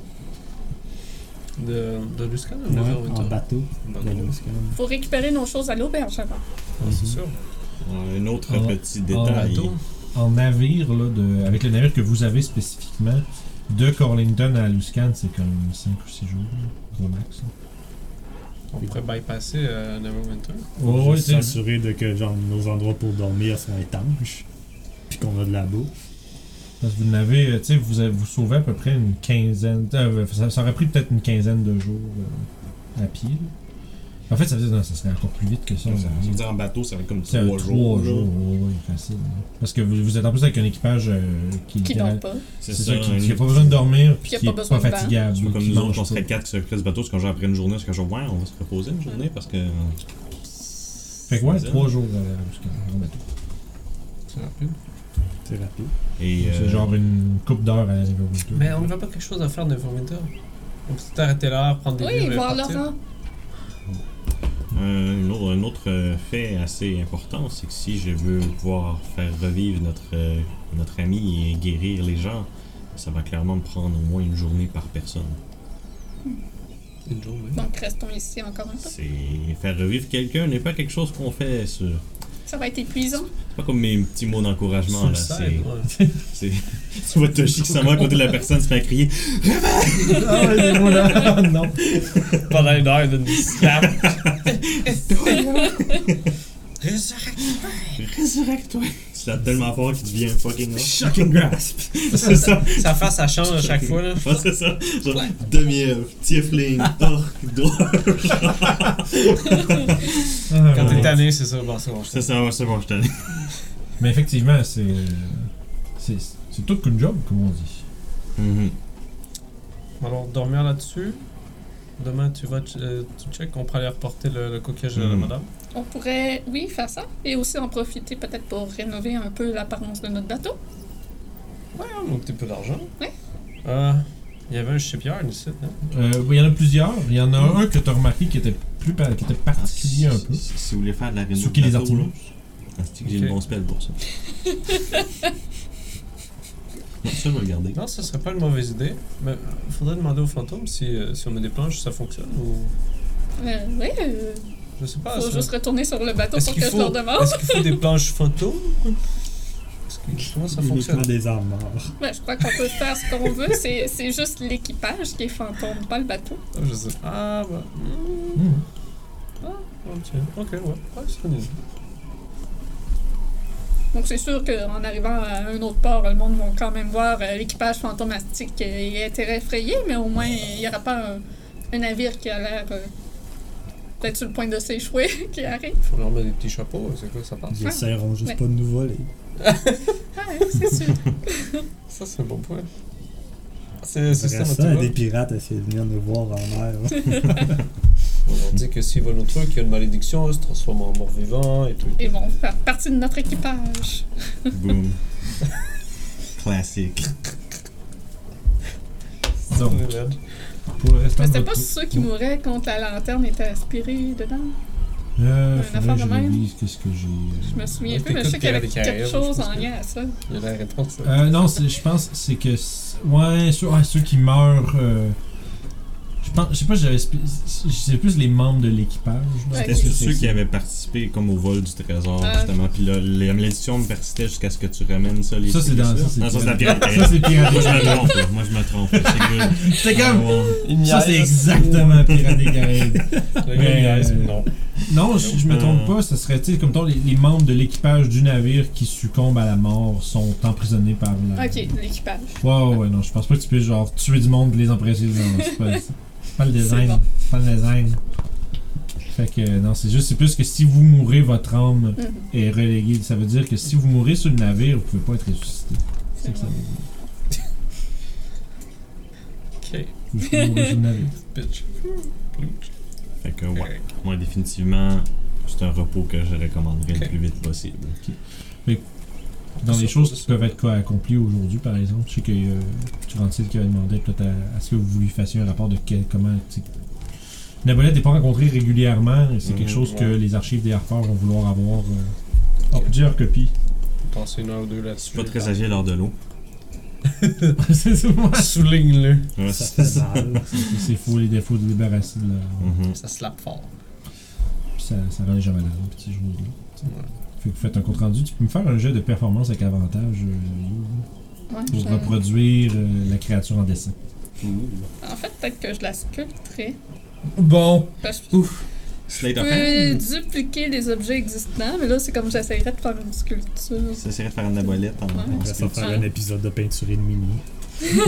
Speaker 2: De, de Luscan,
Speaker 5: Ouais,
Speaker 2: neuf heures, huit
Speaker 5: En
Speaker 2: heures.
Speaker 5: bateau.
Speaker 2: Bah,
Speaker 5: de
Speaker 2: non.
Speaker 5: l'eau, c'est quand même-
Speaker 4: faut récupérer nos choses à l'auberge avant.
Speaker 2: Ah, c'est sûr.
Speaker 3: Ah, Un autre
Speaker 1: Ah,
Speaker 3: petit
Speaker 1: ah,
Speaker 3: détail.
Speaker 2: Bateau.
Speaker 1: En navire, là, de, avec le navire que vous avez spécifiquement, de Corlington à Luscan, c'est comme 5 ou 6 jours, là, gros max.
Speaker 2: On pourrait bypasser euh, Neverwinter.
Speaker 1: Oh,
Speaker 5: Juste s'assurer de que genre, nos endroits pour dormir sont étanches. Puis qu'on a de la bouffe.
Speaker 1: Parce que vous n'avez, euh, tu sais, vous, avez- vous sauvez à peu près une quinzaine, euh, ça, ça aurait pris peut-être une quinzaine de jours euh, à pied. là. En fait, ça veut dire non, ça serait encore plus vite que ça.
Speaker 3: Ça, ça veut dire en bateau, ça va être comme
Speaker 1: C'est un
Speaker 3: 3 jours. là.
Speaker 1: ouais, ouais, facile. là. Parce que vous, vous êtes en plus avec un équipage euh, qui,
Speaker 4: Qui dort pas.
Speaker 1: C'est ça, qui
Speaker 3: un-
Speaker 1: qui a pas besoin de dormir, puis
Speaker 4: Qui a
Speaker 1: qui est
Speaker 4: pas
Speaker 1: pas,
Speaker 4: besoin de
Speaker 1: fatigable.
Speaker 3: Tu vois, comme
Speaker 1: qui
Speaker 3: nous
Speaker 1: mange
Speaker 3: autres, on
Speaker 1: pas.
Speaker 3: serait 4 qui s'occupent du bateau, c'est quand genre après une journée, c'est quand genre, ouais, on va se reposer une journée parce que.
Speaker 1: Fait que ouais, trois jours euh, jusqu'à en bateau.
Speaker 2: C'est rapide.
Speaker 5: C'est rapide.
Speaker 3: Et.
Speaker 1: C'est
Speaker 3: euh,
Speaker 1: genre une coupe d'heure à la Neverwinter.
Speaker 2: Mais on n'avait pas quelque chose à faire de Verminter. On peut s'arrêter là, prendre des
Speaker 4: Oui,
Speaker 2: livres et
Speaker 4: voir
Speaker 2: partir.
Speaker 4: l'enfant.
Speaker 3: Un autre, un autre, euh, fait assez important, c'est que si je veux pouvoir faire revivre notre, euh, notre ami et guérir les gens, ça va clairement me prendre au moins une journée par personne.
Speaker 2: Une journée.
Speaker 4: Donc restons ici encore un peu.
Speaker 3: C'est faire revivre quelqu'un n'est pas quelque chose qu'on fait sur.
Speaker 4: Ça va être épuisant.
Speaker 3: C'est pas comme mes petits mots d'encouragement là.
Speaker 2: Suicide,
Speaker 3: C'est,
Speaker 2: ouais.
Speaker 3: c'est... tu vois Toshi qui s'en va à côté de la personne, se fait crier.
Speaker 1: Ah, il est là! non!
Speaker 2: Pendant une heure, il donne des slaps. Résurrect.
Speaker 3: Résurrecte-toi. Tu l'as tellement fort qu'il devient un fucking.
Speaker 1: Shocking grasp!
Speaker 3: c'est ça.
Speaker 2: Sa face, ça change à chaque fois. Là.
Speaker 3: Ouais, c'est ça. Genre, demi-œuvre, tiefling, orc, dwarf.
Speaker 2: Quand t'es tanné, c'est ça. Bon, c'est bon, je
Speaker 3: Ça, ça va, c'est bon, je t'en ai.
Speaker 1: Mais effectivement, c'est. euh, C'est c'est tout qu'une job, comme on dit. Mhm.
Speaker 2: Alors, dormir là-dessus. Demain, tu vas, ch- euh, tu check, on pourra aller reporter le, le coquillage de la
Speaker 3: Mm.
Speaker 2: madame.
Speaker 4: On pourrait, oui, faire ça. Et aussi en profiter peut-être pour rénover un peu l'apparence de notre bateau.
Speaker 2: Ouais, un petit peu d'argent.
Speaker 4: Ouais.
Speaker 2: Euh, il y avait un shipyard ici, hein. non?
Speaker 1: Euh, Il y en a plusieurs. Il y en a un que t'as remarqué qui était, plus par- qui était particulier Ah, un peu.
Speaker 3: Ah, Si, si vous voulez faire de la réno
Speaker 1: Souquer les artimes.
Speaker 3: que j'ai
Speaker 2: Ok.
Speaker 3: le bon spell pour ça. non, ça, je vais le garder.
Speaker 2: Non, ce serait pas une mauvaise idée. Mais faudrait demander aux fantômes si, euh, si on met des planches, ça fonctionne ou.
Speaker 4: Euh, oui, euh,
Speaker 2: Je sais pas.
Speaker 4: faut
Speaker 2: Ah, ça-
Speaker 4: juste retourner sur le bateau
Speaker 2: Est-ce
Speaker 4: pour que
Speaker 2: qu'il
Speaker 4: je leur
Speaker 2: faut-
Speaker 4: demande.
Speaker 2: Est-ce qu'il faut des planches fantômes Est-ce que- Comment ça
Speaker 5: Uniquement
Speaker 2: fonctionne
Speaker 5: des armes mortes.
Speaker 4: Ben, je crois qu'on peut faire ce qu'on veut. C'est c'est juste l'équipage qui est fantôme, pas le bateau.
Speaker 2: Ah, je sais. Ah, bah. hmm,
Speaker 1: Mhm.
Speaker 2: Ok, ok, ouais. Ouais, c'est une idée.
Speaker 4: Donc c'est sûr qu'en arrivant à un autre port, le monde va quand même voir euh, l'équipage fantomastique euh, et être effrayé, mais au moins il n'y aura pas un, un navire qui a l'air euh, peut-être sur le point de s'échouer qui arrive.
Speaker 2: Faut leur mettre des petits chapeaux, c'est quoi, ça passe
Speaker 5: Ils essaieront juste
Speaker 4: Ouais.
Speaker 5: pas de nous voler.
Speaker 4: Ah, c'est sûr.
Speaker 2: Ça, c'est un bon point. C'est le système
Speaker 5: Reste ça,
Speaker 2: autonome.
Speaker 5: des pirates essayer de venir nous voir en mer.
Speaker 2: On leur dit que s'ils volent nos trucs, il y a une malédiction, ils se transforment en mort vivant et tout.
Speaker 4: Ils vont faire partie de notre équipage.
Speaker 3: Boom. Classique.
Speaker 1: Donc,
Speaker 2: C'est vrai.
Speaker 1: pour le restant
Speaker 4: Mais
Speaker 1: de
Speaker 4: c'était
Speaker 1: votre-
Speaker 4: pas ceux qui mouraient quand la lanterne était aspirée dedans.
Speaker 1: Euh,
Speaker 4: Une
Speaker 1: faudrait
Speaker 4: affaire
Speaker 1: que je
Speaker 4: de même.
Speaker 1: révise qu'est-ce que j'ai. euh,
Speaker 4: Je me souviens
Speaker 2: Ouais,
Speaker 4: plus, mais je
Speaker 2: t'écoutes
Speaker 4: sais qu'il y avait
Speaker 2: Pierre des
Speaker 4: quelque
Speaker 2: Caraïbes,
Speaker 4: chose
Speaker 2: je pense
Speaker 4: en
Speaker 2: que-
Speaker 4: lien à ça.
Speaker 2: Il y a la réponse. là.
Speaker 1: Euh, non, c'est- je pense c'est que c'est- ouais ceux, ouais, ceux qui meurent. euh, je pense, je sais pas, j'avais, spé- je sais plus les membres de l'équipage. là.
Speaker 4: Ouais,
Speaker 3: Est-ce que
Speaker 1: C'est-
Speaker 3: ceux
Speaker 1: c'est-
Speaker 3: qui avaient participé comme au vol du trésor,
Speaker 4: Ah.
Speaker 3: justement, puis là, les- l'édition persistait jusqu'à ce que tu ramènes ça, les
Speaker 1: Ça, c'est dans- ça, c'est
Speaker 3: Non, ça, c'est la
Speaker 1: pirate.
Speaker 3: pirate.
Speaker 1: Ça c'est pirate.
Speaker 3: Moi, je me trompe, là. Moi, je me trompe. C'est good.
Speaker 1: C'est comme-
Speaker 3: Ah, ouais.
Speaker 1: Ça c'est exactement Pirates des Caraïbes.
Speaker 2: Le gars, il y a-
Speaker 1: euh,
Speaker 2: Non.
Speaker 1: Non, je, je me
Speaker 3: Euh.
Speaker 1: trompe pas. Ça serait, tu sais, comme ton, les, les membres de l'équipage du navire qui succombent à la mort sont emprisonnés par la.
Speaker 4: Ok, l'équipage.
Speaker 1: Ouais, ouais, ouais, non, je pense pas que tu puisses genre tuer du monde et les empresser. Non, c'est pas, c'est pas le design.
Speaker 4: C'est bon.
Speaker 1: Pas le design. Fait que euh, non, c'est juste, c'est plus que si vous mourrez, votre âme
Speaker 4: Mhm.
Speaker 1: est reléguée. Ça veut dire que si vous mourrez sur le navire, vous pouvez pas être ressuscité. C'est ça que ça veut dire.
Speaker 2: Ok,
Speaker 1: Vous pouvez mourir sur le navire.
Speaker 2: bitch.
Speaker 3: Fait que, ouais. Moi, définitivement, c'est un repos que je recommanderais le
Speaker 2: Ok.
Speaker 3: plus vite possible.
Speaker 1: Dans les
Speaker 2: Ça,
Speaker 1: choses
Speaker 2: ça,
Speaker 1: qui
Speaker 2: ça.
Speaker 1: peuvent être quoi accomplies aujourd'hui, par exemple, je sais que euh, Turantide qui avait demandé peut-être à, à ce que vous lui fassiez un rapport de quel, comment. tu sais, Nabolette n'est pas rencontrée régulièrement et c'est
Speaker 3: Mhm,
Speaker 1: quelque chose que
Speaker 2: Mm, ouais.
Speaker 1: les archives des Harpers vont vouloir avoir euh, en plusieurs copies.
Speaker 2: Passer une heure ou deux
Speaker 3: Je
Speaker 2: là-dessus.
Speaker 3: suis pas très âgé lors de l'eau.
Speaker 1: c'est ça, moi.
Speaker 2: Souligne-le.
Speaker 3: Ouais,
Speaker 5: Ça
Speaker 3: c'est-
Speaker 5: fait mal.
Speaker 1: C'est- C'est faux, les défauts de débarrasser de la.
Speaker 3: Mhm.
Speaker 2: Ça slap fort.
Speaker 1: Puis ça, ça rend les gens malades, petit jour là.
Speaker 2: Ouais.
Speaker 1: Fait que vous faites un compte rendu. Tu peux me faire un jeu de performance avec avantage euh, Yo,
Speaker 4: Ouais,
Speaker 1: pour
Speaker 4: je-
Speaker 1: reproduire euh, la créature en dessin.
Speaker 4: En fait, peut-être que je la sculpterais.
Speaker 1: Bon,
Speaker 4: Parce que
Speaker 3: Slate
Speaker 4: Je
Speaker 3: of hand.
Speaker 4: peux dupliquer les objets existants, mais là, c'est comme j'essayerais de faire une sculpture.
Speaker 3: Ça serait de faire une abolette hein. en,
Speaker 4: Ouais.
Speaker 5: On
Speaker 3: en
Speaker 5: va s'en faire
Speaker 4: Ah.
Speaker 5: un épisode de peinture et de mini.
Speaker 1: euh,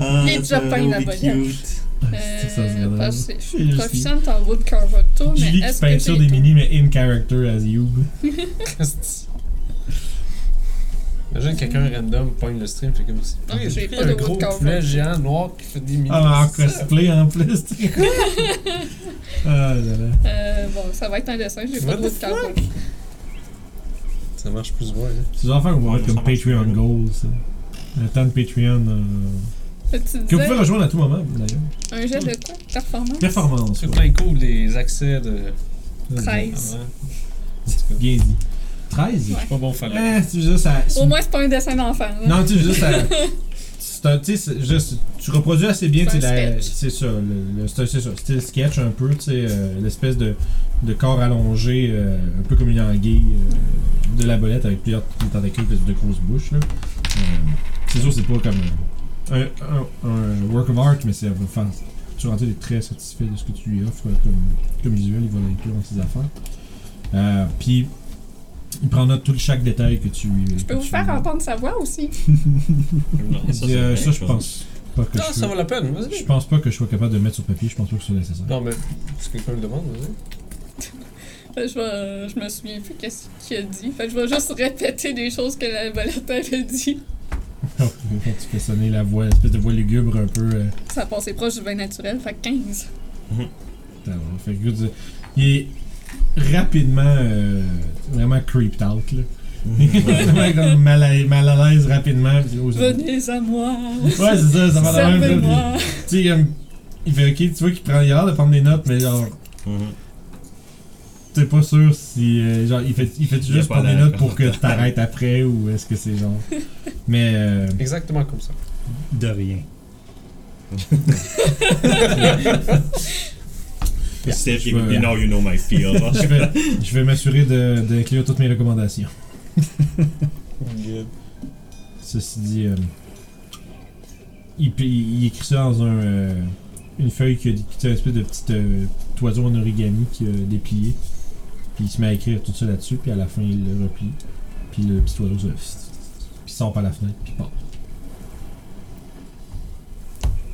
Speaker 3: Ah,
Speaker 4: Il est déjà peint, la
Speaker 3: cute.
Speaker 1: c'est ça, c'est drôle.
Speaker 4: Euh, parce que je
Speaker 1: C'est
Speaker 4: suis
Speaker 1: juste
Speaker 4: proficiente en woodcarvato, mais
Speaker 1: Julie qui
Speaker 4: est-ce
Speaker 1: peint
Speaker 4: que
Speaker 1: sur
Speaker 4: j'ai-
Speaker 1: des minis, mais in character as you.
Speaker 2: Imagine quelqu'un random pogne le stream, fait comme si.
Speaker 4: Ah,
Speaker 2: Oui,
Speaker 4: j'ai
Speaker 2: j'ai
Speaker 4: pas
Speaker 2: un
Speaker 4: de
Speaker 2: gros
Speaker 4: woodcarver.
Speaker 2: poulet géant noir qui fait des mini.
Speaker 1: Ah, en
Speaker 2: c'est ça.
Speaker 1: cosplay en plus, t'es quoi? Ah là là.
Speaker 4: Euh, bon, ça va être un dessin, j'ai pas
Speaker 2: What
Speaker 4: de
Speaker 2: the
Speaker 4: woodcarvato.
Speaker 2: Ça marche plus ou moins. hein.
Speaker 1: C'est des affaires qu'on va
Speaker 3: Ouais,
Speaker 1: être
Speaker 3: ça
Speaker 1: comme
Speaker 3: marche
Speaker 1: Patreon
Speaker 3: bien.
Speaker 1: Goals. ça. Un temps de Patreon. euh,
Speaker 4: Tu
Speaker 1: Que vous pouvez
Speaker 4: disais
Speaker 1: rejoindre à tout moment, d'ailleurs.
Speaker 4: un jet de quoi Performance
Speaker 1: Performance.
Speaker 2: C'est
Speaker 1: ouais.
Speaker 2: plein cool les accès de.
Speaker 4: 13.
Speaker 2: Ah, ouais.
Speaker 1: Bien dit. 13?
Speaker 4: Ouais.
Speaker 2: Pas bon, fallait.
Speaker 1: Eh, tu veux dire, ça.
Speaker 4: Au moins, c'est pas un dessin d'enfant. là.
Speaker 1: Non, tu veux dire, ça. C'est un, tu sais, c'est juste- tu reproduis assez bien, tu sais,
Speaker 4: C'est un
Speaker 1: la-
Speaker 4: sketch.
Speaker 1: c'est ça, le, le- c'est un- c'est ça, style sketch un peu, tu sais, euh, l'espèce de, de corps allongé, euh, un peu comme une anguille euh, de la bolette avec plusieurs petits tentacules et de grosses bouches, là. Euh, c'est sûr, c'est pas comme euh, un, un- un work of art, mais c'est enfin, tu rentres il est très satisfait de ce que tu lui offres euh, comme, comme visuel, il va l'inclure dans ses affaires. Euh, Puis, il prend note de tout chaque détail que tu
Speaker 4: Je peux vous faire entendre sa voix aussi.
Speaker 3: Non,
Speaker 1: ça, euh,
Speaker 3: c'est
Speaker 1: ça, je
Speaker 3: quelque
Speaker 1: pense pas que
Speaker 2: Non,
Speaker 1: je,
Speaker 2: ça vaut la peine,
Speaker 1: je
Speaker 2: vas-y.
Speaker 1: pense pas que je sois capable de le mettre sur papier, je pense pas que ce soit nécessaire.
Speaker 2: Non, mais si quelqu'un le demande, vas-y.
Speaker 4: Fait que Je, vais- euh, je me souviens plus qu'est-ce qu'il a dit. Fait que je vais juste répéter des choses que la volette avait dit.
Speaker 1: Quand tu fais sonner la voix, l'espèce de voix lugubre un peu. euh,
Speaker 4: Ça passait proche du vin naturel, fait que 15.
Speaker 1: t'as- fait que, écoute, il est rapidement euh, vraiment creeped out là. Il est
Speaker 3: Mm-hmm.
Speaker 1: vraiment comme mal à, mal à l'aise rapidement. puis, oh, ça-
Speaker 4: Venez à moi.
Speaker 1: Ouais, c'est ça, ça va la même. là,
Speaker 4: Servez-moi.
Speaker 1: puis, Tu sais, comme, il fait ok, tu vois qu'il prend, il a l'air de prendre des notes, mais genre,
Speaker 3: Mhm.
Speaker 1: t'es pas sûr si. euh, genre, il fait, il fait
Speaker 3: Il a
Speaker 1: juste
Speaker 3: pas
Speaker 1: prendre des
Speaker 3: l'air
Speaker 1: notes pour que t'arrêtes après ou est-ce que c'est genre. Mais. euh,
Speaker 2: Exactement comme ça.
Speaker 5: De rien.
Speaker 3: Steph,
Speaker 1: je
Speaker 3: you,
Speaker 1: veux-
Speaker 3: you know you know my feel.
Speaker 1: je vais, je vais m'assurer de- d'inclure toutes mes recommandations. Ceci dit, euh, il, il- il écrit ça dans un, euh, une feuille qui a, qui a une espèce de petite euh, toisure en origami qui a déplié. Puis il se met à écrire tout ça là-dessus, puis à la fin il le replie. Puis le petit oiseau se. Puis sort par la fenêtre, puis part.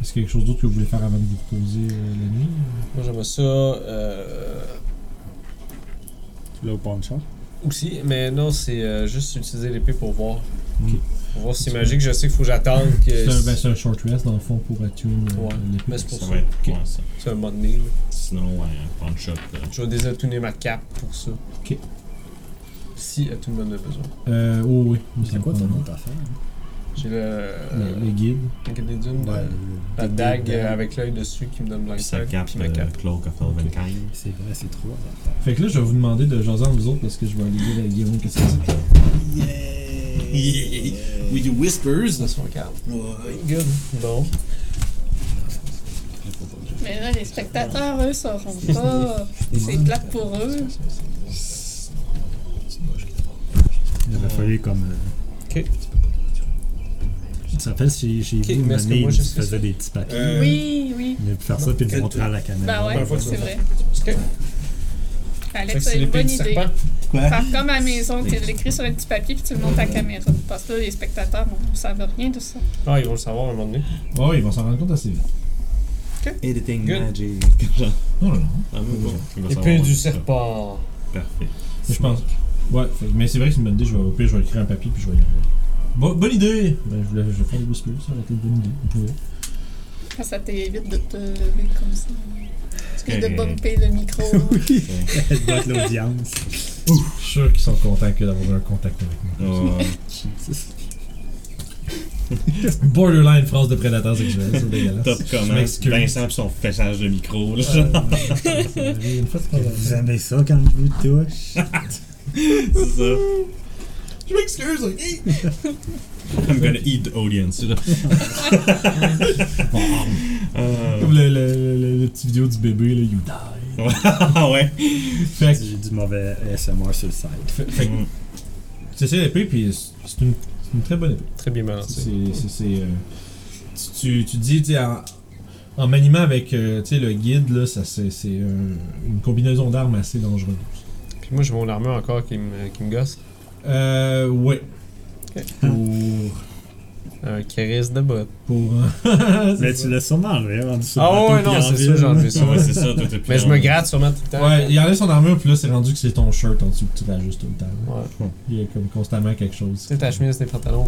Speaker 1: Est-ce qu'il y a quelque chose d'autre que vous voulez faire avant de vous reposer euh, la nuit
Speaker 2: Moi, j'aimerais ça. Euh,
Speaker 5: Là, au pawn shop.
Speaker 2: aussi, mais non, c'est euh, juste utiliser l'épée pour voir.
Speaker 1: Ok.
Speaker 2: Pour voir si c'est magique. Je sais qu'il faut que j'attende que.
Speaker 1: C'est un, ben, c'est un short rest dans le fond pour attune euh,
Speaker 2: Ouais,
Speaker 1: l'épée.
Speaker 2: mais c'est pour
Speaker 3: ça
Speaker 2: ça.
Speaker 3: va être
Speaker 1: Ok.
Speaker 3: ouais, ça.
Speaker 2: C'est un bon deal.
Speaker 3: Sinon, ouais, punch up. euh,
Speaker 2: Je vais désattuner ma cape pour ça.
Speaker 1: Ok.
Speaker 2: Si à tout le monde a besoin.
Speaker 1: Euh, oh oui. il me
Speaker 5: C'est
Speaker 1: semble
Speaker 5: quoi
Speaker 1: pas
Speaker 5: ton
Speaker 1: mal.
Speaker 5: autre affaire hein?
Speaker 2: J'ai le.
Speaker 1: Le,
Speaker 2: Euh,
Speaker 1: le guide.
Speaker 2: le guide des dunes,
Speaker 5: Ouais,
Speaker 2: euh,
Speaker 5: le-
Speaker 2: la
Speaker 5: le-
Speaker 2: dague
Speaker 5: le-
Speaker 2: euh, avec l'œil dessus qui me donne
Speaker 3: Puis sa
Speaker 2: l'insight.
Speaker 3: cape,
Speaker 2: Puis ma
Speaker 3: euh,
Speaker 2: cape.
Speaker 3: Cloak of Elvenkind.
Speaker 5: C'est vrai, c'est trois affaires.
Speaker 1: Fait que là, je vais vous demander de jaser entre vous autres parce que je vais aller dire à Guillaume qu'est-ce que c'est.
Speaker 3: Yeah. We do whispers.
Speaker 2: De son cape.
Speaker 3: Ouais.
Speaker 2: Good. Bon.
Speaker 4: Mais là, les spectateurs, eux, sauront pas. C'est plate pour eux.
Speaker 5: Il aurait fallu comme. euh,
Speaker 2: Ok.
Speaker 5: Tu te rappelles chez, chez
Speaker 2: Ok,
Speaker 5: vous,
Speaker 2: mais est-ce que
Speaker 5: Mané,
Speaker 2: moi,
Speaker 5: il
Speaker 2: je sais
Speaker 5: faisait
Speaker 2: ça?
Speaker 5: des petits papiers.
Speaker 3: Euh,
Speaker 4: Oui, oui.
Speaker 5: Il a pu faire ça puis le montrer à la
Speaker 4: Ben
Speaker 5: caméra.
Speaker 4: ouais,
Speaker 2: Bah ouais,
Speaker 4: c'est vrai.
Speaker 2: Ok. Fait
Speaker 4: Alex,
Speaker 2: que
Speaker 4: c'est
Speaker 2: c'est
Speaker 4: une
Speaker 2: l'épée
Speaker 4: bonne
Speaker 2: du
Speaker 4: idée.
Speaker 2: serpent.
Speaker 4: Faire comme à la maison, tu l'écris sur un petit papier puis tu le montes à la caméra. Parce que là, les spectateurs, bon, ils savent rien de ça.
Speaker 2: Ah, ils vont le savoir à un moment donné.
Speaker 1: Oh, ils vont s'en rendre compte assez vite.
Speaker 3: Editing
Speaker 2: Good.
Speaker 3: magic.
Speaker 1: Non, non, non.
Speaker 3: Ah, mais bon, il va
Speaker 2: L'épée
Speaker 3: savoir.
Speaker 2: du serpent.
Speaker 3: Parfait.
Speaker 1: Mais je pense. Ouais, fait que- mais c'est vrai que c'est une bonne idée. Je vais au pire, je vais écrire un papier puis je vais y envoyer. Bon, bonne idée! Ben, je, voulais, je vais faire le whisper, ça aurait été une bonne idée. Vous pouvez.
Speaker 4: Quand Ça t'évite de te lever comme ça. Excuse de
Speaker 3: Correct.
Speaker 4: bumper le micro.
Speaker 5: Oui. Elle botte l'audience.
Speaker 1: Je suis sûr qu'ils sont contents que d'avoir un contact avec nous.
Speaker 3: Oh,
Speaker 1: Borderline phrase de prédateur sexuel, c'est dégueulasse.
Speaker 3: top comment
Speaker 1: m'excuse.
Speaker 3: Vincent pis son fessage de micro. Là.
Speaker 1: Ça arrive une fois de temps en temps.
Speaker 5: Vous aimez ça quand je vous touche?
Speaker 3: C'est ça. Je m'excuse, ok? I'm gonna eat the audience. là. Euh,
Speaker 1: Comme le, le, le- le- le petit vidéo du bébé, là, you die.
Speaker 3: Ah ouais.
Speaker 1: Fait que.
Speaker 5: J'ai du mauvais ASMR sur le site.
Speaker 1: Fait, fait que
Speaker 3: Mm.
Speaker 1: c'est ça l'épée, puis c'est- c'est une, c'est une très bonne épée.
Speaker 2: Très bien
Speaker 1: C'est-
Speaker 2: balancé.
Speaker 1: c'est- c'est- c'est, euh, tu, tu- tu dis, tu sais, en, en maniement avec euh, tu sais, le guide, là, ça, c'est, c'est, euh, une combinaison d'armes assez dangereuse.
Speaker 2: Puis moi, j'ai mon armure encore qui me, qui me gosse.
Speaker 1: Euh, ouais.
Speaker 2: Ok.
Speaker 1: Pour.
Speaker 2: Un charisme de botte.
Speaker 1: Pour.
Speaker 5: Mais tu l'as sûrement enlevé, rendu sur le
Speaker 2: Ah
Speaker 5: bateau,
Speaker 2: ouais,
Speaker 5: puis
Speaker 2: non,
Speaker 5: en
Speaker 2: c'est
Speaker 5: ville.
Speaker 2: sûr, j'ai enlevé ça.
Speaker 3: Ouais, c'est ça, toi, t'as plus
Speaker 2: Mais je
Speaker 3: rien.
Speaker 2: me gratte sûrement tout le temps.
Speaker 1: Ouais, il enlève son armure, puis là, c'est rendu que c'est ton shirt en dessous que tu rajoutes tout le temps. là.
Speaker 2: Ouais.
Speaker 1: Il y a comme constamment quelque chose.
Speaker 2: C'est ta chemise, tes pantalons.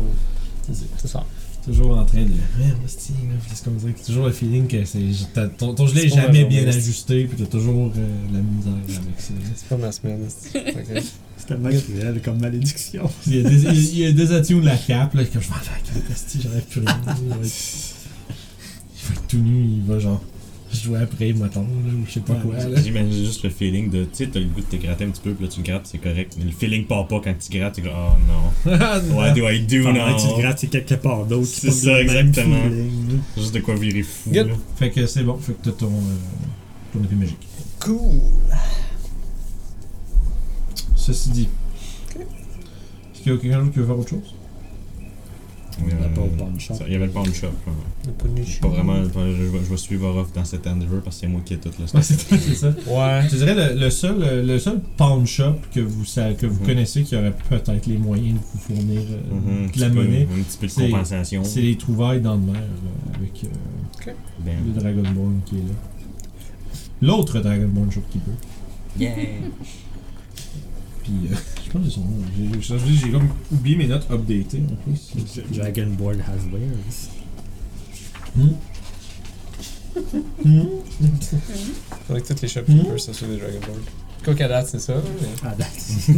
Speaker 2: mais c'est- C'est ça.
Speaker 1: Toujours en train de. Merde, hostie, là. Puis c'est comme ça que c'est toujours le feeling que c'est. t'as- Ton, ton gilet est
Speaker 2: C'est pas
Speaker 1: jamais
Speaker 2: ma journée,
Speaker 1: bien
Speaker 2: c'est-
Speaker 1: ajusté, puis t'as toujours euh, de la misère avec ça. là.
Speaker 2: C'est pas ma semaine. c'est- ok.
Speaker 5: C'est tellement cruel comme malédiction.
Speaker 1: Il y a des, il y a des atouts de la cape, là, que je m'en vais avec la pastille, j'aurais plus rien. Il va, être, il va être tout nu, il va genre jouer après, mettons, là, ou je sais pas
Speaker 5: Ouais,
Speaker 1: quoi.
Speaker 5: c'est-
Speaker 1: Là.
Speaker 3: J'imagine juste le feeling de. Tu sais, t'as le goût de te gratter un petit peu, puis là, tu grattes, c'est correct. Mais le feeling part pas quand tu grattes, t'es comme, oh non.
Speaker 1: Ah, non.
Speaker 3: What do I do
Speaker 5: Pendant que tu te
Speaker 3: now?
Speaker 5: grattes, c'est quelque part d'autre.
Speaker 3: C'est
Speaker 5: pas le
Speaker 3: ça,
Speaker 5: même
Speaker 3: exactement.
Speaker 5: feeling, hein? là.
Speaker 3: Juste de quoi virer fou.
Speaker 2: Good.
Speaker 3: là.
Speaker 1: Fait que c'est bon, fait que t'as ton, euh, ton épée magique.
Speaker 2: Cool.
Speaker 1: Ceci dit. Est-ce qu'il y a quelqu'un d'autre qui veut faire autre chose?
Speaker 5: On n'a
Speaker 3: Euh,
Speaker 5: pas au pawn shop.
Speaker 3: ça, Il y avait le pawn shop. hein.
Speaker 2: Le punch.
Speaker 3: Pas vraiment. Je vais, je vais suivre Orof dans cet endeavor parce que c'est moi qui ai tout le
Speaker 1: Ouais,
Speaker 3: stock.
Speaker 1: c'est c'est ça.
Speaker 2: Ouais.
Speaker 1: Je te dirais le, le seul euh, le seul pawn shop que vous sa- que vous
Speaker 3: Mhm.
Speaker 1: connaissez qui aurait peut-être les moyens de vous fournir euh,
Speaker 3: Mhm, un
Speaker 1: de la
Speaker 3: petit peu-
Speaker 1: monnaie,
Speaker 3: un petit peu de
Speaker 1: c'est-
Speaker 3: compensation.
Speaker 1: c'est les trouvailles dans le mer là, avec euh,
Speaker 3: Ben,
Speaker 1: le Dragonborn qui est là. L'autre Dragonborn shop qui peut. Puis euh, je pense que c'est son nom. J'ai- j'ai- j'ai- J'ai comme oublié mes notes updatées en plus.
Speaker 5: Dragonborn has wares.
Speaker 1: Mhm.
Speaker 2: Avec toutes les
Speaker 1: Hmm.
Speaker 2: shopkeepers, ça c'est des Dragon Ball. Coca date, c'est ça. mais-
Speaker 5: Ah, that's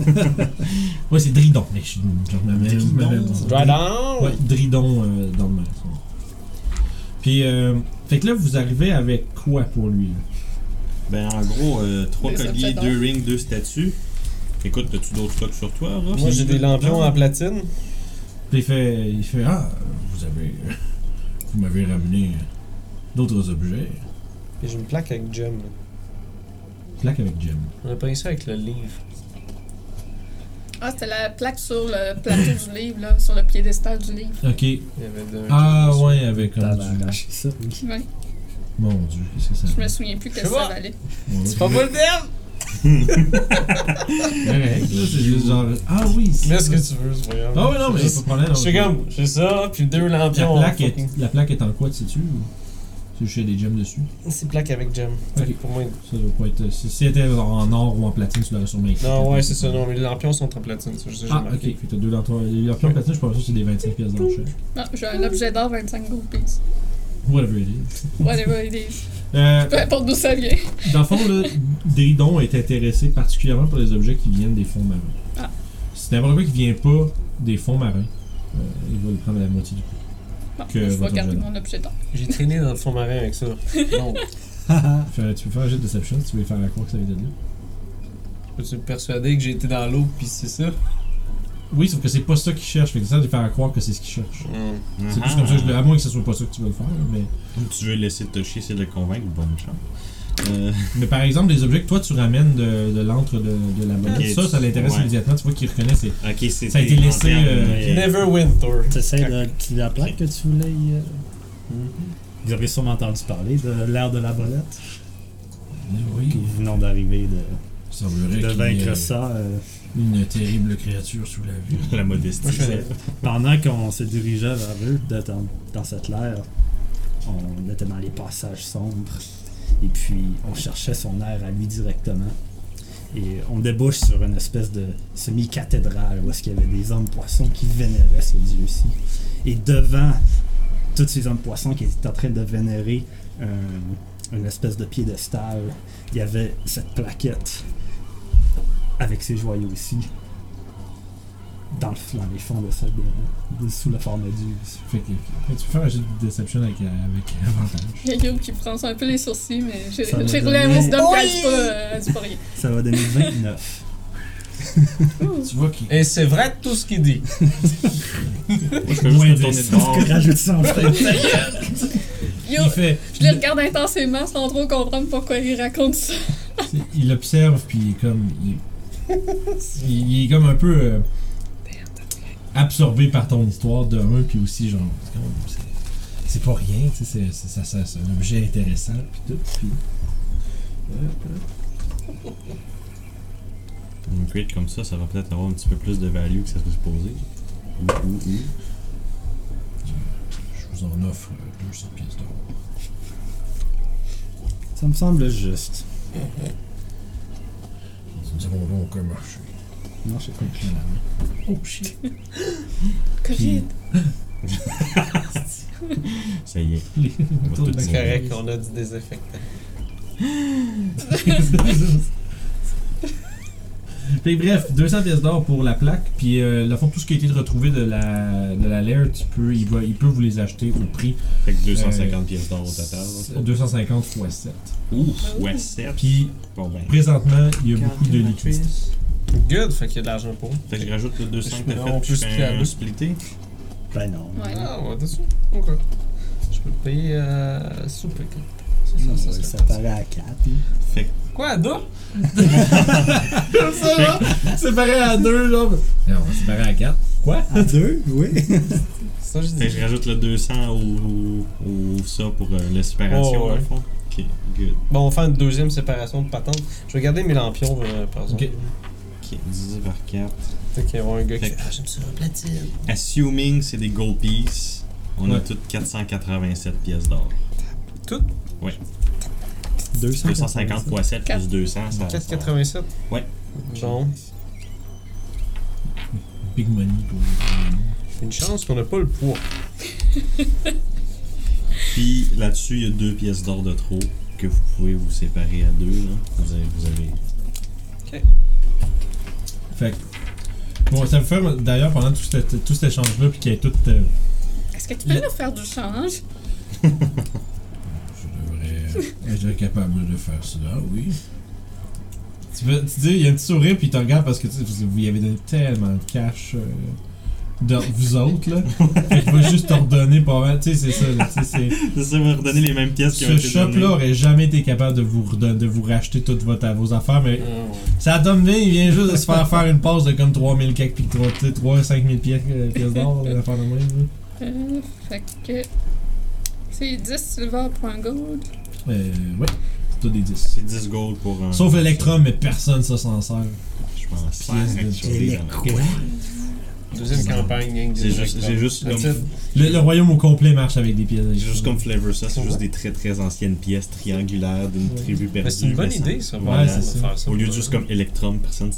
Speaker 1: Ouais, c'est Dridon. Mais je suis genre ma mère-
Speaker 5: Dridon.
Speaker 1: ma mère-
Speaker 2: Dry down!
Speaker 1: Ouais, Dridon euh, dans le mer. son nom. Puis, euh, fait que là, vous arrivez avec quoi pour lui là?
Speaker 3: ben, en gros, euh, trois
Speaker 4: Mais ça me
Speaker 3: colliers,
Speaker 4: fait donc.
Speaker 3: deux rings, deux statues. Écoute, t'as-tu d'autres stocks sur toi, Orof?
Speaker 2: Moi j'ai des lampions en platine.
Speaker 1: Puis il fait, il fait Ah, vous avez. Vous m'avez ramené d'autres objets.
Speaker 2: Et j'ai une plaque avec gem. là.
Speaker 1: Plaque avec Jim.
Speaker 2: On a pris ça avec le livre.
Speaker 4: Ah, c'était la plaque sur le plateau du livre, là, sur le piédestal du livre.
Speaker 1: Ok.
Speaker 2: Il y avait de-
Speaker 1: Ah ouais, avec un.
Speaker 5: tabarnak, c'est ça.
Speaker 4: Ouais.
Speaker 1: Mon dieu, qu'est-ce que c'est ça?
Speaker 4: Je me souviens plus que
Speaker 2: Je sais
Speaker 4: ça
Speaker 2: pas.
Speaker 4: valait.
Speaker 2: C'est pas moi le terme!
Speaker 1: Correct, là, c'est juste genre. Ah oui, c'est.
Speaker 2: Mets
Speaker 1: ça.
Speaker 2: ce que tu veux, c'est pas grave.
Speaker 1: Ah ouais, non, mais c'est pas de problème.
Speaker 2: Je suis comme, j'ai ça, puis deux
Speaker 1: La
Speaker 2: lampions.
Speaker 1: plaque,
Speaker 2: en
Speaker 1: est, la plaque est en quoi, tu sais-tu? ou- C'est juste qu'il y a des gems dessus.
Speaker 2: C'est plaque avec gem.
Speaker 1: Ok.
Speaker 2: Fait que Pour moi,
Speaker 1: Ça doit pas être. euh, Si, si elle était en or ou en platine, tu l'aurais sûrement écrit.
Speaker 2: non, Ah ouais, c'est ça, non, mais les lampions sont en platine, ça, je sais, j'ai
Speaker 1: Ah, ok.
Speaker 2: marqué.
Speaker 1: Fait que t'as deux lanternes. Les lanternes en platine, je pense que c'est des 25 pièces d'enchère.
Speaker 4: Non, j'ai un objet d'or 25 groupies.
Speaker 1: Whatever it is.
Speaker 4: Whatever it is.
Speaker 1: Euh,
Speaker 4: Peu importe d'où ça vient.
Speaker 1: Dans le fond, là, Dridon est intéressé particulièrement pour les objets qui viennent des fonds marins.
Speaker 4: Ah.
Speaker 1: C'est n'importe quoi qui vient pas des fonds marins. euh, il va le prendre à la moitié du prix.
Speaker 4: Bon,
Speaker 1: Que
Speaker 4: je vais
Speaker 1: votre
Speaker 4: garder
Speaker 1: objet
Speaker 4: mon objet d'or.
Speaker 2: J'ai traîné dans le fond marin avec ça. Non.
Speaker 1: Fait- tu peux faire un jet de deception si tu veux faire à quoi que ça vient de là.
Speaker 2: Peux-tu me persuader que j'ai été dans l'eau, puis c'est ça?
Speaker 1: Oui, sauf que c'est pas ça qu'il cherche. Fait que ça de faire à croire que c'est ce qu'il cherche. C'est plus comme ça, que je le- à moins que ce soit pas ça que tu veux le faire. là, Mais,
Speaker 3: Ah, Tu veux laisser Toshi essayer de le convaincre? Bonne chance. Euh,
Speaker 1: mais par exemple, les objets que toi tu ramènes de, de l'antre de, de la bonne,
Speaker 3: Ok,
Speaker 1: ça, ça
Speaker 3: tu-
Speaker 1: l'intéresse
Speaker 3: ouais.
Speaker 1: immédiatement. Tu vois qu'il reconnaît, c'est.
Speaker 3: ok, c'est.
Speaker 1: Ça a été laissé,
Speaker 5: euh,
Speaker 2: Never Winter.
Speaker 5: T'essayes de. tu- La plaque que tu voulais. euh,
Speaker 3: Hmm.
Speaker 5: Vous avez sûrement entendu parler de l'ère de la bolette.
Speaker 1: Eh Oui,
Speaker 5: Nous venons d'arriver de,
Speaker 1: il semblerait
Speaker 5: de
Speaker 1: qu'il y
Speaker 5: vaincre
Speaker 1: ait
Speaker 5: ça. euh,
Speaker 1: une terrible créature sous la vue.
Speaker 3: La modestie.
Speaker 2: Moi, je fais-
Speaker 5: pendant qu'on se dirigeait vers eux de- dans, dans cette lair, on était dans les passages sombres et puis on cherchait son air à lui directement. Et on débouche sur une espèce de semi-cathédrale où est-ce qu'il y avait des hommes poissons qui vénéraient ce dieu-ci. Et devant tous ces hommes poissons qui étaient en train de vénérer un- une espèce de piédestal, il y avait cette plaquette avec ses joyaux-ci dans, le, fond- dans les fonds de cette de- de- sous la forme d'use.
Speaker 1: Fait que, fait que tu peux faire un jet de deception avec, euh, avec avantage.
Speaker 4: Il y a Guillaume qui prend un peu les sourcils, mais j'ai
Speaker 5: Ça va
Speaker 4: j'ai roulé un
Speaker 5: donner-
Speaker 4: wisdom quand c'est pas, euh, c'est pas rien.
Speaker 5: Ça va donner 29.
Speaker 1: Tu vois qu'il.
Speaker 2: Et c'est vrai tout ce qu'il dit.
Speaker 3: Moi, je peux juste
Speaker 1: Moins
Speaker 3: me
Speaker 1: dix.
Speaker 3: tourner de
Speaker 5: Parce
Speaker 3: bord.
Speaker 5: que rajoute ça en fait.
Speaker 4: Yo,
Speaker 1: Il fait.
Speaker 4: je les regarde intensément sans trop comprendre pourquoi il raconte ça.
Speaker 1: il- Il observe, puis il est comme. Il, il- il est comme un peu. euh, absorbé par ton histoire de un, puis aussi, genre. c'est comme- c'est- C'est pas rien, tu sais, c'est- c'est ça- ça- c'est un objet intéressant, puis tout. Puis.
Speaker 3: Une grid comme ça, ça va peut-être avoir un petit peu plus de value que ça se supposé. Ou, ou, ou.
Speaker 1: vous en offre euh, 200 pièces d'or.
Speaker 5: Ça me semble juste.
Speaker 1: Nous avons donc un marché.
Speaker 5: Non, je sais pas.
Speaker 1: Oh shit!
Speaker 4: Covid.
Speaker 3: Ça y est.
Speaker 1: On va
Speaker 3: Autour
Speaker 1: tout
Speaker 3: de
Speaker 1: dire.
Speaker 2: C'est correct, on a du désinfectant.
Speaker 1: Fait que bref, 200 pièces d'or pour la plaque, puis euh, la fond, tout ce qui a été retrouvé de la, de la lair, tu peux, il, va, il peut vous les acheter au prix
Speaker 3: Fait
Speaker 2: Euh,
Speaker 3: que 250 pièces d'or au total. là.
Speaker 1: 250 x 7.
Speaker 3: Ouf, ouais, 7.
Speaker 1: Puis
Speaker 3: Bon ben.
Speaker 1: présentement, il y a beaucoup de liquides.
Speaker 2: Good, fait qu'il y a de l'argent pour.
Speaker 3: Fait que je rajoute le 200 que
Speaker 2: Je me-
Speaker 3: t'as fait.
Speaker 2: on
Speaker 3: puis
Speaker 2: peut
Speaker 3: je
Speaker 2: se
Speaker 3: fais
Speaker 2: fier à
Speaker 3: un
Speaker 2: deux.
Speaker 3: splitté.
Speaker 5: Ben non.
Speaker 4: Ouais.
Speaker 2: Ah, on va dessus. Ok. Je peux le payer euh, sous peu.
Speaker 5: Non,
Speaker 2: Ça, ça,
Speaker 5: ouais,
Speaker 2: ça.
Speaker 5: ça paraît à 4.
Speaker 3: Fait que
Speaker 2: Quoi, deux?
Speaker 1: ça, là! Séparé à deux, genre! Non, on séparé à 4. Quoi?
Speaker 5: À 2, oui.
Speaker 2: Ça, je
Speaker 3: fait que
Speaker 2: dis.
Speaker 3: je rajoute le 200 au, au, au- ça pour euh, la séparation,
Speaker 2: Oh, ouais.
Speaker 3: dans le fond. Ok, good.
Speaker 2: Bon, on va faire une deuxième séparation de patente. Je vais garder mes lampions, euh, par exemple.
Speaker 1: Ok.
Speaker 3: Ok, divisé par 4.
Speaker 2: Fait qu'il y aura un gars qui
Speaker 3: Fait
Speaker 2: fait
Speaker 3: que-
Speaker 2: Ah, j'aime ça, la platine.
Speaker 3: Assuming c'est des gold pieces, on a
Speaker 1: Ouais.
Speaker 3: toutes 487 pièces d'or. 250
Speaker 5: 250
Speaker 3: x 7
Speaker 4: Quatre-
Speaker 3: plus 200, ça
Speaker 2: 4,87
Speaker 3: Ouais.
Speaker 2: Bon,
Speaker 1: Big money pour.
Speaker 2: une chance qu'on n'a pas le poids.
Speaker 3: Puis là-dessus, il y a 2 pièces d'or de trop que vous pouvez vous séparer à deux. Là. Vous avez. Vous avez...
Speaker 1: Fait que- Bon, ça me fait d'ailleurs pendant tout, cet- tout cet échange-là, puis qu'il y ait tout. euh,
Speaker 4: Est-ce que tu peux
Speaker 1: Le-
Speaker 4: nous faire du change?
Speaker 1: Je devrais euh, être capable de faire cela, oui. Tu, veux, tu dis, il y a un petit sourire, puis il te regarde parce que tu sais, vous, vous y avez donné tellement de cash euh, dans vous autres, là. Fait qu'il va juste t'ordonner pas mal. Tu sais, c'est ça, là, tu sais, c'est-
Speaker 3: C'est ça, vous redonnez les mêmes pièces qui ont
Speaker 1: Ce
Speaker 3: été données.
Speaker 1: shop-là aurait jamais été capable de vous, redonner- de vous racheter toutes votre- vos affaires, mais
Speaker 2: Ah
Speaker 1: ça tombe bien, il vient juste de se faire faire une passe de comme 3000 quelques, puis 3, 3 5000 pièces, euh, pièces d'or, là, l'affaire de même, là.
Speaker 4: Euh, fait que. C'est 10 silver pour un gold.
Speaker 1: Euh, ouais, c'est tout des 10.
Speaker 3: C'est 10 gold pour un.
Speaker 1: Sauf l'électrum, mais personne, ça s'en sert.
Speaker 3: Je pense.
Speaker 1: Pièce de
Speaker 3: actually, dans-
Speaker 2: Deuxième campagne, gang.
Speaker 3: C'est juste, j'ai juste
Speaker 2: Le
Speaker 3: comme,
Speaker 2: titre.
Speaker 1: Le, le royaume au complet marche avec des pièces.
Speaker 3: j'ai juste comme flavor ça, c'est juste des très très anciennes pièces triangulaires d'une
Speaker 1: Ouais.
Speaker 3: tribu perdue.
Speaker 2: Mais Ben, c'est une bonne
Speaker 3: mais sans-
Speaker 2: idée, ça.
Speaker 3: Voilà,
Speaker 2: par exemple,
Speaker 1: c'est
Speaker 2: de
Speaker 1: ça.
Speaker 2: faire ça.
Speaker 3: Au lieu de juste comme Electrum, personne.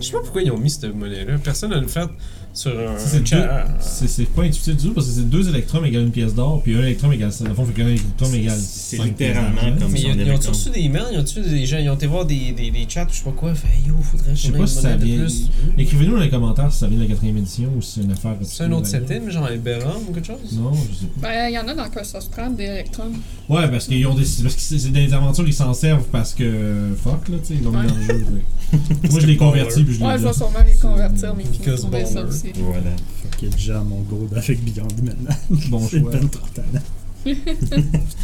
Speaker 2: Je sais pas pourquoi ils ont mis cette monnaie-là. Personne n'a le fait sur un. Ah.
Speaker 1: C'est
Speaker 2: un
Speaker 1: deux- C'est c'est pas intuitif du tout parce que c'est deux électrums égale une pièce d'or, puis un électrum égale ça. Dans le fond, fait qu'un électrum égale.
Speaker 3: C'est
Speaker 1: cinq pièces
Speaker 3: littéralement
Speaker 1: d'argent.
Speaker 3: comme
Speaker 2: Mais
Speaker 3: son
Speaker 2: ils ont- ils ont
Speaker 3: Electrum.
Speaker 2: reçu des emails, ils ont reçu des gens, ils ont été voir des, des, des chats ou je sais pas quoi, fait yo, faudrait
Speaker 1: Je sais
Speaker 2: qu'on ait
Speaker 1: pas
Speaker 2: une
Speaker 1: si ça
Speaker 2: monnaie de
Speaker 1: vient-
Speaker 2: plus.
Speaker 1: Écrivez-nous dans les commentaires si ça vient de la quatrième édition ou si c'est une affaire.
Speaker 2: C'est un autre
Speaker 1: septembre
Speaker 2: septembre, genre un Béran ou quelque chose
Speaker 1: Non, je sais pas.
Speaker 4: Ben, il y en a dans quoi ça se prend, des électrons.
Speaker 1: Ouais, parce qu'ils ont des. Parce que c'est c'est des aventures, ils s'en servent parce que. Fuck, là, tu sais, ils l'ont mis dans le jeu. fait. Moi, je les convertis puis je les
Speaker 4: Ouais, je vais
Speaker 1: laisse.
Speaker 4: sûrement les convertir, mais qui
Speaker 2: Because
Speaker 4: trouver ça
Speaker 2: bomber.
Speaker 4: aussi.
Speaker 3: Voilà.
Speaker 5: Fait que déjà mon gold avec Beyond maintenant.
Speaker 1: Bon
Speaker 5: J'ai une
Speaker 1: choix.
Speaker 5: peine trop tard.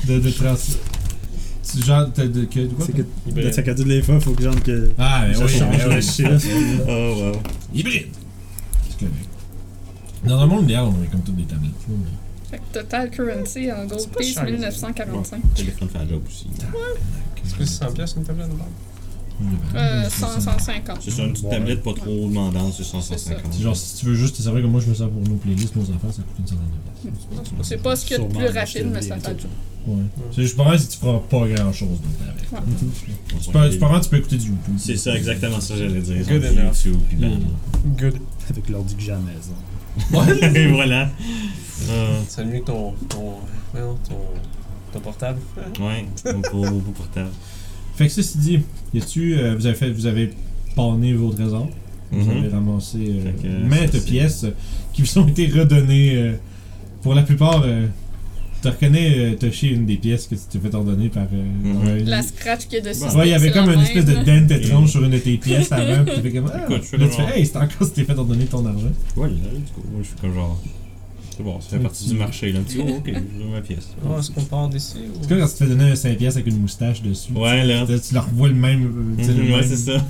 Speaker 1: De, de trans. Tu genre. t'as De, que, de quoi
Speaker 5: C'est que
Speaker 2: Hybride.
Speaker 5: de- c'est que toutes les fois, faut que j'entre que
Speaker 1: Ah, mais
Speaker 5: je
Speaker 1: oui,
Speaker 5: change
Speaker 1: mais
Speaker 5: le
Speaker 1: oui.
Speaker 5: chiffre.
Speaker 3: Oh wow.
Speaker 1: Hybride! C'est correct. Dans un monde idéal, on est comme toutes des tablettes. là, mais-
Speaker 4: Fait que total currency en gold
Speaker 2: pas
Speaker 4: piece
Speaker 2: cher,
Speaker 4: 1945.
Speaker 3: Electrum fait la job aussi.
Speaker 2: Est-ce
Speaker 1: euh,
Speaker 2: que c'est 100$ piastres, une tablette de bord?
Speaker 4: Euh, 100, 150.
Speaker 3: C'est ça, une petite
Speaker 5: Ouais.
Speaker 3: tablette pas trop demandante, c'est 150.
Speaker 1: C'est genre, si tu veux juste te servir comme moi je me sers pour nos playlists, nos affaires, ça coûte une centaine de pièces.
Speaker 4: C'est pas ce qu'il y a de plus
Speaker 5: Sûrement,
Speaker 4: rapide, mais ça
Speaker 5: je te
Speaker 4: fait
Speaker 5: le dis.
Speaker 4: du.
Speaker 1: Ouais. C'est juste pas mal si tu feras pas grand chose donc avec.
Speaker 4: Ouais.
Speaker 1: Tu peux, tu peux, vraiment, tu peux écouter du YouTube.
Speaker 3: C'est ça, exactement ça, j'allais dire.
Speaker 2: Good
Speaker 3: Genre,
Speaker 2: enough.
Speaker 3: YouTube, puis
Speaker 1: Mm.
Speaker 3: bam.
Speaker 2: Good.
Speaker 5: Avec l'ordi que j'ai à la maison.
Speaker 3: Et voilà. Euh,
Speaker 2: C'est mieux que ton. ton. voyons, ton, ton portable.
Speaker 3: ouais, on pour, pour portable.
Speaker 1: Fait que ceci dit, y a-tu, euh, vous avez fait, vous avez panné vos trésors, vous
Speaker 3: Mhm.
Speaker 1: avez ramassé euh,
Speaker 3: Fait que, ça,
Speaker 1: maintes
Speaker 3: c'est-
Speaker 1: pièces euh, qui vous ont été redonnées. euh, pour la plupart, euh, tu reconnais, euh, Toshi, une des pièces que tu t'es fait ordonner par. euh,
Speaker 3: Mhm.
Speaker 1: Noël.
Speaker 4: La scratch qui est dessus.
Speaker 1: Tu vois, il y avait comme une espèce de dent étrange sur une de tes pièces avant, pis tu fais comme. Ah,
Speaker 3: Écoute, je suis
Speaker 1: là, tu
Speaker 3: vraiment-
Speaker 1: fais, hey, c'est encore si t'es fait ordonner ton argent.
Speaker 3: Voilà, du coup, moi je suis comme genre. C'est bon, ça fait partie du marché, là. Tu vois, ok, j'ai ma pièce.
Speaker 2: Oh, Est-ce qu'on part d'ici ou.
Speaker 1: C'est comme quand tu te fais donner un 5 pièces avec une moustache dessus.
Speaker 3: Ouais, là.
Speaker 1: Tu tu leur revois le même. euh, tu sais, le
Speaker 3: Mhm, Ouais,
Speaker 1: même
Speaker 3: c'est ça.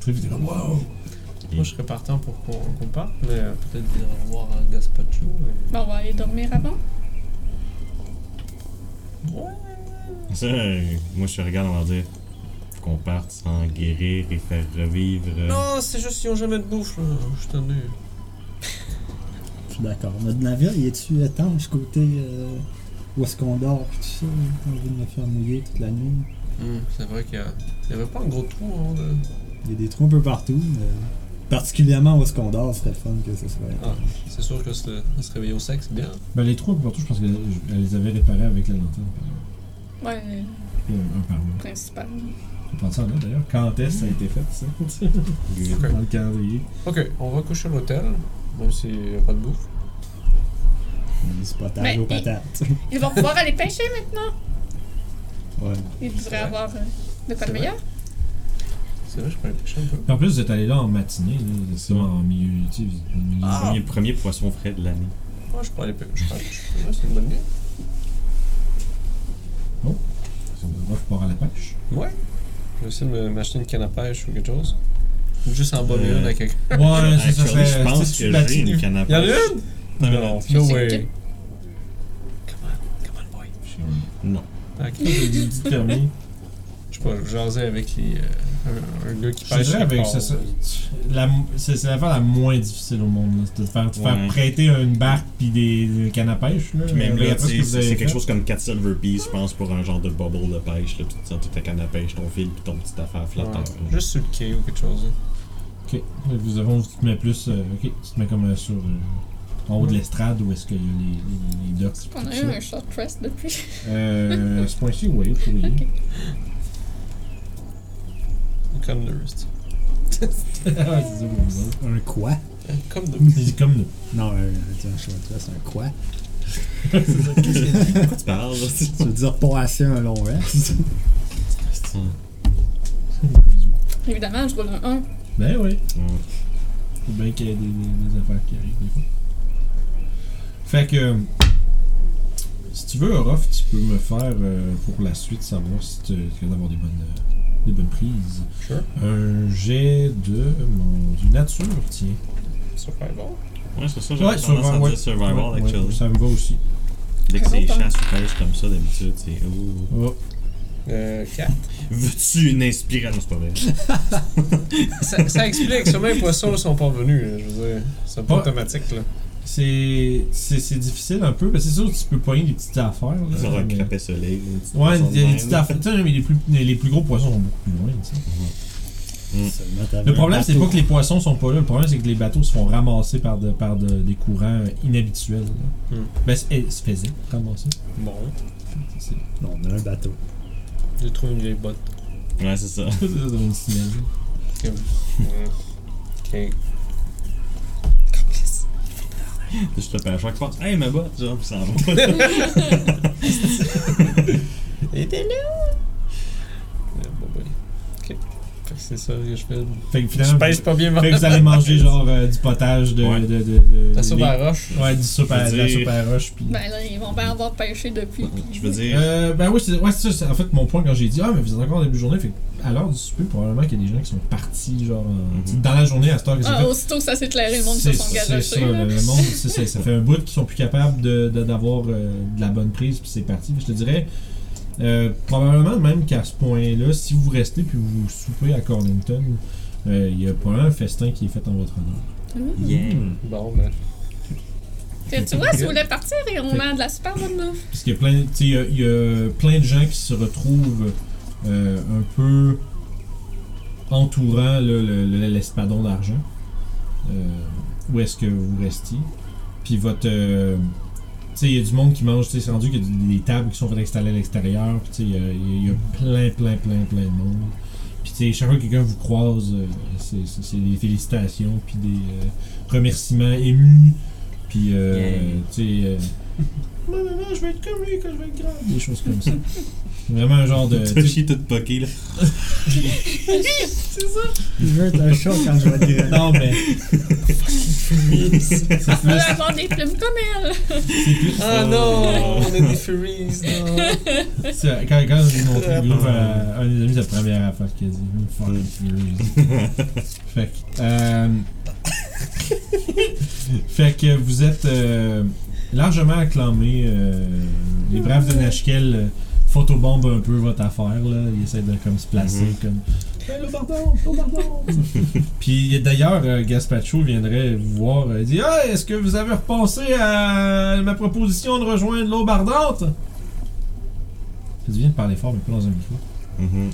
Speaker 1: truc, pis t'es comme, wow!
Speaker 2: Moi, je serais partant pour qu'on qu'on parte, mais euh, peut-être dire au revoir à Gaspacho. et-
Speaker 4: Bon, on va aller dormir avant.
Speaker 2: Ouais.
Speaker 3: Ça, euh, moi je regarde, on va dire. Faut qu'on parte sans guérir et faire revivre. euh,
Speaker 2: Non, c'est juste qu'ils ont jamais de bouffe, là. Je suis tanné.
Speaker 5: suis d'accord. Notre navire, il est-tu étanche côté euh, où est-ce qu'on dort puis tout ça? hein, J'ai envie de me faire mouiller toute la nuit.
Speaker 2: Hum, c'est vrai qu'il y, a... il y avait pas un gros trou avant de.
Speaker 5: Il y a des trous un peu partout, mais particulièrement où est-ce qu'on dort, ce serait le fun que ce soit.
Speaker 2: Ah, c'est sûr que se, se réveiller au sec, c'est bien.
Speaker 1: Ben, les trois, partout, je pense qu'elle elle les avait réparés avec la lanterne.
Speaker 4: Ouais, le
Speaker 1: par- Un par un.
Speaker 4: principal.
Speaker 1: Je pense ça en a, d'ailleurs. Quand est-ce que ça a été fait, ça
Speaker 3: Good.
Speaker 1: Dans le calendrier.
Speaker 2: Ok, on va coucher à l'hôtel, même s'il n'y a pas de bouffe.
Speaker 5: C'est pas
Speaker 4: Mais-
Speaker 5: tard aux patates.
Speaker 4: Ils vont pouvoir aller pêcher maintenant.
Speaker 5: ouais.
Speaker 4: Ils devraient
Speaker 2: vrai.
Speaker 4: avoir euh, de
Speaker 2: C'est
Speaker 4: quoi de
Speaker 2: vrai.
Speaker 4: meilleur.
Speaker 2: C'est vrai, je peux aller pêcher un peu.
Speaker 1: Puis en plus, vous êtes allé là en matinée, là, c'est vraiment en milieu. Tu sais, au milieu
Speaker 3: Le premier, premier poisson frais de l'année.
Speaker 2: Ouais, je peux aller pêcher. Je peux aller pêcher. Ouais, c'est une bonne idée.
Speaker 1: On va pouvoir à la pêche.
Speaker 2: Ouais. Je vais essayer de me- m'acheter une canne à pêche ou quelque chose. Ou juste en bonne
Speaker 3: Euh,
Speaker 2: lune à quelqu'un.
Speaker 1: Ouais,
Speaker 3: Actually, je pense que j'ai une canne à
Speaker 2: Y'en a
Speaker 3: pêche.
Speaker 2: une?
Speaker 3: Non, mais
Speaker 2: Non,
Speaker 3: non.
Speaker 2: no way.
Speaker 4: C'est-
Speaker 2: Come on, come on, boy.
Speaker 3: Non.
Speaker 2: Ok.
Speaker 1: Petit permis.
Speaker 2: Je sais pas, je jasais avec les, euh, un, un gars qui
Speaker 1: Je te
Speaker 2: pêche.
Speaker 1: dirais avec
Speaker 2: quelque
Speaker 1: ça,
Speaker 2: part.
Speaker 1: ça- la- c'est c'est l'affaire la moins difficile au monde, là. c'est de te faire, te faire
Speaker 3: Ouais.
Speaker 1: prêter une barque puis des, des cannes à pêche. Là,
Speaker 3: Puis même là,
Speaker 1: Regarde
Speaker 3: tu
Speaker 1: ce que
Speaker 3: sais,
Speaker 1: vous
Speaker 3: c'est
Speaker 1: avez
Speaker 3: c'est quelque
Speaker 1: fait.
Speaker 3: chose comme 4 silver pieces, je pense, pour un genre de bubble de pêche. Là, puis tu tiens toute ta canne à pêche, ton fil, puis ton petite affaire
Speaker 2: Ouais,
Speaker 3: flotteur. là.
Speaker 2: Juste sur le quai ou quelque chose.
Speaker 1: Ok, vous avons, tu te mets plus, euh, ok, tu te mets comme euh, sur euh, en haut de l'estrade où est-ce qu'il y a les, les, les docks.
Speaker 4: On
Speaker 1: tout
Speaker 4: a
Speaker 1: ça.
Speaker 4: eu un short rest depuis.
Speaker 1: Euh, à ce point-ci, oui, vous pourriez.
Speaker 2: Comme le rest.
Speaker 1: Ah, c'est ça, vous autres.
Speaker 5: Un quoi?
Speaker 2: Hein? Comme de
Speaker 1: C'est comme nous.
Speaker 5: Non, un, tiens, je vois ça, c'est un quoi?
Speaker 3: Tu parles, là, c'est-
Speaker 5: Tu veux dire pas assez un long rest?
Speaker 3: c'est-
Speaker 4: Évidemment, je roule un 1.
Speaker 1: Ben oui.
Speaker 3: ouais.
Speaker 1: Faut bien qu'il y ait des, des- des affaires qui arrivent des fois. Fait que. Si tu veux, Orof, tu peux me faire euh, pour la suite savoir si tu tu es d'avoir des bonnes, euh, des bonnes prises.
Speaker 2: Sure.
Speaker 1: Un jet de mon du nature, tiens.
Speaker 2: Survival.
Speaker 3: Ouais, c'est ça,
Speaker 1: Ouais,
Speaker 3: j'avais tendance à
Speaker 1: survival,
Speaker 3: dire survival,
Speaker 1: Ouais, ouais,
Speaker 3: actually.
Speaker 1: ça me va aussi.
Speaker 3: Dès que c'est
Speaker 4: Longtemps.
Speaker 3: chasse ou pêche comme ça, d'habitude, c'est. oh.
Speaker 1: Oh,
Speaker 2: Euh, 4.
Speaker 3: Veux-tu une inspiration? Non, c'est pas vrai.
Speaker 2: ça, ça explique, sûrement les poissons ne sont pas venus. là, je veux dire, c'est pas
Speaker 1: Ouais.
Speaker 2: automatique. là.
Speaker 1: C'est c'est- c'est difficile un peu, parce que c'est sûr que tu peux pogner des petites affaires. Là,
Speaker 3: Ça va
Speaker 1: mais-
Speaker 3: craper soleil. une petite
Speaker 1: Ouais,
Speaker 3: façon de
Speaker 1: des, des
Speaker 3: même,
Speaker 1: petites
Speaker 3: là.
Speaker 1: affaires. Tu sais, mais les plus, les plus gros poissons sont beaucoup plus loin, tu sais.
Speaker 5: Seulement t'avais
Speaker 1: Le
Speaker 5: un
Speaker 1: problème, c'est pas
Speaker 5: bateau.
Speaker 1: que les poissons sont pas là. Le problème, c'est que les bateaux se font ramasser par, de, par de- des courants inhabituels. là.
Speaker 2: Hmm.
Speaker 1: Ben, c'est- eh, se faisaient ramasser.
Speaker 2: Bon,
Speaker 1: C'est
Speaker 5: Non, on a un bateau.
Speaker 2: j'ai trouvé une vieille botte.
Speaker 3: Ouais, c'est ça.
Speaker 1: c'est ça dans une semaine.
Speaker 2: Ok. Ok.
Speaker 3: Je te pêche chaque fois. Hey, ma botte, genre, pis ça va.
Speaker 2: était là! bon, ben. Ok. Fait que c'est ça que je fais.
Speaker 1: Fait que
Speaker 2: Je
Speaker 1: finalement,
Speaker 2: pêche
Speaker 1: vous,
Speaker 2: pas bien,
Speaker 1: fait que vous allez manger genre euh, du potage de.
Speaker 3: Ouais.
Speaker 1: de, de, de-
Speaker 2: La soupe
Speaker 1: les-
Speaker 2: à la roche.
Speaker 1: Ouais, du soupe à,
Speaker 3: Je
Speaker 1: de
Speaker 3: veux
Speaker 1: la
Speaker 3: dire-
Speaker 1: soupe à la roche. Puis...
Speaker 4: Ben là, ils vont bien avoir pêché depuis. puis-
Speaker 3: Ah, Je veux dire.
Speaker 1: Euh, ben oui, c'est ouais, c'est ça. c'est- En fait, mon point quand j'ai dit Ah, mais vous êtes encore en début de journée, fait que à l'heure du souper, probablement qu'il y a des gens qui sont partis, genre, en-
Speaker 3: Mhm.
Speaker 1: tu sais, dans la journée, à cette heure que c'est
Speaker 4: Ah,
Speaker 1: fait.
Speaker 4: aussitôt que ça s'est éclairé, le monde se
Speaker 1: C'est
Speaker 4: sont
Speaker 1: c'est ça,
Speaker 4: gagachés.
Speaker 1: le
Speaker 4: là.
Speaker 1: le monde, c'est ça, ça fait un bout qu'ils sont plus capables de- de- d'avoir de, de la bonne prise, puis c'est parti. Puis je te dirais, euh, probablement même qu'à ce point-là, si vous restez puis vous soupez à Cornington, euh, il y a probablement un festin qui est fait en votre honneur.
Speaker 3: Yeah.
Speaker 1: euh,
Speaker 2: Bon, ben.
Speaker 4: Tu tu vois, si vous voulez partir, on a de la super bonne bouffe.
Speaker 1: Parce qu'il y a plein, tu sais, il y a- il y a plein de gens qui se retrouvent euh, un peu entourant là, le- le- l'espadon d'argent. Euh, où est-ce que vous restiez? Puis votre. euh, tu sais, il y a du monde qui mange, tu sais, c'est rendu qu'il y a des- des tables qui sont faites installer à l'extérieur. Puis tu sais, il y a- il y, a- il y a plein, plein, plein, plein de monde. Puis tu sais, chaque fois que quelqu'un vous croise, euh, c'est- c'est c'est des félicitations, puis des euh, remerciements émus. Puis, euh,
Speaker 3: Yeah.
Speaker 1: tu sais. euh, Moi, maman, je vais être comme lui quand je vais être grand. Des choses comme ça. Vraiment un genre de.
Speaker 3: T'as
Speaker 1: tu sais,
Speaker 3: chié tout poqué, là.
Speaker 5: Je veux être un chat quand je vais dire.
Speaker 1: Non, mais.
Speaker 4: Ah, on va avoir des plumes comme elle.
Speaker 2: Ah non! On est des Furies, non!
Speaker 1: C'est- Quand, quand j'ai montré le groupe à un des amis, c'est la première affaire qu'il a dit. Mm, Fucking furious. fait que. euh, fait que vous êtes euh, largement acclamé. les euh, braves de Nashkel euh, photobombent un peu votre affaire. Là. Ils essaient de comme, se placer.
Speaker 3: Mhm.
Speaker 1: comme,
Speaker 2: Hey, le bardon, le bardon!
Speaker 1: Puis d'ailleurs, euh, Gaspacho viendrait vous voir et dit Ah, est-ce que vous avez repensé à ma proposition de rejoindre l'eau bardante Ça devient de parler fort, mais pas dans un micro.
Speaker 3: Mhm.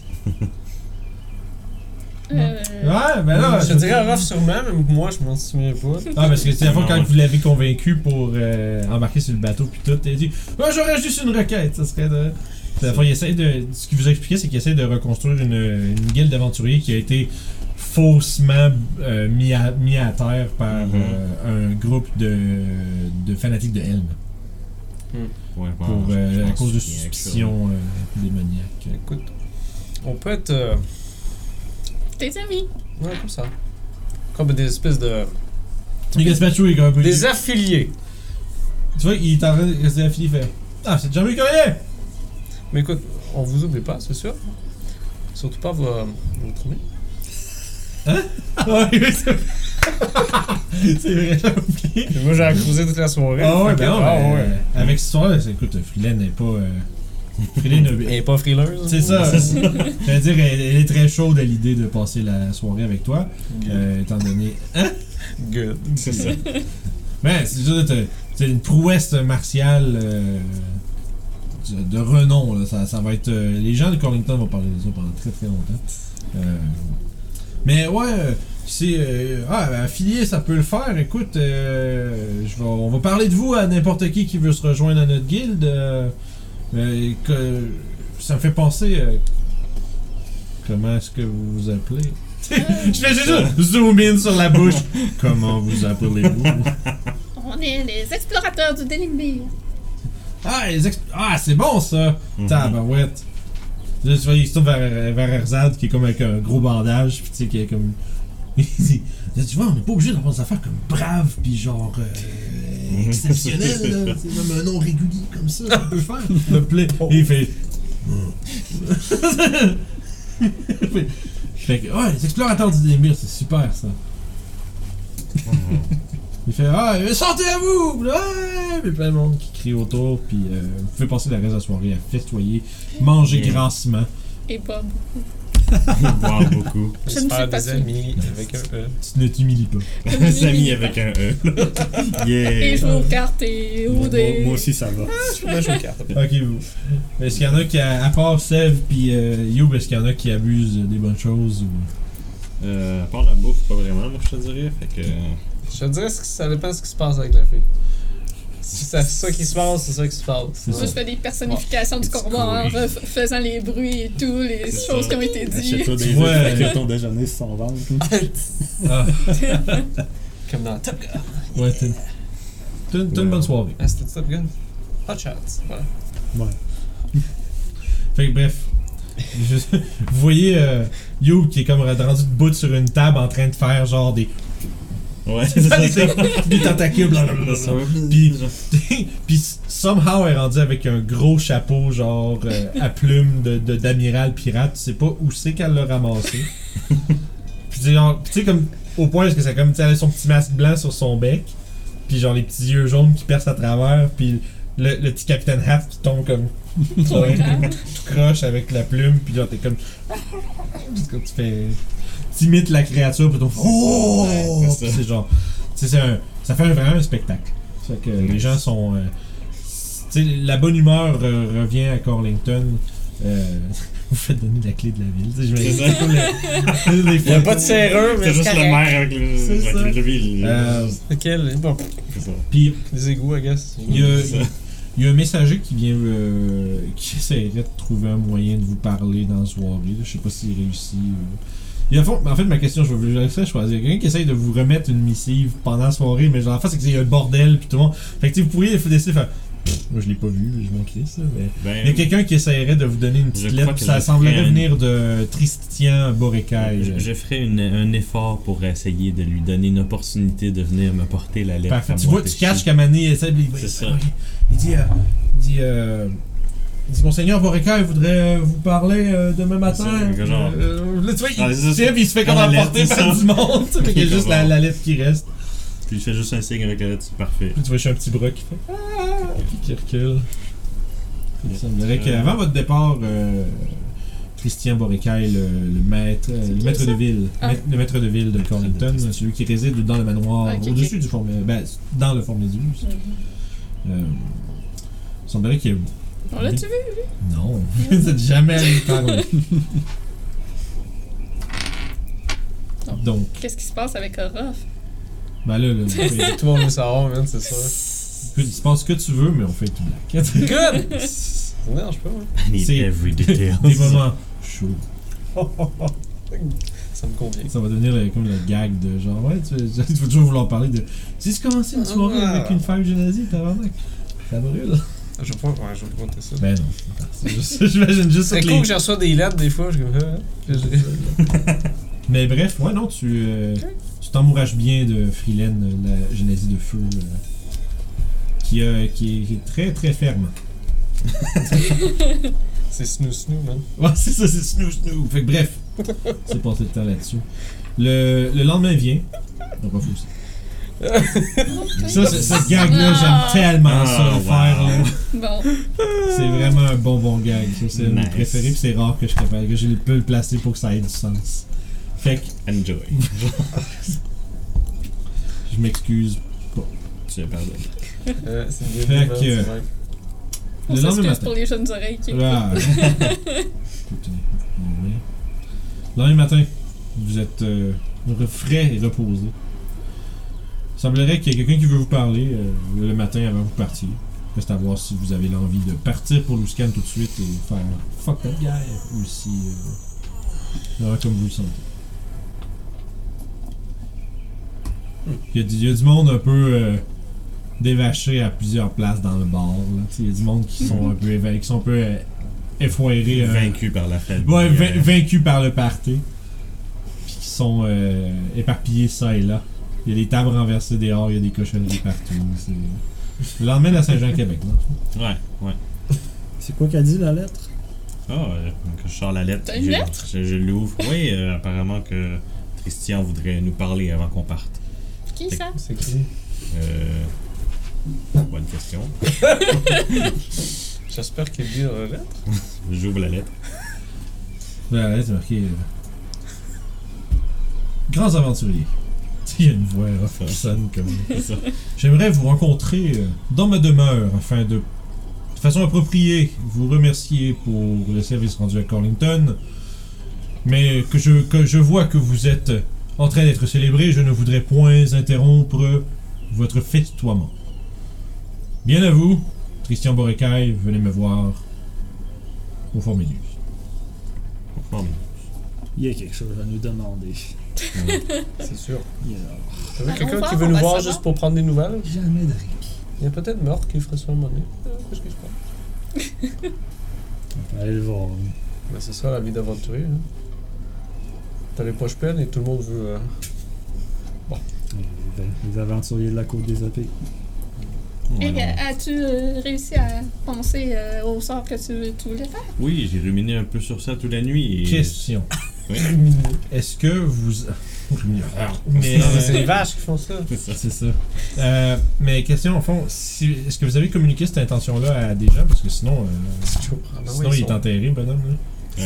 Speaker 4: Euh,
Speaker 1: Ouais, ben là.
Speaker 2: je dirais Raph sûrement, mais moi je m'en souviens pas.
Speaker 1: Ah, parce que c'est la fois quand
Speaker 3: Non.
Speaker 1: vous l'avez convaincu pour euh, embarquer sur le bateau, puis tout, il dit Ah, J'aurais juste une requête, ça serait de. Puis, à la fois, il essaie de. Ce qu'il vous a expliqué, c'est qu'il essaie de reconstruire une, une guilde d'aventuriers qui a été faussement euh, mis, à, mis à terre par
Speaker 3: Mhm.
Speaker 1: euh, un groupe de, de fanatiques de Helm
Speaker 3: Ouais, bon,
Speaker 1: pour,
Speaker 3: je-
Speaker 1: euh,
Speaker 3: je
Speaker 1: à
Speaker 3: pense
Speaker 1: cause de
Speaker 3: que c'est quelque chose.
Speaker 1: suspicions euh, démoniaques.
Speaker 2: Écoute, on peut être. euh,
Speaker 4: tes amis.
Speaker 2: ouais, comme ça. Comme des espèces de.
Speaker 1: Mais Gaspacho est comme un peu.
Speaker 2: Des affiliés.
Speaker 1: Tu vois, il est en train de rester affilié, il fait Ah, c'est Jean-Luc Courrier
Speaker 2: Mais écoute, on vous oublie pas, c'est sûr. Surtout pas vo- euh, votre ami.
Speaker 1: Ah, oui, c'est vrai. C'est vrai, j'avais oublié.
Speaker 2: Moi j'ai accusé toute la soirée.
Speaker 1: Ah ouais,
Speaker 2: Fait que-
Speaker 1: ben non,
Speaker 2: ah
Speaker 1: mais,
Speaker 2: ouais.
Speaker 1: euh, Avec cette histoire-là, c'est- écoute, Freeland n'est pas. Euh, Freeland
Speaker 2: Elle
Speaker 1: a-
Speaker 2: est pas hein. frileuse.
Speaker 1: C'est ça. Je veux dire, elle, elle est très chaude à l'idée de passer la soirée avec toi, euh, étant donné. Hein?
Speaker 2: Good.
Speaker 3: C'est ça.
Speaker 1: Ben, c'est juste, euh, c'est une prouesse martiale euh, de- de renom. Là. Ça, ça va être. euh, les gens de Corlington vont parler de ça pendant très très longtemps. Euh, mais ouais, euh, c'est. euh, ah, ben, affilié, ça peut le faire. Écoute, euh, je vais- on va parler de vous à n'importe qui qui veut se rejoindre à notre guilde. euh, euh, et que, ça me fait penser. euh, comment est-ce que vous vous appelez Je fais juste zoom in sur la bouche. comment vous appelez-vous
Speaker 4: On est les explorateurs du Délimbir.
Speaker 1: Ah, les exp- ah c'est bon ça!
Speaker 3: Mhm.
Speaker 1: Tabarouette! Là, tu vois, il se tourne vers, vers Erzad qui est comme avec un gros bandage, puis tu sais, qui est comme. Il dit, Là, tu vois, on n'est pas obligé d'avoir des affaires comme brave, puis genre. euh, exceptionnel, là. C'est même un nom régulier comme ça, on peut le faire. Le plaît. Et il fait. Fait- fait que, ouais, les explorateurs du Démir, c'est super ça. Il fait Ah, euh, sortez à vous! Ouais! Puis plein de monde qui crie autour, puis euh, vous pouvez passer le reste de la soirée à festoyer, manger
Speaker 3: Yeah.
Speaker 1: grassement.
Speaker 4: Et Bob.
Speaker 3: Boire beaucoup.
Speaker 4: Je
Speaker 2: Je
Speaker 4: ne
Speaker 2: me
Speaker 4: sais
Speaker 2: faire
Speaker 4: pas
Speaker 2: des
Speaker 4: si-
Speaker 2: amis avec un E.
Speaker 1: Tu ne t'humilies pas.
Speaker 3: Les amis avec un E.
Speaker 4: Et
Speaker 3: yeah.
Speaker 4: jouer aux cartes et ou
Speaker 5: Moi,
Speaker 4: des.
Speaker 5: moi aussi, ça va.
Speaker 2: Moi je regarde.
Speaker 1: Ok, vous. Est-ce qu'il y en a qui, à, à part Sev puis euh, Youb, est-ce qu'il y en a qui abusent des bonnes choses ou.
Speaker 3: Euh, à part la bouffe, pas vraiment, moi je te dirais. Fait que.
Speaker 2: Je te dirais, ce que- ça dépend de ce qui se passe avec la fille. Si c'est ça qui se passe, c'est ça qui se passe.
Speaker 1: C'est
Speaker 4: Moi, je fais des personnifications du corbeau en ref- faisant les bruits et tout, les
Speaker 3: C'est
Speaker 4: choses
Speaker 3: ça.
Speaker 4: qui ont été dites.
Speaker 5: Achète-toi des
Speaker 1: Ouais.
Speaker 5: œufs avec le ton déjeuner sans vendre.
Speaker 1: Ah,
Speaker 2: Comme dans Top Gun.
Speaker 1: ouais, t'as t'as une, t'as une
Speaker 3: Ouais.
Speaker 1: bonne soirée.
Speaker 2: Ah, c'était Top Gun? Hot Shots. Voilà.
Speaker 5: Ouais.
Speaker 1: Fait que bref. Je- vous voyez euh, Youb qui est comme rendu debout sur une table en train de faire genre des.
Speaker 3: Ouais, c'est ça.
Speaker 1: des tentacules, blablabla. Puis- Puis somehow elle est rendue avec un gros chapeau genre euh, à plume de de- d'amiral pirate. Tu sais pas où c'est qu'elle l'a ramassé. Puis tu sais, genre, tu sais comme au point parce que c'est comme tu sais, elle a son petit masque blanc sur son bec. Puis genre les petits yeux jaunes qui percent à travers. Puis le, le petit capitaine Hat qui tombe comme
Speaker 4: Trop grave.
Speaker 1: tout croche avec la plume. Puis genre t'es comme c'est comme tu fais t'imites la créature puis t'es comme, oh
Speaker 3: Ouais, c'est
Speaker 1: Puis
Speaker 3: ça.
Speaker 1: c'est genre tu sais, c'est un- ça fait un- vraiment un spectacle. Ça fait que les gens sont. euh, tu sais, la bonne humeur euh, revient à Corlington. Euh, vous faites donner la clé de la ville. tu sais, j'imagine.
Speaker 3: C'est ça.
Speaker 1: Les- les
Speaker 2: Il n'y a
Speaker 1: fois-
Speaker 2: pas de serreux, mais
Speaker 3: C'est juste le
Speaker 2: correct.
Speaker 3: maire avec
Speaker 1: C'est
Speaker 3: le.
Speaker 1: ça.
Speaker 3: Avec le ville.
Speaker 1: Euh,
Speaker 2: Lequel? Bon,
Speaker 3: C'est ça.
Speaker 1: Puis
Speaker 2: les égouts, I guess.
Speaker 1: il y a,
Speaker 3: C'est ça.
Speaker 1: il y a un messager qui vient. euh, qui essaierait de trouver un moyen de vous parler dans la soirée. là. Je sais pas s'il réussit. euh. Il y a fond- en fait, ma question, je vais vous laisser choisir. Quelqu'un qui essaye de vous remettre une missive pendant la soirée, mais genre, en fait, c'est qu'il y a le bordel, puis tout le monde. Fait que, tu sais, vous pourriez laisser faire. Pff, Moi, je l'ai pas vu, je m'en crisse, là, mais. Il y a
Speaker 3: Ben,
Speaker 1: quelqu'un qui essaierait de vous donner une petite
Speaker 3: Je
Speaker 1: lettre,
Speaker 3: crois que
Speaker 1: ça
Speaker 3: je
Speaker 1: semblerait
Speaker 3: ferais un-
Speaker 1: venir de Tristian Borécaille.
Speaker 3: je, je ferai une- un effort pour essayer de lui donner une opportunité de venir me porter la lettre.
Speaker 1: Parfait.
Speaker 3: à
Speaker 1: Tu
Speaker 3: moi
Speaker 1: vois, tu
Speaker 3: de
Speaker 1: caches
Speaker 3: chez-
Speaker 1: qu'Amané essaie de. il-
Speaker 3: C'est
Speaker 1: il-
Speaker 3: ça.
Speaker 1: Il dit. euh, il dit. euh, il dit, Monseigneur Borécaille voudrait euh, vous parler euh, demain matin.
Speaker 3: C'est ça, genre.
Speaker 1: Euh, là, tu vois,
Speaker 3: Ah, c'est
Speaker 1: il
Speaker 3: ça,
Speaker 1: tient, puis il se fait comme
Speaker 3: Ah, la
Speaker 1: emporter
Speaker 3: lettre,
Speaker 1: par
Speaker 3: c'est
Speaker 1: du monde. tu sais, fait qu'il y a juste la, la lettre qui reste.
Speaker 3: Puis je fais juste un signe avec la lettre, c'est parfait.
Speaker 1: Puis tu vois, je suis un petit bras qui fait. Ah! Puis qui recule. Il
Speaker 3: Yeah.
Speaker 1: semblerait
Speaker 3: Euh.
Speaker 1: qu'avant votre départ, euh, Christian Borécaille, le, le maître, euh, le maître de ville,
Speaker 4: Ah.
Speaker 1: maître- le maître de ville de Cornington, celui qui réside dans le manoir,
Speaker 4: Ok, ok.
Speaker 1: au-dessus du fort, ben, dans le fort Méduse. Euh, il semblerait qu'il y ait
Speaker 4: On l'a-tu vu?
Speaker 1: non, vous n'êtes jamais allé parler. Donc,
Speaker 4: Qu'est-ce qui se passe avec Orof?
Speaker 1: ben là, là, on fait-
Speaker 2: Tout le monde veut savoir, man, c'est ça.
Speaker 1: tu penses ce que tu veux, mais on fait tout blague.
Speaker 2: Good! Non, je peux, moi.
Speaker 3: I need
Speaker 1: C'est-
Speaker 3: every detail.
Speaker 1: Des moments chauds.
Speaker 2: hein. Ça me convient.
Speaker 1: Ça va devenir le- comme le gag de genre, ouais, tu, tu vas toujours vouloir parler de. Tu sais, c'est commencé une soirée avec
Speaker 2: Ah.
Speaker 1: une femme génésie, t'as vraiment. Ça brûle.
Speaker 2: Je vais pas, ouais, je vais pas compter ça.
Speaker 1: Ben non, c'est pas ça. Juste- J'imagine juste
Speaker 2: C'est
Speaker 1: toutes
Speaker 2: cool
Speaker 1: les-
Speaker 2: que je reçois des lettres des fois, je suis comme ah, puis je-
Speaker 1: Mais bref, ouais, non, tu euh, tu t'emmourages bien de Freeland, euh, la génésie de feu, euh, qui, euh, qui, est, qui est très très ferme.
Speaker 2: C'est snoo snoo, man.
Speaker 1: Ouais, c'est ça, c'est snoo snoo. Fait que bref, c'est passé le temps là-dessus. Le, le lendemain vient. On va fou. Ça, c'est- cette gag-là,
Speaker 4: Ah.
Speaker 1: j'aime tellement ça
Speaker 3: Ah,
Speaker 1: le faire. là.
Speaker 3: wow.
Speaker 4: Bon,
Speaker 1: C'est vraiment un bon bon gag. Ça, c'est mon
Speaker 3: Nice.
Speaker 1: préféré, puis c'est rare que je capable, que je peux le placer pour que ça ait du sens. Fait que
Speaker 3: Enjoy.
Speaker 1: je m'excuse.
Speaker 3: tu pardon.
Speaker 2: Euh, c'est bien
Speaker 1: Fait
Speaker 2: dit, man,
Speaker 1: que-
Speaker 2: c'est vrai.
Speaker 4: on
Speaker 1: Le lendemain
Speaker 4: s'excuse
Speaker 1: matin.
Speaker 4: pour les jeunes oreilles qui...
Speaker 1: Ah. Putain, on revient. Le lendemain matin, vous êtes euh, re- frais et reposé. Il semblerait qu'il y ait quelqu'un qui veut vous parler euh, le matin avant que vous partiez. Reste à voir si vous avez l'envie de partir pour Luscan tout de suite et faire fuck up guy ou si. euh, vraiment comme vous le sentez. Il y, a du- il y a du monde un peu euh, dévaché à plusieurs places dans le bar. là. Tu sais, Il y a du monde qui sont un peu, éva- qui sont un peu euh, effoirés. euh,
Speaker 3: Vaincu par la famille.
Speaker 1: Ouais, vain-
Speaker 3: euh,
Speaker 1: vaincus par le party. Puis qui sont euh, éparpillés ça et là. Il y a des tables renversées dehors, il y a des cochonneries partout. c'est- Le lendemain à Saint-Jean-Québec, non?
Speaker 3: Ouais, ouais.
Speaker 5: C'est quoi qu'a dit la lettre
Speaker 3: Ah, euh, quand je sors la lettre.
Speaker 4: T'as une
Speaker 3: je-
Speaker 4: lettre?
Speaker 3: Je, je l'ouvre. Oui, euh, apparemment que Christian voudrait nous parler avant qu'on parte.
Speaker 4: Qui ça?
Speaker 2: C'est qui
Speaker 3: Euh. Bonne question.
Speaker 2: J'espère qu'il lit la lettre.
Speaker 3: J'ouvre la lettre.
Speaker 1: Là, là, c'est marqué. euh, Grands aventuriers. Il y a une voix là, qui sonne comme.
Speaker 3: C'est ça.
Speaker 1: J'aimerais vous rencontrer euh, dans ma demeure afin de, de façon appropriée, vous remercier pour le service rendu à Corlington. Mais que je, que je vois que vous êtes en train d'être célébré, je ne voudrais point interrompre votre festoiement. Bien à vous, Christian Borécaille, venez me voir au Fort Méduse.
Speaker 3: Bon,
Speaker 5: Il y a quelque chose à nous demander.
Speaker 2: C'est sûr.
Speaker 5: Il y a
Speaker 2: T'as vu
Speaker 4: Ah, on
Speaker 2: quelqu'un
Speaker 4: va,
Speaker 2: qui veut
Speaker 4: on
Speaker 2: nous
Speaker 4: va
Speaker 2: voir
Speaker 4: savoir.
Speaker 2: juste pour prendre des nouvelles
Speaker 5: jamais de répit.
Speaker 2: Il y a peut-être mort qui ferait ça un moment donné. Euh, Qu'est-ce que je pense
Speaker 5: On va aller le voir. hein.
Speaker 2: Mais Ben, c'est ça la vie d'aventurier. Hein. T'as les poches pleines et tout le monde veut. euh,
Speaker 5: Les- Les aventuriers de la côte des épées.
Speaker 3: ouais,
Speaker 4: Et
Speaker 3: non.
Speaker 4: euh, as-tu euh, réussi à penser euh, au sort que tu, tu voulais faire?
Speaker 3: Oui, j'ai ruminé un peu sur ça toute la nuit. Et...
Speaker 1: Question.
Speaker 3: Oui.
Speaker 1: Est-ce que vous... Mais,
Speaker 2: Non, mais
Speaker 1: euh,
Speaker 2: c'est les vaches qui font ça.
Speaker 1: Ça, c'est ça. Euh, mais question, au fond, si- est-ce que vous avez communiqué cette intention-là à des gens? Parce que sinon, euh,
Speaker 2: Ah, ben oui,
Speaker 1: sinon
Speaker 2: ils
Speaker 1: il
Speaker 2: sont-
Speaker 1: est enterré, bonhomme. Là.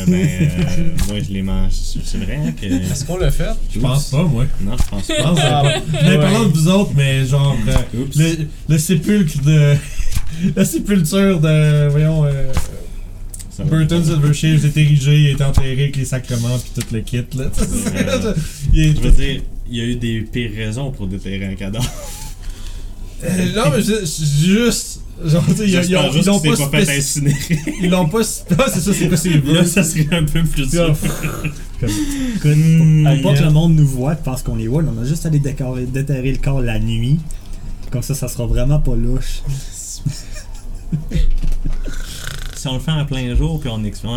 Speaker 3: Euh, ben, euh, moi, je les mange. C'est vrai que.
Speaker 2: Est-ce qu'on l'a fait
Speaker 1: Je pense pas, moi.
Speaker 3: Non, je pense
Speaker 1: Je
Speaker 3: pas.
Speaker 1: pense
Speaker 2: Ah,
Speaker 1: pas. Je n'ai
Speaker 2: ouais.
Speaker 1: parlé de vous autres, mais genre, euh,
Speaker 3: Oups.
Speaker 1: le, le sépulcre de... La sépulture de, voyons, euh,
Speaker 3: Ça va.
Speaker 1: Burton Silvershaves est érigé, est enterré avec les sacrements puis tout le kit, là.
Speaker 3: Euh,
Speaker 1: Il est-
Speaker 3: Je veux dire, il y a eu des pires raisons pour déterrer un cadavre.
Speaker 1: Euh, non, mais je- je- juste, genre, tu sais, ils- ils
Speaker 3: J'espère
Speaker 1: ont-
Speaker 3: juste
Speaker 1: ils ont
Speaker 3: qu'il
Speaker 1: pas
Speaker 3: s'est pas
Speaker 1: spéc-
Speaker 3: fait incinérer.
Speaker 1: ils l'ont pas... sp- Ah, c'est ça, c'est quoi, c'est les
Speaker 3: Là,
Speaker 1: Burton?
Speaker 3: ça serait un peu plus
Speaker 1: Ah,
Speaker 3: sûr. Hmm.
Speaker 5: Faut pas que
Speaker 3: Yeah.
Speaker 5: le monde nous voit parce qu'on les voit, on a juste à aller décorer- déterrer le corps la nuit. Comme ça, ça sera vraiment pas louche.
Speaker 3: Si on le fait en plein jour, puis on hein. explique.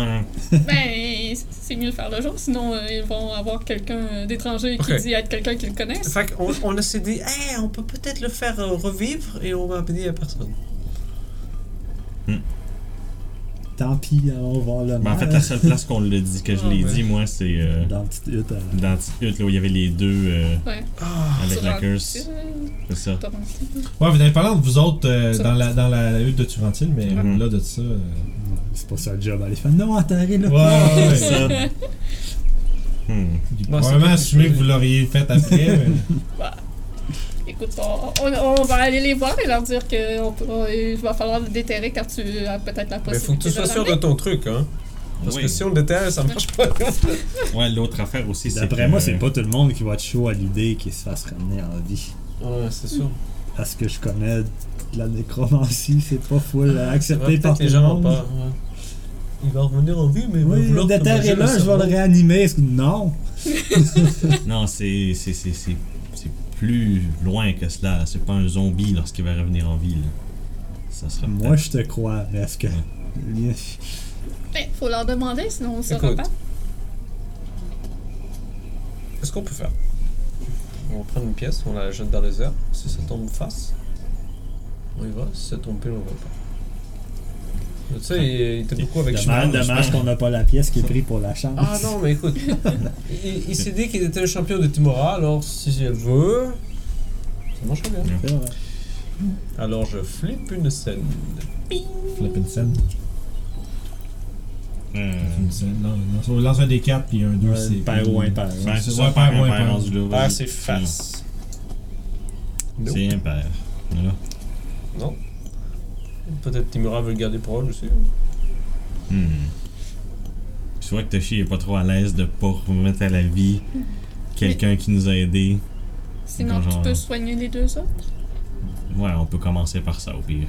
Speaker 4: ben, c'est mieux de faire le jour, sinon euh, ils vont avoir quelqu'un euh, d'étranger qui
Speaker 2: Ok.
Speaker 4: dit être quelqu'un qu'ils connaissent.
Speaker 2: Fait qu'on on s'est dit, hey, on peut peut-être le faire euh, revivre et on va dit à personne.
Speaker 5: Tant pis, allons voir le
Speaker 3: Ben, en fait,
Speaker 5: maire.
Speaker 3: la seule place qu'on le dit, que je
Speaker 2: Ah,
Speaker 3: l'ai
Speaker 2: ouais.
Speaker 3: dit, moi, c'est euh,
Speaker 5: Dans la petite hutte, euh,
Speaker 3: dans Tite, là où il y avait les deux euh,
Speaker 4: Ouais.
Speaker 2: Ah,
Speaker 3: avec
Speaker 4: Sur
Speaker 3: la
Speaker 4: un-
Speaker 3: curse. C'est ça.
Speaker 1: Ouais, vous avez parlé de vous autres euh,
Speaker 4: Ça-
Speaker 1: dans, la, dans la, la hutte de Turantine, mais
Speaker 3: Mhm.
Speaker 1: au-delà de ça, euh,
Speaker 5: C'est pas ça le job, aller faire non, enterrez-le
Speaker 1: Ouais,
Speaker 5: pas.
Speaker 1: ouais, ouais.
Speaker 3: Ça. Hmm.
Speaker 1: Il
Speaker 2: Non,
Speaker 1: peut
Speaker 2: c'est
Speaker 1: Probablement
Speaker 2: pas
Speaker 1: assumer que
Speaker 2: quelque
Speaker 1: vous l'auriez fait après, mais.
Speaker 4: Écoute, on, on- on va aller les voir et leur dire qu'il euh, va falloir le déterrer car tu as peut-être la possibilité.
Speaker 2: Mais Ben, faut que tu sois
Speaker 4: le
Speaker 2: sûr de
Speaker 4: ramener.
Speaker 2: ton truc, hein. Parce
Speaker 3: Oui.
Speaker 2: que si on le déterre, ça marche pas.
Speaker 3: Ouais, l'autre affaire aussi, c'est.
Speaker 5: D'après
Speaker 3: que-
Speaker 5: moi, c'est pas tout le monde qui va être chaud à l'idée qu'il se fasse ramener en vie.
Speaker 2: ouais, c'est sûr.
Speaker 5: À ce que je connais de la nécromancie, c'est pas full accepté
Speaker 2: Ouais,
Speaker 5: par
Speaker 2: Peut-être
Speaker 5: tout
Speaker 2: les
Speaker 5: le
Speaker 2: gens ont
Speaker 5: monde.
Speaker 2: peur. ouais. Il va revenir en vie, mais il va
Speaker 5: Oui,
Speaker 2: vouloir
Speaker 5: le
Speaker 2: te
Speaker 5: terre
Speaker 2: manger
Speaker 5: est
Speaker 2: le
Speaker 5: là, je vais
Speaker 2: cerveau.
Speaker 5: le réanimer. C'est- Non!
Speaker 3: euh, Non, c'est. c'est- C'est c'est- c'est plus loin que cela. C'est pas un zombie lorsqu'il va revenir en ville. Ça sera.
Speaker 5: Moi, je te crois, mais est-ce que.
Speaker 4: Mais Ben, faut leur demander, sinon on ne saura
Speaker 2: Écoute.
Speaker 4: pas.
Speaker 2: Qu'est-ce qu'on peut faire On va prendre une pièce, on la jette dans les airs. Si ça tombe face, on y va. Si ça tombe pile, on va pas. Tu sais, il- il était beaucoup avec
Speaker 5: Dommage,
Speaker 3: je
Speaker 5: dommage
Speaker 3: pense-
Speaker 5: qu'on n'a pas la pièce qui est prise pour la chance.
Speaker 2: Ah non, mais écoute, il, il s'est dit qu'il était le champion de Timora, alors si elle veut, ça marche bien.
Speaker 5: C'est vrai.
Speaker 2: Alors je flippe une scène.
Speaker 1: Flip une scène.
Speaker 3: Euh,
Speaker 1: Flip une scène. Non, lance- Lance un des quatre, puis un deux,
Speaker 5: Ouais,
Speaker 1: c'est.
Speaker 5: pair ou impair.
Speaker 3: faire-
Speaker 1: c'est
Speaker 3: soit
Speaker 1: ça,
Speaker 3: pair
Speaker 1: pair
Speaker 3: ou
Speaker 1: ou
Speaker 3: impair
Speaker 1: impair.
Speaker 3: rendu là,
Speaker 2: Ah,
Speaker 3: vas-y.
Speaker 2: c'est face. Non.
Speaker 3: C'est impair. Voilà.
Speaker 2: Non. Peut-être Timura veut le garder pour elle aussi.
Speaker 3: Hmm. Je vois que Toshi est pas trop à l'aise de pas remettre à la vie quelqu'un qui nous a aidés.
Speaker 4: Sinon,
Speaker 3: Quand
Speaker 4: tu
Speaker 3: j'en-
Speaker 4: peux soigner les deux autres.
Speaker 3: Ouais, on peut commencer par ça au pire.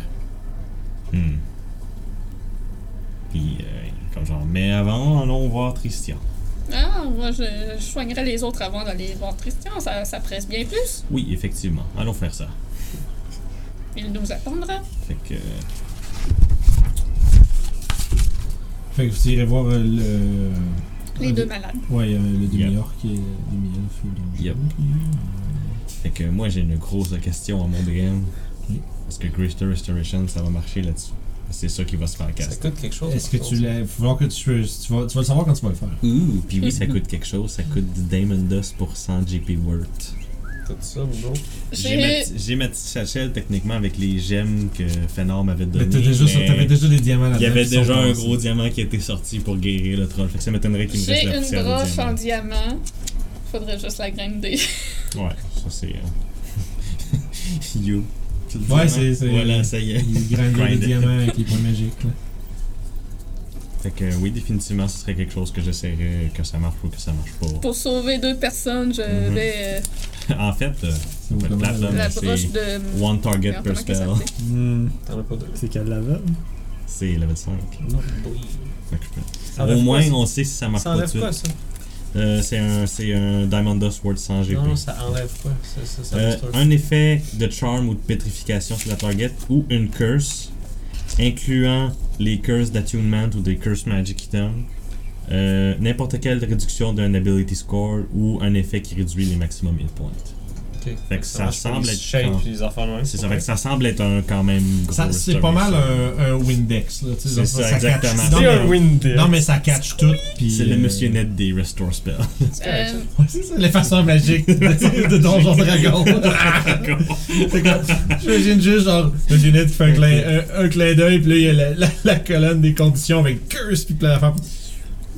Speaker 3: Hmm. Puis, euh, comme genre, mais avant, allons voir Tristian.
Speaker 4: Ah, moi, je, je soignerai les autres avant d'aller voir Christian. Ça, ça presse bien plus.
Speaker 3: Oui, effectivement, allons faire ça.
Speaker 4: Il nous attendra.
Speaker 3: Fait que. euh,
Speaker 1: Fait que vous irez voir euh, le.
Speaker 4: Les
Speaker 1: un
Speaker 4: deux
Speaker 1: des-
Speaker 4: malades.
Speaker 1: Ouais, euh, le
Speaker 3: Yep.
Speaker 1: demi-orc et le demi-elfe. donc-
Speaker 3: Yep. Fait que moi, j'ai une grosse question à mon DM.
Speaker 1: Oui.
Speaker 3: Est-ce que Greater Restoration, ça va marcher là-dessus C'est ça qui va se faire
Speaker 2: Ça
Speaker 3: casser.
Speaker 2: coûte quelque chose.
Speaker 1: Est-ce que
Speaker 2: par
Speaker 1: tu
Speaker 2: contre.
Speaker 1: l'as. Faut voir que tu, tu, vas, tu vas le savoir quand tu vas le faire.
Speaker 3: Ouh, puis oui, ça coûte quelque chose. Ça coûte du Diamond Dust pour 100 GP Worth.
Speaker 2: T'as dit ça, non
Speaker 3: J'ai ma, j'ai ma petite chachelle techniquement avec les gemmes que Fenor m'avait donné.
Speaker 1: Mais t'as déjà, ça- t'avais déjà des diamants là-dedans.
Speaker 3: Il y avait
Speaker 1: qui sont
Speaker 3: déjà un
Speaker 1: passés.
Speaker 3: gros diamant qui était sorti pour guérir le troll. Fait que ça m'étonnerait qu'il me
Speaker 4: J'ai
Speaker 3: reste la
Speaker 4: une
Speaker 3: poussière de
Speaker 4: broche en
Speaker 3: diamant.
Speaker 4: diamant. Faudrait juste la grinder.
Speaker 3: Ouais, ça c'est. euh, you. Tu le
Speaker 1: Ouais,
Speaker 3: diamant.
Speaker 1: c'est- c'est-
Speaker 3: Voilà, ça y est.
Speaker 1: Il grindait
Speaker 3: Grind.
Speaker 1: des diamants avec les points magiques. Là.
Speaker 3: Fait que euh, oui, définitivement, ce serait quelque chose que j'essaierais que ça marche ou que ça marche pas.
Speaker 4: Pour sauver deux personnes, je
Speaker 3: Mhm.
Speaker 4: vais. euh,
Speaker 3: en fait, euh, ça
Speaker 1: vous
Speaker 3: peut être plate, là,
Speaker 1: demande-
Speaker 4: la
Speaker 3: mais
Speaker 4: broche
Speaker 3: c'est.
Speaker 4: de.
Speaker 3: One target
Speaker 4: Merde,
Speaker 3: per
Speaker 4: comment qu'elle
Speaker 3: spell.
Speaker 4: s'appelle?
Speaker 5: Hmm,
Speaker 2: T'en as pas deux.
Speaker 5: c'est qu'elle l'avait.
Speaker 3: C'est level 5.
Speaker 2: Non.
Speaker 3: Fait que je peux-
Speaker 2: Ça
Speaker 3: Au
Speaker 2: enlève
Speaker 3: moins,
Speaker 2: quoi, ça?
Speaker 3: on sait si ça marche
Speaker 2: Ça
Speaker 3: pas tout de
Speaker 2: enlève
Speaker 3: suite.
Speaker 2: quoi ça
Speaker 3: Euh, c'est un, c'est un Diamond Dust Worth 100 GP.
Speaker 2: Non, non, ça enlève quoi Ça, ça, ça
Speaker 3: Euh,
Speaker 2: reste un-
Speaker 3: un effet de charm ou de pétrification sur la target ou une curse, incluant les curses d'attunement ou des curse magic items. Euh, N'importe quelle réduction d'un ability score ou un effet qui réduit les maximum hit points.
Speaker 2: Ok.
Speaker 3: fait que ça
Speaker 2: marche pour
Speaker 3: semble
Speaker 2: les
Speaker 3: être-
Speaker 2: shapes puis les affaires de même.
Speaker 3: C'est ça,
Speaker 2: Ok.
Speaker 3: fait que ça semble être un quand même gros
Speaker 1: Ça, c'est pas mal un, un Windex. Là, tu sais,
Speaker 3: C'est ça,
Speaker 1: catch-
Speaker 3: exactement.
Speaker 1: non,
Speaker 2: C'est
Speaker 1: mais-
Speaker 2: un wind
Speaker 1: Non, mais ça catch tout. puis,
Speaker 3: C'est le
Speaker 1: euh,
Speaker 3: monsieur net des restore spells.
Speaker 4: Euh,
Speaker 1: Ouais, c'est ça, l'effaceur magique de de Donjon Dragon. C'est comme, j'imagine juste genre, le Junet qui fait un clin, un, un clin d'œil, puis là, il y a la, la- la colonne des conditions avec curse, puis plein d'affaires.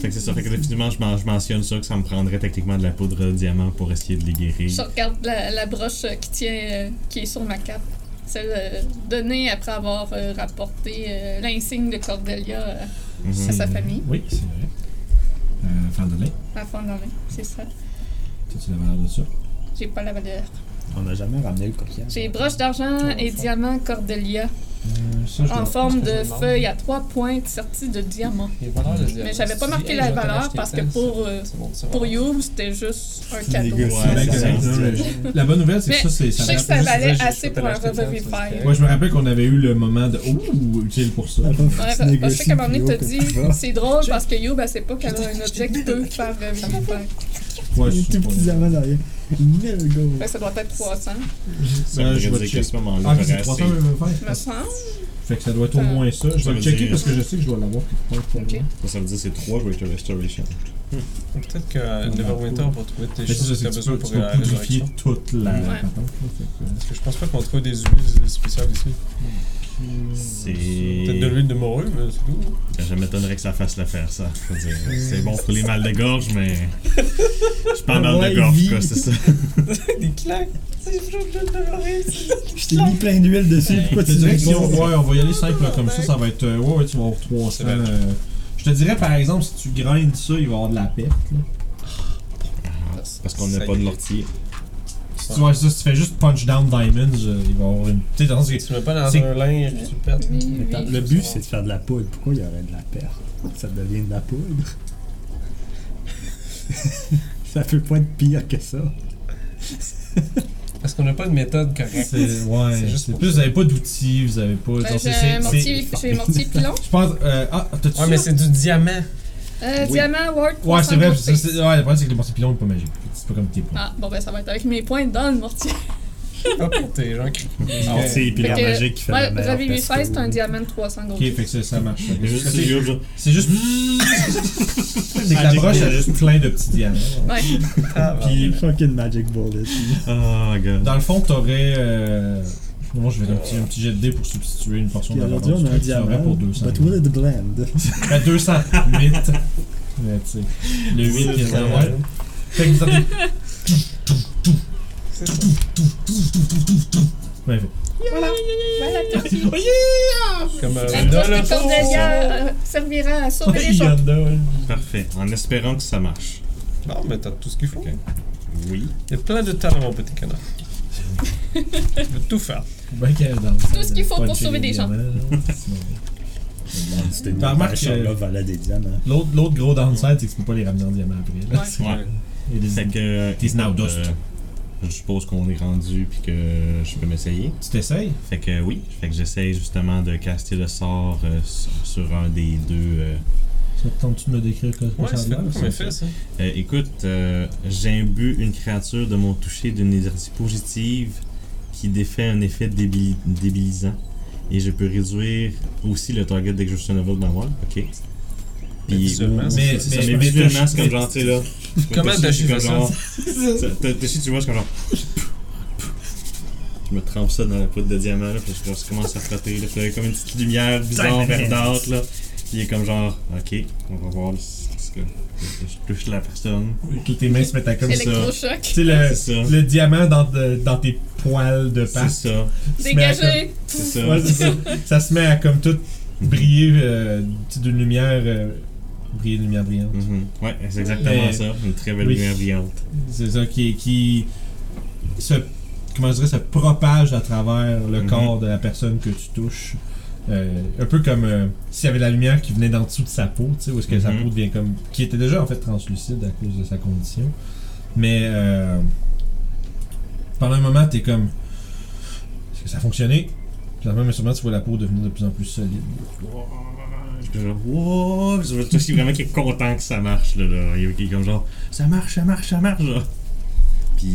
Speaker 3: fait que c'est ça, fait que définitivement, je, men- je mentionne ça que ça me prendrait techniquement de la poudre diamant pour essayer de les guérir.
Speaker 4: Je regarde la, la broche euh, qui tient, euh, qui est sur ma cape. Celle euh, donnée après avoir euh, rapporté euh, l'insigne de Cordelia euh,
Speaker 3: Mhm.
Speaker 4: à sa famille.
Speaker 1: Oui, c'est vrai. Euh, Fandelin,
Speaker 4: À Fandolin, c'est ça.
Speaker 1: t'as-tu la valeur de ça?
Speaker 4: J'ai pas la valeur.
Speaker 5: On n'a jamais ramené le coquillage.
Speaker 4: J'ai broche d'argent
Speaker 3: Ah,
Speaker 4: et diamant Cordelia en forme de feuille à trois pointes sortie de diamant. Mais j'avais pas marqué la valeur parce que pour, euh, pour You, c'était juste un cadeau.
Speaker 5: négocié.
Speaker 3: Ouais,
Speaker 1: C'est bien correct,
Speaker 3: c'est ça.
Speaker 1: non, mais La bonne nouvelle, c'est que
Speaker 4: Mais
Speaker 1: ça, c'est.
Speaker 4: Je sais que
Speaker 1: rappelle
Speaker 4: ça valait
Speaker 2: juste-
Speaker 4: assez
Speaker 2: je peux
Speaker 4: pour un
Speaker 2: l'acheter, ça,
Speaker 4: revenu
Speaker 2: c'est
Speaker 4: fire.
Speaker 2: correct.
Speaker 1: Moi, je me rappelle qu'on avait eu le moment de Ouh, utile pour ça.
Speaker 4: Bref, parce que comme on est, t'as dit, c'est drôle parce que You, ben, c'est pas qu'elle a un objet qui peut faire revivre une paire.
Speaker 1: Ouais,
Speaker 5: Il y a un
Speaker 1: je
Speaker 5: tout petit
Speaker 1: suppose.
Speaker 5: diamant derrière. Mille
Speaker 4: Fait
Speaker 5: go!
Speaker 4: que ça doit être 300,
Speaker 3: Ça
Speaker 1: Euh,
Speaker 3: voudrait
Speaker 1: je vais
Speaker 3: dire qu'à
Speaker 1: check.
Speaker 3: ce moment-là,
Speaker 1: Ah,
Speaker 3: t'aurais
Speaker 1: c'est
Speaker 3: assez.
Speaker 1: 300 même faire.
Speaker 4: me semble.
Speaker 1: Fait que ça doit être au moins ça. Je
Speaker 3: Ça
Speaker 1: vais
Speaker 3: veut
Speaker 1: le checker
Speaker 3: dire-
Speaker 1: parce que je sais que je dois l'avoir quelque part.
Speaker 4: Ok.
Speaker 1: probablement.
Speaker 3: Ça veut dire que c'est 3 Greater Restoration.
Speaker 2: Peut-être que Neverwinter va trouver tes
Speaker 1: Mais c'est ça,
Speaker 2: choses que
Speaker 1: c'est
Speaker 2: t'as
Speaker 1: que tu peux,
Speaker 2: besoin
Speaker 1: tu
Speaker 2: pour
Speaker 1: peux
Speaker 2: la
Speaker 1: purifier
Speaker 2: résurrection.
Speaker 1: toute la
Speaker 4: Ouais.
Speaker 1: patente. là, fait que-
Speaker 2: Parce que je pense pas qu'on trouve des huiles spéciales ici.
Speaker 3: C'est-
Speaker 2: Peut-être de l'huile de morue, mais c'est tout.
Speaker 3: Je m'étonnerais que ça fasse le faire, ça. Je veux dire, C'est bon pour les mal de gorge, mais. Je parle mal
Speaker 5: Ouais,
Speaker 3: de gorge,
Speaker 5: vie.
Speaker 3: quoi, c'est ça.
Speaker 2: Des claques. C'est toujours de l'huile de morue.
Speaker 5: Je t'ai mis plein d'huile dessus. Pourquoi
Speaker 1: Je te
Speaker 5: tu
Speaker 1: dirais que
Speaker 5: dis
Speaker 1: si on,
Speaker 5: non?
Speaker 1: ouais, on va y aller simple comme ça, ça va être. euh, ouais, ouais, tu vas avoir 300.
Speaker 2: C'est bien.
Speaker 1: euh, je te dirais par exemple, si tu grindes ça, il va y avoir de la perte. là.
Speaker 3: Parce qu'on n'a pas de mortier.
Speaker 1: Si tu vois ça, si tu fais juste punch down diamonds, euh, il va y avoir une. Tu sais, dans ce
Speaker 2: Tu mets pas dans
Speaker 1: C'est-
Speaker 2: un linge puis tu le perds.
Speaker 5: Mais t'as- Le but, c'est de faire de la poudre. Pourquoi il y aurait de la perte Ça devient de la poudre. ça peut pas être pire que ça.
Speaker 2: Parce qu'on n'a pas de méthode correcte.
Speaker 1: c'est. Ouais,
Speaker 2: C'est juste
Speaker 1: c'est
Speaker 2: pour
Speaker 1: plus, vous avez pas d'outils, vous avez pas.
Speaker 4: Ben,
Speaker 1: genre, c'est-
Speaker 4: j'ai un
Speaker 1: c'est-
Speaker 4: mortier,
Speaker 1: c'est-
Speaker 4: j'ai un mortier pilon.
Speaker 1: Je pense. euh, ah, t'as-tu.
Speaker 2: Ouais, mais
Speaker 1: ça?
Speaker 2: c'est du diamant.
Speaker 4: Euh,
Speaker 3: Oui.
Speaker 4: Diamant, Ward,
Speaker 1: Ouais, c'est vrai,
Speaker 4: 350.
Speaker 1: c'est- c'est- ouais, le problème c'est que les mortiers pilons, ils sont pas magiques. C'est pas comme tes points.
Speaker 4: Ah, bon, ben ça va être avec mes points dans le mortier.
Speaker 2: Hop, t'es genre cri-
Speaker 1: Ah, ouais.
Speaker 5: C'est puis
Speaker 4: Fait
Speaker 5: la
Speaker 4: que,
Speaker 5: magique qui fait la
Speaker 4: Ouais,
Speaker 5: meilleure euh,
Speaker 4: j'avais 8
Speaker 5: pesto.
Speaker 4: fesses, c'est un diamant de 300 gold.
Speaker 1: Ok, fait que ça, ça marche.
Speaker 3: Il y a juste-
Speaker 1: C'est-
Speaker 3: il y a juste-
Speaker 1: C'est juste. Mmh. c'est que la broche a juste plein de petits diamants.
Speaker 4: Ouais.
Speaker 2: Ah, bah.
Speaker 5: Puis fucking magic bullet.
Speaker 3: Oh, god.
Speaker 1: Dans le fond, t'aurais. Euh... Non, je vais un petit, un petit jet de dés pour substituer une portion
Speaker 5: Puis
Speaker 1: d'avance.
Speaker 5: aujourd'hui, on a un diamant.
Speaker 1: pour 200.
Speaker 5: But will it blend?
Speaker 1: Ben, 208. Mais tu sais, le 8 qui est
Speaker 2: C'est
Speaker 1: là. ouais. Fait que vous entendez-
Speaker 2: C'est ça.
Speaker 1: Ouais, fait.
Speaker 4: Voilà. Voilà, Turquie.
Speaker 1: Oh,
Speaker 2: Comme euh,
Speaker 4: La
Speaker 2: Linda,
Speaker 4: grosse
Speaker 2: là,
Speaker 4: de Cordelia euh, servira à sauver les gens.
Speaker 1: Yanda, ouais.
Speaker 3: Parfait. En espérant que ça marche.
Speaker 2: Non, mais t'as tout ce qu'il faut.
Speaker 3: Ok. Oui.
Speaker 2: Il y a plein de talents, mon petit canard. tu peux tout faire.
Speaker 1: Ben, qu'elle danse.
Speaker 4: Tout ce qu'il faut pour
Speaker 1: Puncher
Speaker 4: sauver
Speaker 1: les
Speaker 4: des gens.
Speaker 1: diamants, là. Sinon,
Speaker 5: C'était
Speaker 1: T'as remarqué
Speaker 5: une
Speaker 1: que-
Speaker 5: là valait des diamants.
Speaker 1: L'autre l'autre gros downside, c'est que tu peux pas les ramener en diamant après. là.
Speaker 4: Ouais.
Speaker 3: Ouais.
Speaker 1: Et les-
Speaker 3: Fait que.
Speaker 1: He's now dust.
Speaker 3: euh, je suppose qu'on est rendu puis que je peux m'essayer.
Speaker 1: Tu t'essayes?
Speaker 3: Fait que oui, fait que j'essaie justement de caster le sort euh, sur, sur un des deux. euh.
Speaker 1: Ça te tente-tu de me décrire quoi
Speaker 2: Ouais,
Speaker 1: ça
Speaker 2: c'est
Speaker 1: a l'air,
Speaker 2: fait comme
Speaker 1: ça?
Speaker 2: effet, ça.
Speaker 3: Euh, écoute, euh, j'imbue une créature de mon toucher d'une énergie positive qui défait un effet débili- débilisant. Et je peux réduire aussi le target dès que je suis un level dans moi. Ok.
Speaker 2: Mais
Speaker 3: Puis,
Speaker 2: visuellement,
Speaker 3: mais,
Speaker 1: c'est-
Speaker 3: mais,
Speaker 1: c'est-
Speaker 3: mais
Speaker 1: c'est-
Speaker 3: visuellement,
Speaker 1: mais-
Speaker 3: c'est comme genre, tu sais, là.
Speaker 2: Comment
Speaker 3: Toshi,
Speaker 2: t'as
Speaker 3: c'est
Speaker 2: fait
Speaker 3: comme
Speaker 2: ça?
Speaker 3: genre- T'as- Toshi, tu vois, c'est comme genre. Je me trempe ça dans la poudre de diamant, là, puis je je commence à frotter, là, puis il y a comme une petite lumière bizarre, verdâtre, là. Puis il est comme genre, ok, on va voir si si que je touche la personne.
Speaker 1: Que tes mains se mettent à comme ça. Tu
Speaker 4: Électrochoc.
Speaker 1: sais,
Speaker 3: C'est
Speaker 1: le,
Speaker 3: ça.
Speaker 1: Ben, le diamant dans, de- dans tes poils de
Speaker 3: C'est
Speaker 1: passe.
Speaker 3: ça.
Speaker 4: Dégagé.
Speaker 3: C'est ça.
Speaker 1: Ouais, c'est ça. Ça se met à comme tout briller euh, tu sais, d'une lumière. euh, briller d'une lumière brillante.
Speaker 3: Mhm. Ouais, c'est exactement
Speaker 1: Mais-
Speaker 3: ça. Une très belle
Speaker 1: Oui.
Speaker 3: lumière brillante.
Speaker 1: C'est ça qui. qui se, comment je dirais, se propage à travers le
Speaker 3: Mhm.
Speaker 1: corps de la personne que tu touches. Euh, un peu comme euh, s'il y avait de la lumière qui venait d'en dessous de sa peau, tu sais, où est-ce que sa
Speaker 3: Mhm.
Speaker 1: peau devient comme. qui était déjà en fait translucide à cause de sa condition. Mais euh, pendant un moment, t'es comme. Est-ce que ça a fonctionné? Puis lentement, mais sûrement, tu vois la peau devenir de plus en plus solide.
Speaker 3: Je suis genre, wow! Je vois Toshi vraiment qui est content que ça marche, là. là. Il est- il est comme genre, ça marche, ça marche, ça marche, là. Puis.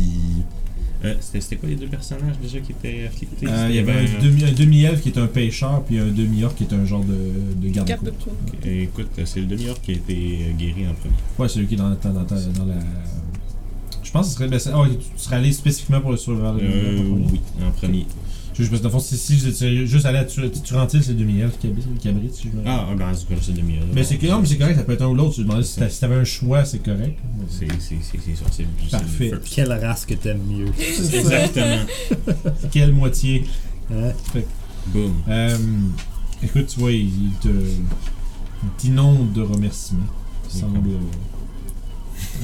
Speaker 3: euh, c'était c'était quoi les deux personnages déjà qui étaient afflictés
Speaker 1: Euh, il y avait un
Speaker 3: deux.
Speaker 1: demi- un demi-elfe qui est un pêcheur, puis un demi-orc qui est un genre de, de garde
Speaker 4: Garde de tout.
Speaker 3: Écoute, euh, c'est le demi-orc qui a été euh, guéri en premier.
Speaker 1: Ouais, celui qui est dans, la- dans, la- dans la. Je pense que ce serait. ben, c'est- ah ouais, tu serais allé spécifiquement pour Ah, le survivant de
Speaker 3: Euh,
Speaker 1: l'univers.
Speaker 3: oui, en premier.
Speaker 1: Je sais pas si, dans le fond, si, si vous étiez juste allé à tu, tu rentres c'est le demi-elfe qui habite, qui abrite, si je me
Speaker 3: Ah, ah, ben, c'est c'est le demi-orc.
Speaker 1: Mais c'est que- non, mais c'est correct, ça peut être un ou l'autre. Tu demandais si t'a- si t'avais un choix, c'est correct.
Speaker 3: C'est c'est- c'est- c'est ça, c'est c'est-
Speaker 1: Parfait.
Speaker 5: Quelle race que t'aimes mieux.
Speaker 3: c'est- Exactement.
Speaker 1: Quelle moitié
Speaker 5: Hein?
Speaker 3: Boom.
Speaker 1: Euh, Écoute, tu vois, il, il te. Il t'inonde de remerciements. Il
Speaker 3: D'accord.
Speaker 1: semble.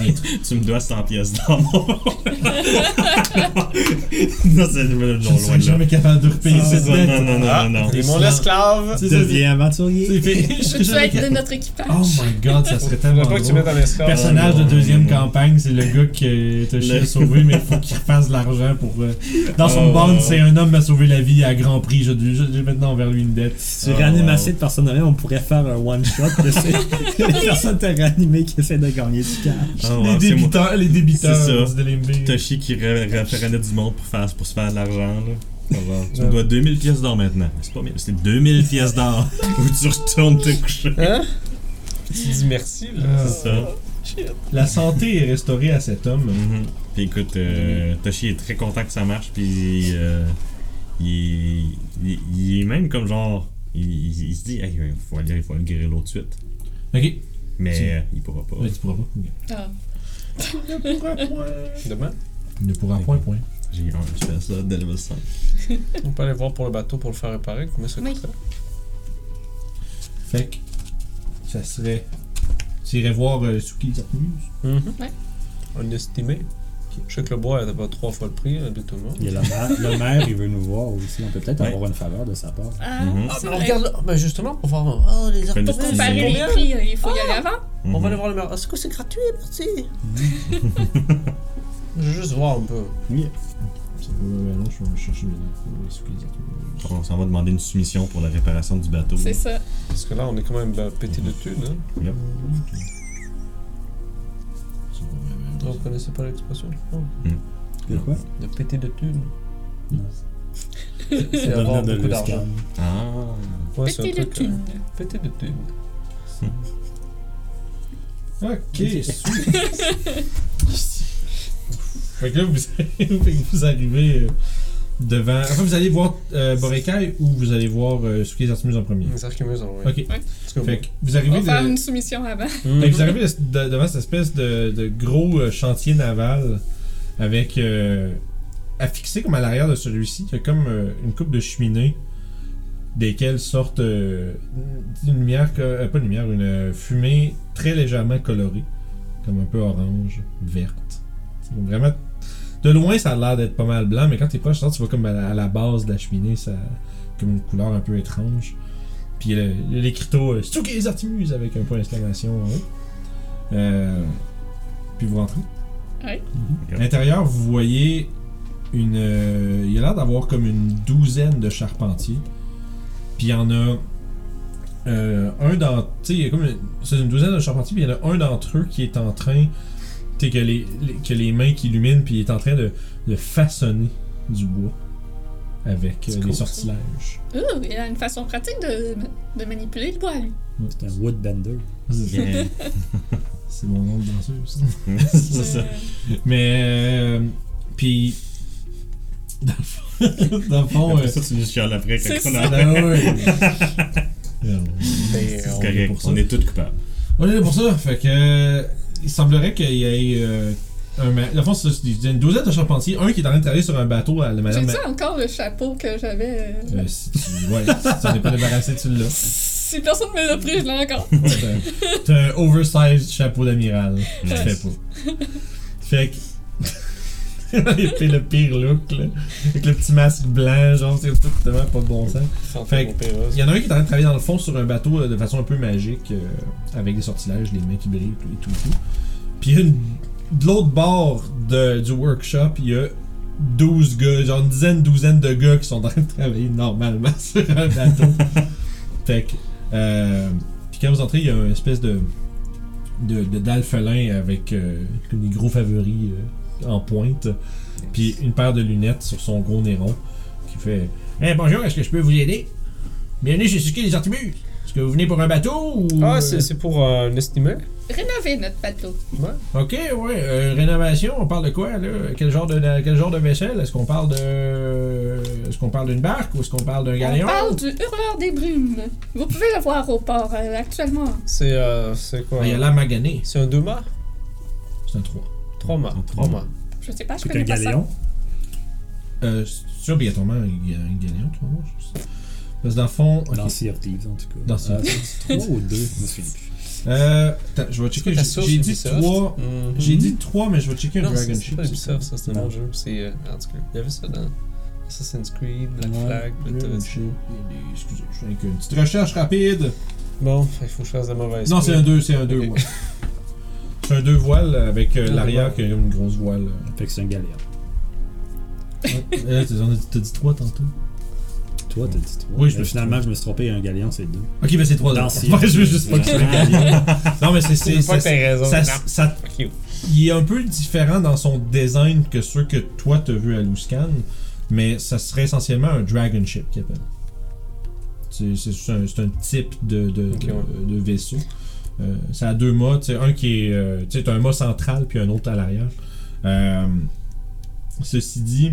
Speaker 1: euh, être-
Speaker 3: Tu me dois 100 pièces d'or. non, c'est le
Speaker 1: je
Speaker 3: nom
Speaker 1: ne
Speaker 3: loin
Speaker 1: serais
Speaker 3: de là.
Speaker 1: jamais capable de repayer
Speaker 3: Ah,
Speaker 1: cette
Speaker 3: non,
Speaker 1: dette.
Speaker 3: non, non, non,
Speaker 2: Ah,
Speaker 3: non, non.
Speaker 2: t'es mon
Speaker 1: Ça-
Speaker 2: esclave!
Speaker 1: Tu sais, ça-
Speaker 5: Deviens aventurier.
Speaker 4: Je suis être de notre équipage.
Speaker 1: Oh my god, ça serait
Speaker 2: Je
Speaker 1: tellement
Speaker 2: veux pas que tu
Speaker 1: drôle.
Speaker 2: mettes un esclave.
Speaker 1: Personnage
Speaker 3: Ah,
Speaker 1: de
Speaker 3: non,
Speaker 1: deuxième
Speaker 3: non, non.
Speaker 1: campagne, c'est le gars que Toshi
Speaker 3: Le-
Speaker 1: a sauvé, mais il faut qu'il fasse de l'argent pour. euh, Dans son
Speaker 3: Oh.
Speaker 1: bond, c'est un homme m'a sauvé la vie à grand prix. Je je- j'ai maintenant envers lui une dette.
Speaker 5: Si tu
Speaker 3: Ah,
Speaker 5: réanimes
Speaker 3: wow.
Speaker 5: assez de personnes de même, on pourrait faire un one-shot de ces les personnes t'as réanimées qui essaient de gagner du cash.
Speaker 3: Ah,
Speaker 1: les
Speaker 3: wow, c'est moi.
Speaker 1: débiteurs, les débiteurs
Speaker 3: C'est ça.
Speaker 1: de l'MB.
Speaker 3: Toshi qui re- référendait du monde pour, faire, pour se faire de l'argent. là. Tu
Speaker 1: Ouais.
Speaker 3: me dois 2000 pièces d'or maintenant. C'est pas 1000, c'est 2000 pièces d'or. Ou tu retournes te coucher.
Speaker 2: Hein? Puis tu dis merci, là.
Speaker 1: Ah.
Speaker 3: C'est ça.
Speaker 1: La santé est restaurée à cet homme.
Speaker 2: Mm-hmm.
Speaker 3: Mhm. Puis écoute, euh, Toshi est très content que ça marche. Puis euh, Il, il, il est même comme genre. Il, il- il se dit, hey, il faut aller, il faut aller guérir l'autre de suite.
Speaker 1: Ok. Si.
Speaker 3: Mais euh, il pourra pas.
Speaker 1: Ouais, tu pourras pas. Ok.
Speaker 4: Ah.
Speaker 1: Ne pourra point.
Speaker 2: Demain,
Speaker 1: Ne pourra point, point.
Speaker 3: J'ai un espèce de level 5.
Speaker 2: on peut aller voir pour le bateau pour le faire réparer. Combien ça
Speaker 4: Oui.
Speaker 2: coûterait
Speaker 1: Fait que ça serait. Tu irais voir euh, Suki Zartmuse.
Speaker 2: Mhm.
Speaker 4: Ouais.
Speaker 2: On estimé. Je sais que le bois était pas trois fois le prix, euh, de tout le monde.
Speaker 5: Il y a la ma- le maire, il veut nous voir aussi. On peut peut-être
Speaker 3: Ouais.
Speaker 5: avoir une faveur de sa part.
Speaker 4: Ah,
Speaker 3: Mhm.
Speaker 2: Ah,
Speaker 4: c'est
Speaker 2: mais
Speaker 4: vrai.
Speaker 2: regarde là, mais justement, pour voir. Oh, les
Speaker 3: Fais une
Speaker 4: Pour
Speaker 2: artistes,
Speaker 3: petite
Speaker 4: comparer les
Speaker 2: combien?
Speaker 4: prix, euh, il faut y aller avant.
Speaker 2: On va
Speaker 3: Mhm.
Speaker 2: aller voir le maire. Est-ce que c'est gratuit, merci Je vais juste voir un peu.
Speaker 1: C'est pas le euh, non, je vais chercher mes notes pour euh, Suki Zartmuse.
Speaker 3: On s'en va demander une soumission pour la réparation du bateau.
Speaker 4: C'est ça.
Speaker 2: Parce que là, on est quand même ben, pété de thunes. Hein?
Speaker 3: Yep.
Speaker 1: C'est pas vraiment-
Speaker 2: Vous connaissez pas l'expression Oh,
Speaker 5: De quoi
Speaker 2: De pété de thunes.
Speaker 5: Non.
Speaker 2: C'est
Speaker 5: Ça
Speaker 2: avoir
Speaker 5: donne de
Speaker 2: beaucoup
Speaker 5: le
Speaker 2: d'argent.
Speaker 5: scan.
Speaker 3: Ah.
Speaker 2: Ouais, c'est un
Speaker 4: Petit de
Speaker 2: truc,
Speaker 4: thunes.
Speaker 2: euh, Pété de thunes.
Speaker 1: Mm. Ok, Suki. fait que là, vous, fait que vous arrivez euh, devant. Enfin, vous allez voir euh, Boracay ou vous allez voir euh, Suki Zartmuse en premier.
Speaker 2: Les archimèdes, oui.
Speaker 1: Ok.
Speaker 2: Parce que
Speaker 1: Fait que vous
Speaker 4: On
Speaker 1: arrivez
Speaker 4: va
Speaker 1: de-
Speaker 4: faire une soumission avant.
Speaker 2: Mhm.
Speaker 1: Fait que vous arrivez de- de- devant cette espèce de, de gros euh, chantier naval avec euh, affixé comme à l'arrière de celui-ci, il y a comme euh, une coupe de cheminée desquelles sortent euh, une lumière, que- euh, pas une lumière, une euh, fumée très légèrement colorée, comme un peu orange, verte. C'est comme vraiment de loin ça a l'air d'être pas mal blanc, mais quand t'es proche, tu vois comme à la, à la base de la cheminée, ça comme une couleur un peu étrange. Puis le- l'écriteau euh, Stuke les Artimuses avec un point d'exclamation en haut. Euh, puis vous rentrez.
Speaker 4: Ouais.
Speaker 1: À l'intérieur, vous voyez une. euh, il y a l'air d'avoir comme une douzaine de charpentiers. Puis il y en a. euh, un d'entre. Tu sais, il y a comme. une- C'est une douzaine de charpentiers, puis il y en a un d'entre eux qui est en train. Tu sais, que les, les- que les mains qui illuminent, puis il est en train de, de façonner du bois avec euh,
Speaker 2: C'est
Speaker 1: des
Speaker 2: cool, ça.
Speaker 1: sortilèges.
Speaker 4: Ouh, il a une façon pratique de, de manipuler le bois, lui.
Speaker 5: C'est un woodbender.
Speaker 3: Yeah.
Speaker 1: C'est mon nom de danseuse.
Speaker 3: C'est ça.
Speaker 1: Mais. euh, puis. Dans le fond. dans le fond, euh,
Speaker 3: Après ça, tu nous chiales après
Speaker 4: C'est
Speaker 3: quand on
Speaker 1: ah
Speaker 3: a.
Speaker 1: ben ouais. Euh,
Speaker 2: Mais
Speaker 3: C'est
Speaker 2: on-
Speaker 1: est
Speaker 3: correct,
Speaker 1: pour ça.
Speaker 3: on est tous coupables.
Speaker 1: On est là pour ça. Fait que. euh, Il semblerait qu'il y ait. euh, un ma- dans le fond, c'est c'est une douzaine de charpentiers. Un qui est en train de travailler sur un bateau à la
Speaker 4: J'ai
Speaker 1: madame.
Speaker 4: tu encore le chapeau que j'avais. euh,
Speaker 1: Euh, si tu, ouais, si tu n'es pas débarrassé, tu l'as.
Speaker 4: Si personne me l'a pris, je l'ai encore.
Speaker 1: Ouais, t'as un- T'as un oversized chapeau d'amiral. Je
Speaker 3: Ouais.
Speaker 1: fais pas. Fait que. Il fait le pire look, là. Avec le petit masque blanc, genre, c'est tout vraiment pas de bon sens.
Speaker 2: Sans
Speaker 1: Fait
Speaker 2: faire mon hein. pérose.
Speaker 1: Il y en a un qui est en train de travailler dans le fond sur un bateau euh, de façon un peu magique, euh, avec des sortilèges, les mains qui brillent et tout, et tout. et tout. Puis il y a une- de l'autre bord de- du workshop, il y a 12 gars, genre une dizaine, douzaine de gars qui sont en train de travailler normalement sur un bateau. fait que, euh, puis quand vous entrez, il y a une espèce de de, de d'alphelin avec euh, comme des gros favoris euh, en pointe, puis une paire de lunettes sur son gros nez rond qui fait Hey, bonjour, est-ce que je peux vous aider? Bienvenue chez Suzuki les Artimuses. Est-ce que vous venez pour un bateau ou.
Speaker 2: Ah,
Speaker 1: euh,
Speaker 2: c'est c'est pour euh, un estimé
Speaker 4: Rénover notre bateau.
Speaker 2: Ouais.
Speaker 1: Ok, ouais. euh, rénovation, on parle de quoi, là? Quel genre de, quel genre de vaisselle? Est-ce qu'on parle de. Est-ce qu'on parle d'une barque ou est-ce qu'on parle d'un
Speaker 4: On
Speaker 1: galion?
Speaker 4: parle du hurleur des brumes. Vous pouvez le voir au port euh, actuellement.
Speaker 2: C'est euh, c'est quoi
Speaker 1: Ah, il y a la maganée.
Speaker 2: C'est un deux mâts
Speaker 1: C'est un 3.
Speaker 2: Trois mâts.
Speaker 3: Un
Speaker 2: Trois
Speaker 3: trois
Speaker 2: mâts.
Speaker 4: Je sais pas, je
Speaker 5: C'est un
Speaker 4: connais pas ça.
Speaker 5: galéon.
Speaker 1: Euh, c'est obligatoirement un, ga- un galion, 3 mois, je sais. Parce que dans le fond. ok.
Speaker 5: Dans Sea of Thieves, en tout cas.
Speaker 1: Dans Sea of
Speaker 5: Ah, c'est Trois ou deux, je me souviens plus.
Speaker 1: Euh, attends, je vais checker.
Speaker 2: Ta
Speaker 1: J'ai
Speaker 2: source,
Speaker 1: j'ai dit
Speaker 2: Ubisoft.
Speaker 1: 3.
Speaker 2: Mhm.
Speaker 1: J'ai dit 3, mais je vais checker un
Speaker 2: Non,
Speaker 1: Dragon
Speaker 2: c'est
Speaker 1: Ship.
Speaker 2: c'est pas Ubisoft, ça, c'est un
Speaker 5: Non.
Speaker 2: autre jeu. C'est. euh, en tout cas, il y avait ça dans Assassin's Creed, Black
Speaker 1: Ouais,
Speaker 2: Flag,
Speaker 1: Dragon
Speaker 2: Black Ops.
Speaker 1: Ship. Excusez, je fais une petite recherche rapide.
Speaker 2: Bon, il faut que je fasse de la mauvaise.
Speaker 1: Non, c'est un
Speaker 2: deux.
Speaker 1: 2, c'est un 2,
Speaker 2: Ok.
Speaker 1: ouais. C'est un 2 voiles avec euh,
Speaker 2: deux
Speaker 1: l'arrière
Speaker 2: voiles.
Speaker 1: qui a une grosse voile.
Speaker 5: Fait que c'est un galéon.
Speaker 1: Euh, T'as dit 3 tantôt.
Speaker 5: Toi, t'as dit trois.
Speaker 1: Oui, je
Speaker 5: Mais
Speaker 1: me suis
Speaker 5: finalement, je me suis trompé. Un galéon, c'est deux.
Speaker 1: Ok, mais c'est 3
Speaker 5: Dans
Speaker 1: dans
Speaker 5: Sea of
Speaker 1: Je veux
Speaker 5: Thieves.
Speaker 1: juste pas que
Speaker 5: Ah.
Speaker 1: c'est un gagnant. Non, mais c'est. c'est-
Speaker 2: C'est pas que
Speaker 1: c'est-
Speaker 2: t'as raison.
Speaker 1: ça-
Speaker 2: non.
Speaker 1: ça
Speaker 2: Fuck you.
Speaker 1: il est un peu différent dans son design que ceux que toi t'as vu à Luscan, mais ça serait essentiellement un dragon ship qu'il appelle. C'est c'est juste un, c'est un type de, de,
Speaker 2: Ok,
Speaker 1: de-
Speaker 2: ouais.
Speaker 1: de vaisseau. Euh, ça a deux mâts, tu sais, un qui est euh, tu sais, t'as un mât central puis un autre à l'arrière. Euh, ceci dit,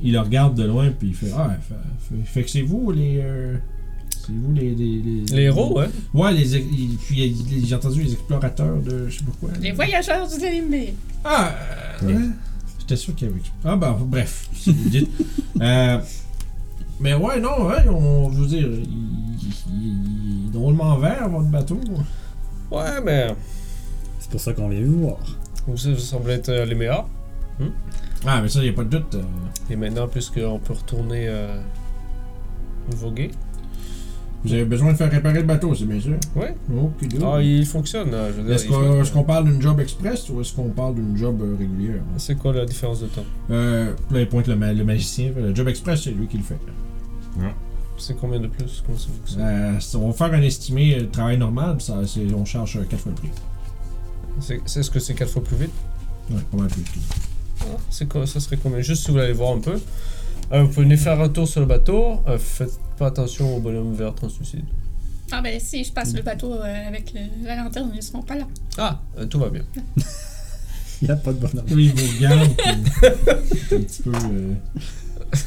Speaker 1: il le regarde de loin, puis il fait Ah, fait, fait- fait que c'est vous les. euh, c'est vous les. Les,
Speaker 2: Les héros, hein?
Speaker 1: Ouais, les, ex- il- puis il- j'ai entendu les explorateurs de. Je sais pas quoi.
Speaker 4: Les
Speaker 1: là.
Speaker 4: voyageurs du Limbé.
Speaker 1: Ah! euh,
Speaker 3: Ouais.
Speaker 1: hein? J'étais sûr qu'il y avait. Ah, ben, bref, si vous dites. Euh, mais ouais, non, hein, on, je veux dire, il, il- il est drôlement vert, votre bateau.
Speaker 2: Ouais, mais
Speaker 5: C'est pour ça qu'on vient vous voir.
Speaker 2: vous, vous semblez être euh, les meilleurs.
Speaker 1: Ah, mais ça, y a pas de doute. euh,
Speaker 2: Et maintenant, puisqu'on peut retourner euh, voguer.
Speaker 1: vous avez besoin de faire réparer le bateau, c'est bien sûr.
Speaker 2: Ouais.
Speaker 1: Ok, dude.
Speaker 2: Ah, il fonctionne. euh, Je veux dire,
Speaker 1: Est-ce
Speaker 2: il
Speaker 1: qu'on
Speaker 2: fonctionne.
Speaker 1: est-ce qu'on parle d'une job express ou est-ce qu'on parle d'une job euh, régulière?
Speaker 2: C'est quoi la différence de temps
Speaker 1: Euh, là, il pointe le, ma- le magicien. Le job express, c'est lui qui le fait.
Speaker 2: C'est combien de plus Comment ça fonctionne
Speaker 1: Euh, ça- on va faire un estimé euh, travail normal, ça, c'est- on charge euh, quatre fois le prix.
Speaker 2: C'est c'est ce que c'est quatre fois plus vite
Speaker 1: Ouais, pas mal plus le prix.
Speaker 2: Ah, C'est quoi Ça serait combien Juste si vous voulez aller voir un peu. Euh, vous pouvez venir faire un tour sur le bateau. Euh, faites pas attention au bonhomme vert translucide.
Speaker 4: Ah ben si je passe le bateau euh, avec euh, la lanterne, ils seront pas là.
Speaker 2: Ah, euh, tout va bien.
Speaker 5: Il n'y a pas de bonhomme.
Speaker 1: Là, il vous regarde. puis- c'est un petit peu. euh,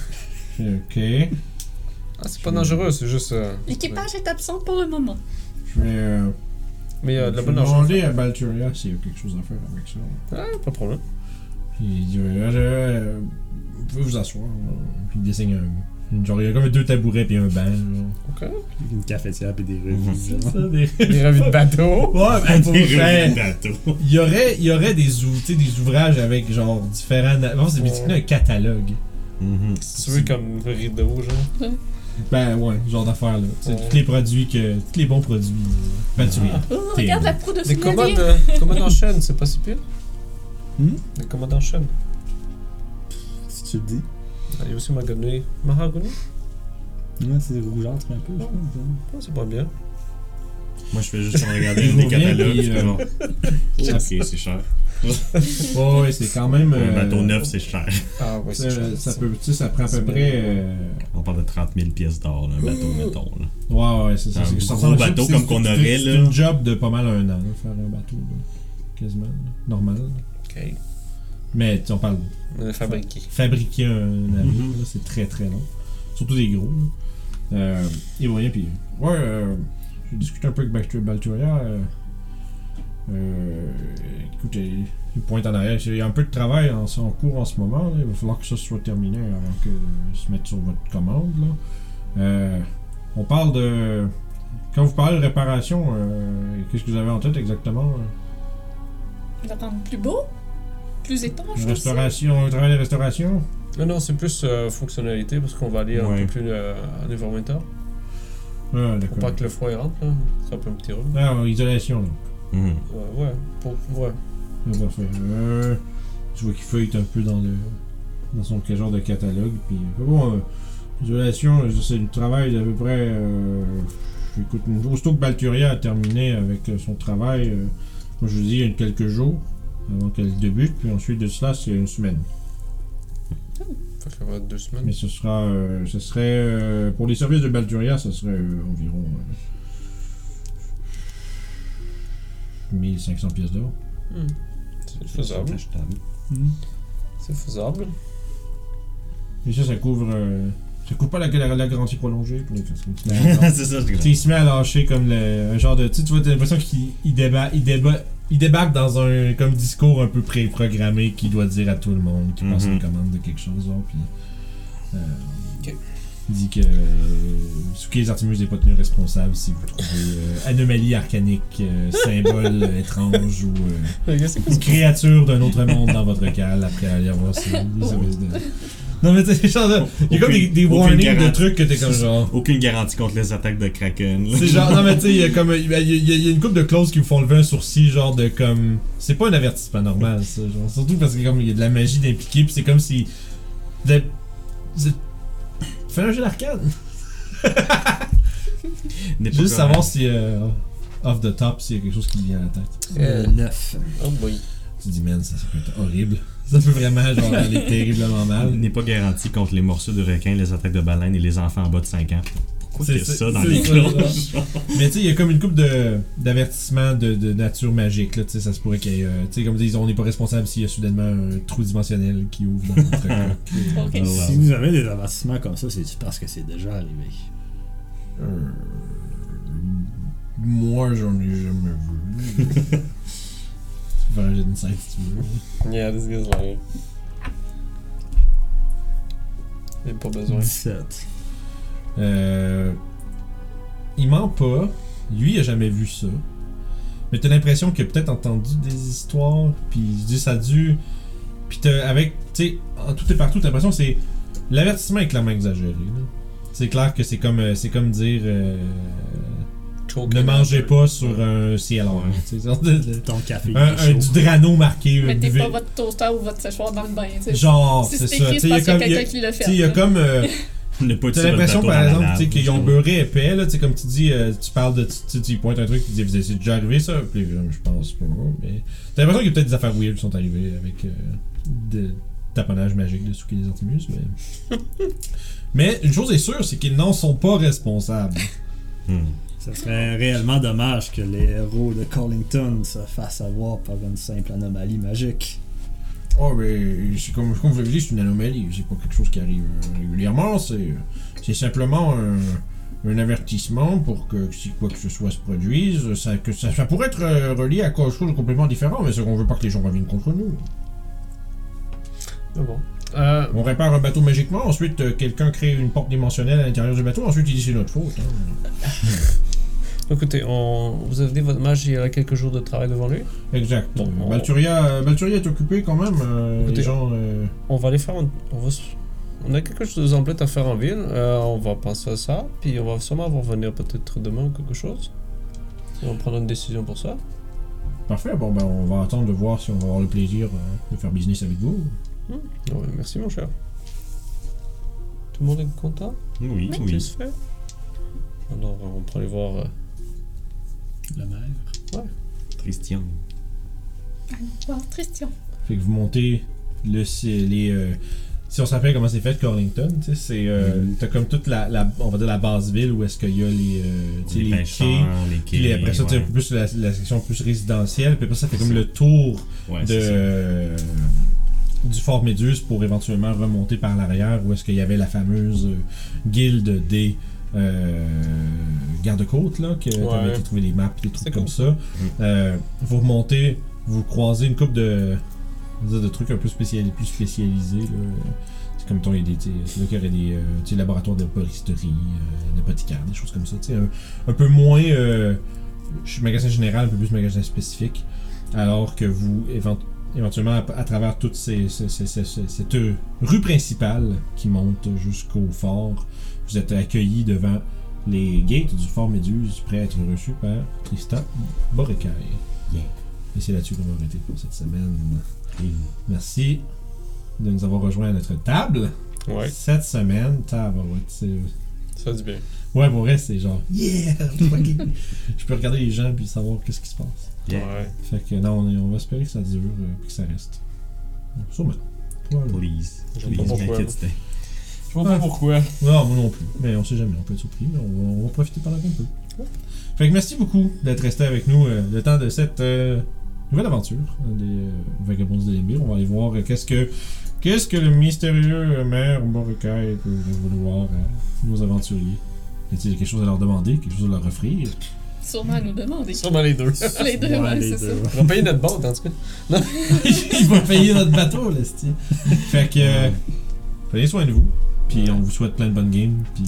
Speaker 1: fait, Ok.
Speaker 2: Ah, c'est
Speaker 1: Mmh.
Speaker 2: pas dangereux, c'est juste. euh,
Speaker 4: L'équipage est absent pour le moment.
Speaker 1: Je vais. euh,
Speaker 2: Mais euh, de
Speaker 1: je
Speaker 2: la
Speaker 1: vais
Speaker 2: bonne argent.
Speaker 1: demander à Balturia s'il y a quelque chose à faire avec ça.
Speaker 2: Ah, pas de problème.
Speaker 1: Puis il dit euh, euh, Vous pouvez vous asseoir. là. Puis il dessine un. une- Genre, il y a comme deux tabourets puis un banc. genre.
Speaker 5: Une cafetière et des
Speaker 3: Mhm.
Speaker 5: revues. genre.
Speaker 2: Les ravis de bateau.
Speaker 1: Ouais, ben, pour vrai,
Speaker 3: Revenez bateau.
Speaker 1: Il y aurait, il y aurait des, ou- tu sais, des ouvrages avec genre différents. na- Non, c'est mais tu connais un catalogue.
Speaker 3: Mhm.
Speaker 2: Si tu veux, comme un rideau, genre.
Speaker 1: Ben ouais, ce genre d'affaires là. Tu sais,
Speaker 2: Ouais.
Speaker 1: Tous les produits que. Tous les bons produits. euh, Ben tu vois.
Speaker 4: Oh,
Speaker 1: T'es-
Speaker 4: regarde la proue de
Speaker 2: Des commodes,
Speaker 4: souvenirs.
Speaker 2: euh, commodes en chaîne, c'est pas si pire.
Speaker 1: Mmh.
Speaker 5: Hmm?
Speaker 2: Des commodes en chaîne.
Speaker 5: Si tu le dis.
Speaker 2: Ah, Il y a aussi Mahagoni. Mahagoni
Speaker 5: Ouais, c'est rougeâtre un peu, je pense. hein.
Speaker 2: Ah, C'est pas bien.
Speaker 3: Moi, je fais juste regarder
Speaker 1: Il
Speaker 3: des
Speaker 1: vous vient,
Speaker 3: catalogues.
Speaker 1: puis,
Speaker 3: puis
Speaker 1: euh,
Speaker 3: bon. Ok, c'est cher.
Speaker 1: Ouais, ouais, c'est quand même.
Speaker 3: Un
Speaker 1: euh,
Speaker 3: bateau neuf, c'est cher.
Speaker 2: Ah, ouais,
Speaker 1: Ça,
Speaker 2: c'est chouette,
Speaker 1: ça
Speaker 2: ça.
Speaker 1: peut, tu sais, ça prend à peu
Speaker 2: C'est
Speaker 1: près.
Speaker 2: bien.
Speaker 1: euh,
Speaker 3: On parle de 30 000 pièces d'or, là, un bateau, mettons. Là.
Speaker 1: Ouais, ouais, c'est ça.
Speaker 3: Un
Speaker 1: c'est-
Speaker 3: gros
Speaker 1: ça ressemble à ça,
Speaker 3: bateau
Speaker 1: puis
Speaker 3: comme
Speaker 1: c'est-
Speaker 3: qu'on
Speaker 1: c'est-
Speaker 3: aurait,
Speaker 1: C'est
Speaker 3: là.
Speaker 1: une job de pas mal un an, là, faire un bateau, là. quasiment, là. normal. là.
Speaker 2: Ok.
Speaker 1: Mais tu sais, on parle de
Speaker 2: On a fabriqué.
Speaker 1: fabriquer un navire,
Speaker 3: Mhm.
Speaker 1: là, c'est très très long. Surtout des gros. Là. Euh, et voyez, puis. Ouais, euh, j'ai discuté un peu avec Bactria Balturia. Euh, euh, écoute, il il pointe en arrière. Il y a un peu de travail en, en cours en ce moment. là. Il va falloir que ça soit terminé avant que euh, se mette sur votre commande. Là. Euh, on parle de. Quand vous parlez de réparation, euh, qu'est-ce que vous avez en tête exactement là?
Speaker 4: On va rendre plus beau, plus étanche
Speaker 1: Une
Speaker 4: aussi.
Speaker 1: Restauration, un travail de restauration
Speaker 2: Non, non, c'est plus euh, fonctionnalité parce qu'on va aller un
Speaker 3: Ouais.
Speaker 2: peu plus euh, en environnemental.
Speaker 1: Ah,
Speaker 2: Pour pas
Speaker 1: d'accord.
Speaker 2: que le froid il rentre, là. C'est un peu un petit rhume.
Speaker 1: Ah, en isolation, là.
Speaker 3: Mhm.
Speaker 2: Ouais, ouais. Pour, ouais.
Speaker 1: On va faire un. Je vois qu'il feuillette un peu dans le dans son genre de catalogue. Puis euh, bon, euh, isolation, euh, c'est du travail d'à peu près. Euh, écoute, une- aussitôt que Balturia a terminé avec euh, son travail, euh, moi je vous dis, il y a quelques jours avant qu'elle débute, puis ensuite de cela, c'est une semaine.
Speaker 2: Fait que ça va être deux semaines.
Speaker 1: Mais ce sera, euh, ce serait euh, pour les services de Balturia, ce serait euh, environ euh, 1500 pièces d'or.
Speaker 2: Hmm. C'est faisable.
Speaker 3: achetable.
Speaker 2: C'est faisable.
Speaker 1: Et ça, ça couvre. euh, ça couvre pas la, la, la garantie prolongée pour les personnes.
Speaker 3: c'est ça,
Speaker 1: Tu sais,
Speaker 3: je
Speaker 1: il se met à lâcher comme le, un genre de. Tu sais, tu vois, t'as l'impression qu'il il déba, il déba, il débarque dans un comme discours un peu préprogrammé qu'il doit dire à tout le monde, qui passe
Speaker 3: Mhm.
Speaker 1: une commande de quelque chose, genre, puis. euh,
Speaker 2: Ok.
Speaker 1: il dit que. euh, Souquet les Artemus n'est pas tenu responsable si vous trouvez euh, anomalie arcanique, euh, symbole euh, étrange ou euh,
Speaker 2: Les gars, c'est quoi
Speaker 1: une créature d'un autre monde dans votre cale après aller avoir ces les services de. Non, mais tu sais, genre, là, il y a comme des, des
Speaker 3: Aucune- aucune
Speaker 1: warnings de
Speaker 3: garantie.
Speaker 1: trucs que t'es comme genre.
Speaker 3: Aucune garantie contre les attaques de Kraken. là.
Speaker 1: C'est genre, non mais tu sais, il y a comme, il y, a- il y a- il y a une couple de clauses qui me font lever un sourcil, genre de comme, c'est pas un avertissement normal, ça, genre. Surtout parce que comme il y a de la magie d'impliquer, puis c'est comme si, de, de- fais un jeu d'arcade.
Speaker 3: N'est pas
Speaker 1: Juste
Speaker 3: correct.
Speaker 1: savoir si, euh, off the top, s'il y a quelque chose qui me vient à la tête.
Speaker 2: Euh,
Speaker 5: neuf.
Speaker 2: Oh boy.
Speaker 1: Tu te dis, man, ça, ça peut être horrible. Ça peut vraiment, genre, aller terriblement mal.
Speaker 3: N'est pas garanti contre les morceaux de requins, les attaques de baleines et les enfants en bas de 5 ans. Pourquoi
Speaker 1: C'est-
Speaker 3: qu'il y a
Speaker 1: c'est-
Speaker 3: ça dans
Speaker 1: c'est
Speaker 3: les
Speaker 1: ça,
Speaker 3: cloches?
Speaker 1: là. Mais tu sais, il y a comme une coupe de d'avertissements de, de nature magique. Là, tu sais, ça se pourrait qu'il y ait. euh, tu sais, comme ils disent, on n'est pas responsable s'il y a soudainement un trou dimensionnel qui ouvre dans notre coque.
Speaker 4: Ok.
Speaker 1: Euh,
Speaker 3: Ah ouais.
Speaker 5: Si vous avez des avertissements comme ça, c'est parce que c'est déjà arrivé.
Speaker 1: Euh, Moi, j'en ai jamais vu. tu peux faire un jet d'insight si tu veux.
Speaker 2: Yeah, this guy's lying. J'ai pas besoin.
Speaker 5: 17.
Speaker 1: Euh, il ment pas. Lui, il a jamais vu ça. Mais t'as l'impression qu'il a peut-être entendu des histoires, puis il se dit ça a dû. Puis t'as, avec, tu sais, en tout et partout, t'as l'impression que c'est. L'avertissement est clairement exagéré. là. C'est clair que c'est comme, euh, c'est comme dire. euh,
Speaker 2: Choke
Speaker 1: Mm. ne
Speaker 2: him
Speaker 1: mangez
Speaker 2: out.
Speaker 1: pas sur un ciel en un. tu sais, genre de- de-
Speaker 5: Ton café
Speaker 1: Un,
Speaker 5: il est
Speaker 1: un-
Speaker 5: chaud.
Speaker 1: du drano marqué. euh,
Speaker 4: Mettez
Speaker 1: buvez-
Speaker 4: pas votre toaster ou votre séchoir dans le bain. tu sais.
Speaker 1: Genre,
Speaker 4: si
Speaker 1: c'est
Speaker 4: c'est
Speaker 1: ça.
Speaker 4: écrit,
Speaker 1: Tu sais,
Speaker 4: c'est
Speaker 1: il y a
Speaker 4: parce qu'il y
Speaker 1: comme-
Speaker 4: a
Speaker 1: il y a-
Speaker 4: quelqu'un qui l'a fait.
Speaker 1: tu sais, il y a
Speaker 4: là.
Speaker 1: comme. euh,
Speaker 3: Ne pas
Speaker 1: T'as
Speaker 3: tirer le
Speaker 1: l'impression,
Speaker 3: bateau
Speaker 1: par
Speaker 3: dans la
Speaker 1: exemple,
Speaker 3: lave.
Speaker 1: tu sais, qu'ils ont beurré épais, là, tu sais, comme tu dis, euh, tu parles de. Tu, tu, tu y pointes un truc, tu dis, c'est déjà arrivé ça, puis euh, je pense pas, mais. T'as l'impression qu'il y a peut-être des affaires weird qui sont arrivées avec. euh, de taponnage magique de Souki des Artemus, mais. mais une chose est sûre, c'est qu'ils n'en sont pas responsables.
Speaker 3: Hmm.
Speaker 5: Ça serait réellement dommage que les héros de Collington se fassent avoir par une simple anomalie magique.
Speaker 1: Oh, mais c'est comme, comme je vous l'ai dit, c'est une anomalie. C'est pas quelque chose qui arrive euh, régulièrement. C'est, c'est simplement un, un avertissement pour que si quoi que ce soit se produise, ça, que ça, ça pourrait être euh, relié à quelque chose de complètement différent. Mais c'est qu'on veut pas que les gens reviennent contre nous.
Speaker 2: Mais bon. Euh,
Speaker 1: On répare un bateau magiquement. Ensuite, euh, quelqu'un crée une porte dimensionnelle à l'intérieur du bateau. Ensuite, il dit c'est notre faute. hein.
Speaker 2: écoutez, on... vous avez dit votre mage, il y a quelques jours de travail devant lui.
Speaker 1: Exact.
Speaker 2: Bon, on-
Speaker 1: Balturia, euh, Balturia est occupé quand même. euh, les
Speaker 2: Écoutez,
Speaker 1: gens. euh,
Speaker 2: On va aller faire. un- On, va s- on a quelque chose d'emplette à faire en ville. Euh, on va penser à ça. Puis on va sûrement vous revenir peut-être demain ou quelque chose. Et on prendra une décision pour ça.
Speaker 1: Parfait. Bon, ben, on va attendre de voir si on va avoir le plaisir euh, de faire business avec vous.
Speaker 2: Ah Ouais, merci, mon cher. Tout le monde est content
Speaker 3: Oui,
Speaker 2: Qu'est-ce
Speaker 3: oui.
Speaker 2: se fait Alors, euh, on peut aller voir. euh,
Speaker 5: Le maire.
Speaker 3: Christian.
Speaker 4: Bon, Christian.
Speaker 1: Fait que vous montez le, c'est les. euh, si on se rappelle comment c'est fait Corlington, tu sais, c'est. euh,
Speaker 3: Mm-hmm.
Speaker 1: T'as comme toute la, la- On va dire la base ville où est-ce qu'il y a les. euh, tu sais,
Speaker 3: Les
Speaker 1: les quais.
Speaker 3: pêcheurs, les quais.
Speaker 1: Puis après ça, tu as
Speaker 3: ouais.
Speaker 1: plus la, la section plus résidentielle. Puis après ça, fait
Speaker 3: C'est
Speaker 1: comme
Speaker 3: ça.
Speaker 1: le tour
Speaker 3: Ouais,
Speaker 1: de.
Speaker 3: c'est ça.
Speaker 1: euh, du Fort Méduse pour éventuellement remonter par l'arrière où est-ce qu'il y avait la fameuse euh, guilde des euh, gardes-côtes, là, que
Speaker 2: Ouais.
Speaker 1: t'avais été trouver des maps, des trucs
Speaker 2: C'est
Speaker 1: comme
Speaker 2: cool. Mhm.
Speaker 1: ça. Euh, vous remontez, vous croisez une coupe de, on va dire de trucs un peu spécialisés, plus spécialisés, là. C'est comme ton, il y a des, tu sais, c'est là qu'il y aurait des, euh, tu sais, laboratoires de poristerie, euh, d'apothicaire, des choses comme ça, tu sais, un, un peu moins, euh, je suis magasin général, un peu plus magasin spécifique, alors que vous, évent- éventuellement, à, à travers toute ces, ces- ces- ces- ces- cette euh, rue principale qui monte jusqu'au fort, vous êtes accueillis devant les gates du fort Méduse, prêts à être reçus par Tristan Borécaille.
Speaker 3: Yeah.
Speaker 1: Et c'est là-dessus qu'on va arrêter pour cette semaine.
Speaker 3: Oui.
Speaker 1: Merci de nous avoir rejoints à notre table.
Speaker 2: Ouais,
Speaker 1: Cette semaine, tabarouette, c'est...
Speaker 2: euh, ça dit bien.
Speaker 1: Ouais, pour vrai, c'est genre... Yeah! Je peux regarder les gens puis savoir qu'est-ce qui se passe.
Speaker 3: Yeah.
Speaker 2: Ouais.
Speaker 1: Fait que non, on, est- on va espérer que ça dure euh, puis que ça reste. Sûrement. Probablement.
Speaker 3: Please.
Speaker 2: Je
Speaker 3: Please,
Speaker 2: comprends
Speaker 3: make
Speaker 2: pourquoi.
Speaker 3: it stay.
Speaker 2: Je comprends pas pourquoi.
Speaker 1: Non, moi non plus. Mais on sait jamais, on peut être surpris, mais on va, on va profiter pendant un peu. Fait que merci beaucoup d'être resté avec nous euh, le temps de cette euh, nouvelle aventure hein, des euh, Vagabonds de l'Embir. On va aller voir euh, qu'est-ce que qu'est-ce que le mystérieux euh, maire Borcaille peut vouloir à nos aventuriers. Y a-t-il quelque chose à leur demander, quelque chose à leur offrir
Speaker 4: Sûrement à nous demander.
Speaker 2: Sûrement les deux.
Speaker 4: Les deux,
Speaker 5: Ouais,
Speaker 4: ouais,
Speaker 5: les
Speaker 4: c'est ça.
Speaker 5: deux, ouais.
Speaker 2: On va payer notre bande, en tout cas.
Speaker 1: Il va payer notre bateau, là, c'ti. Fait que euh, prenez soin de vous. Puis on vous souhaite plein de bonnes games. Puis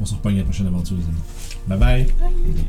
Speaker 1: on se reprend à la prochaine aventure, les amis. Bye bye.
Speaker 3: Yeah.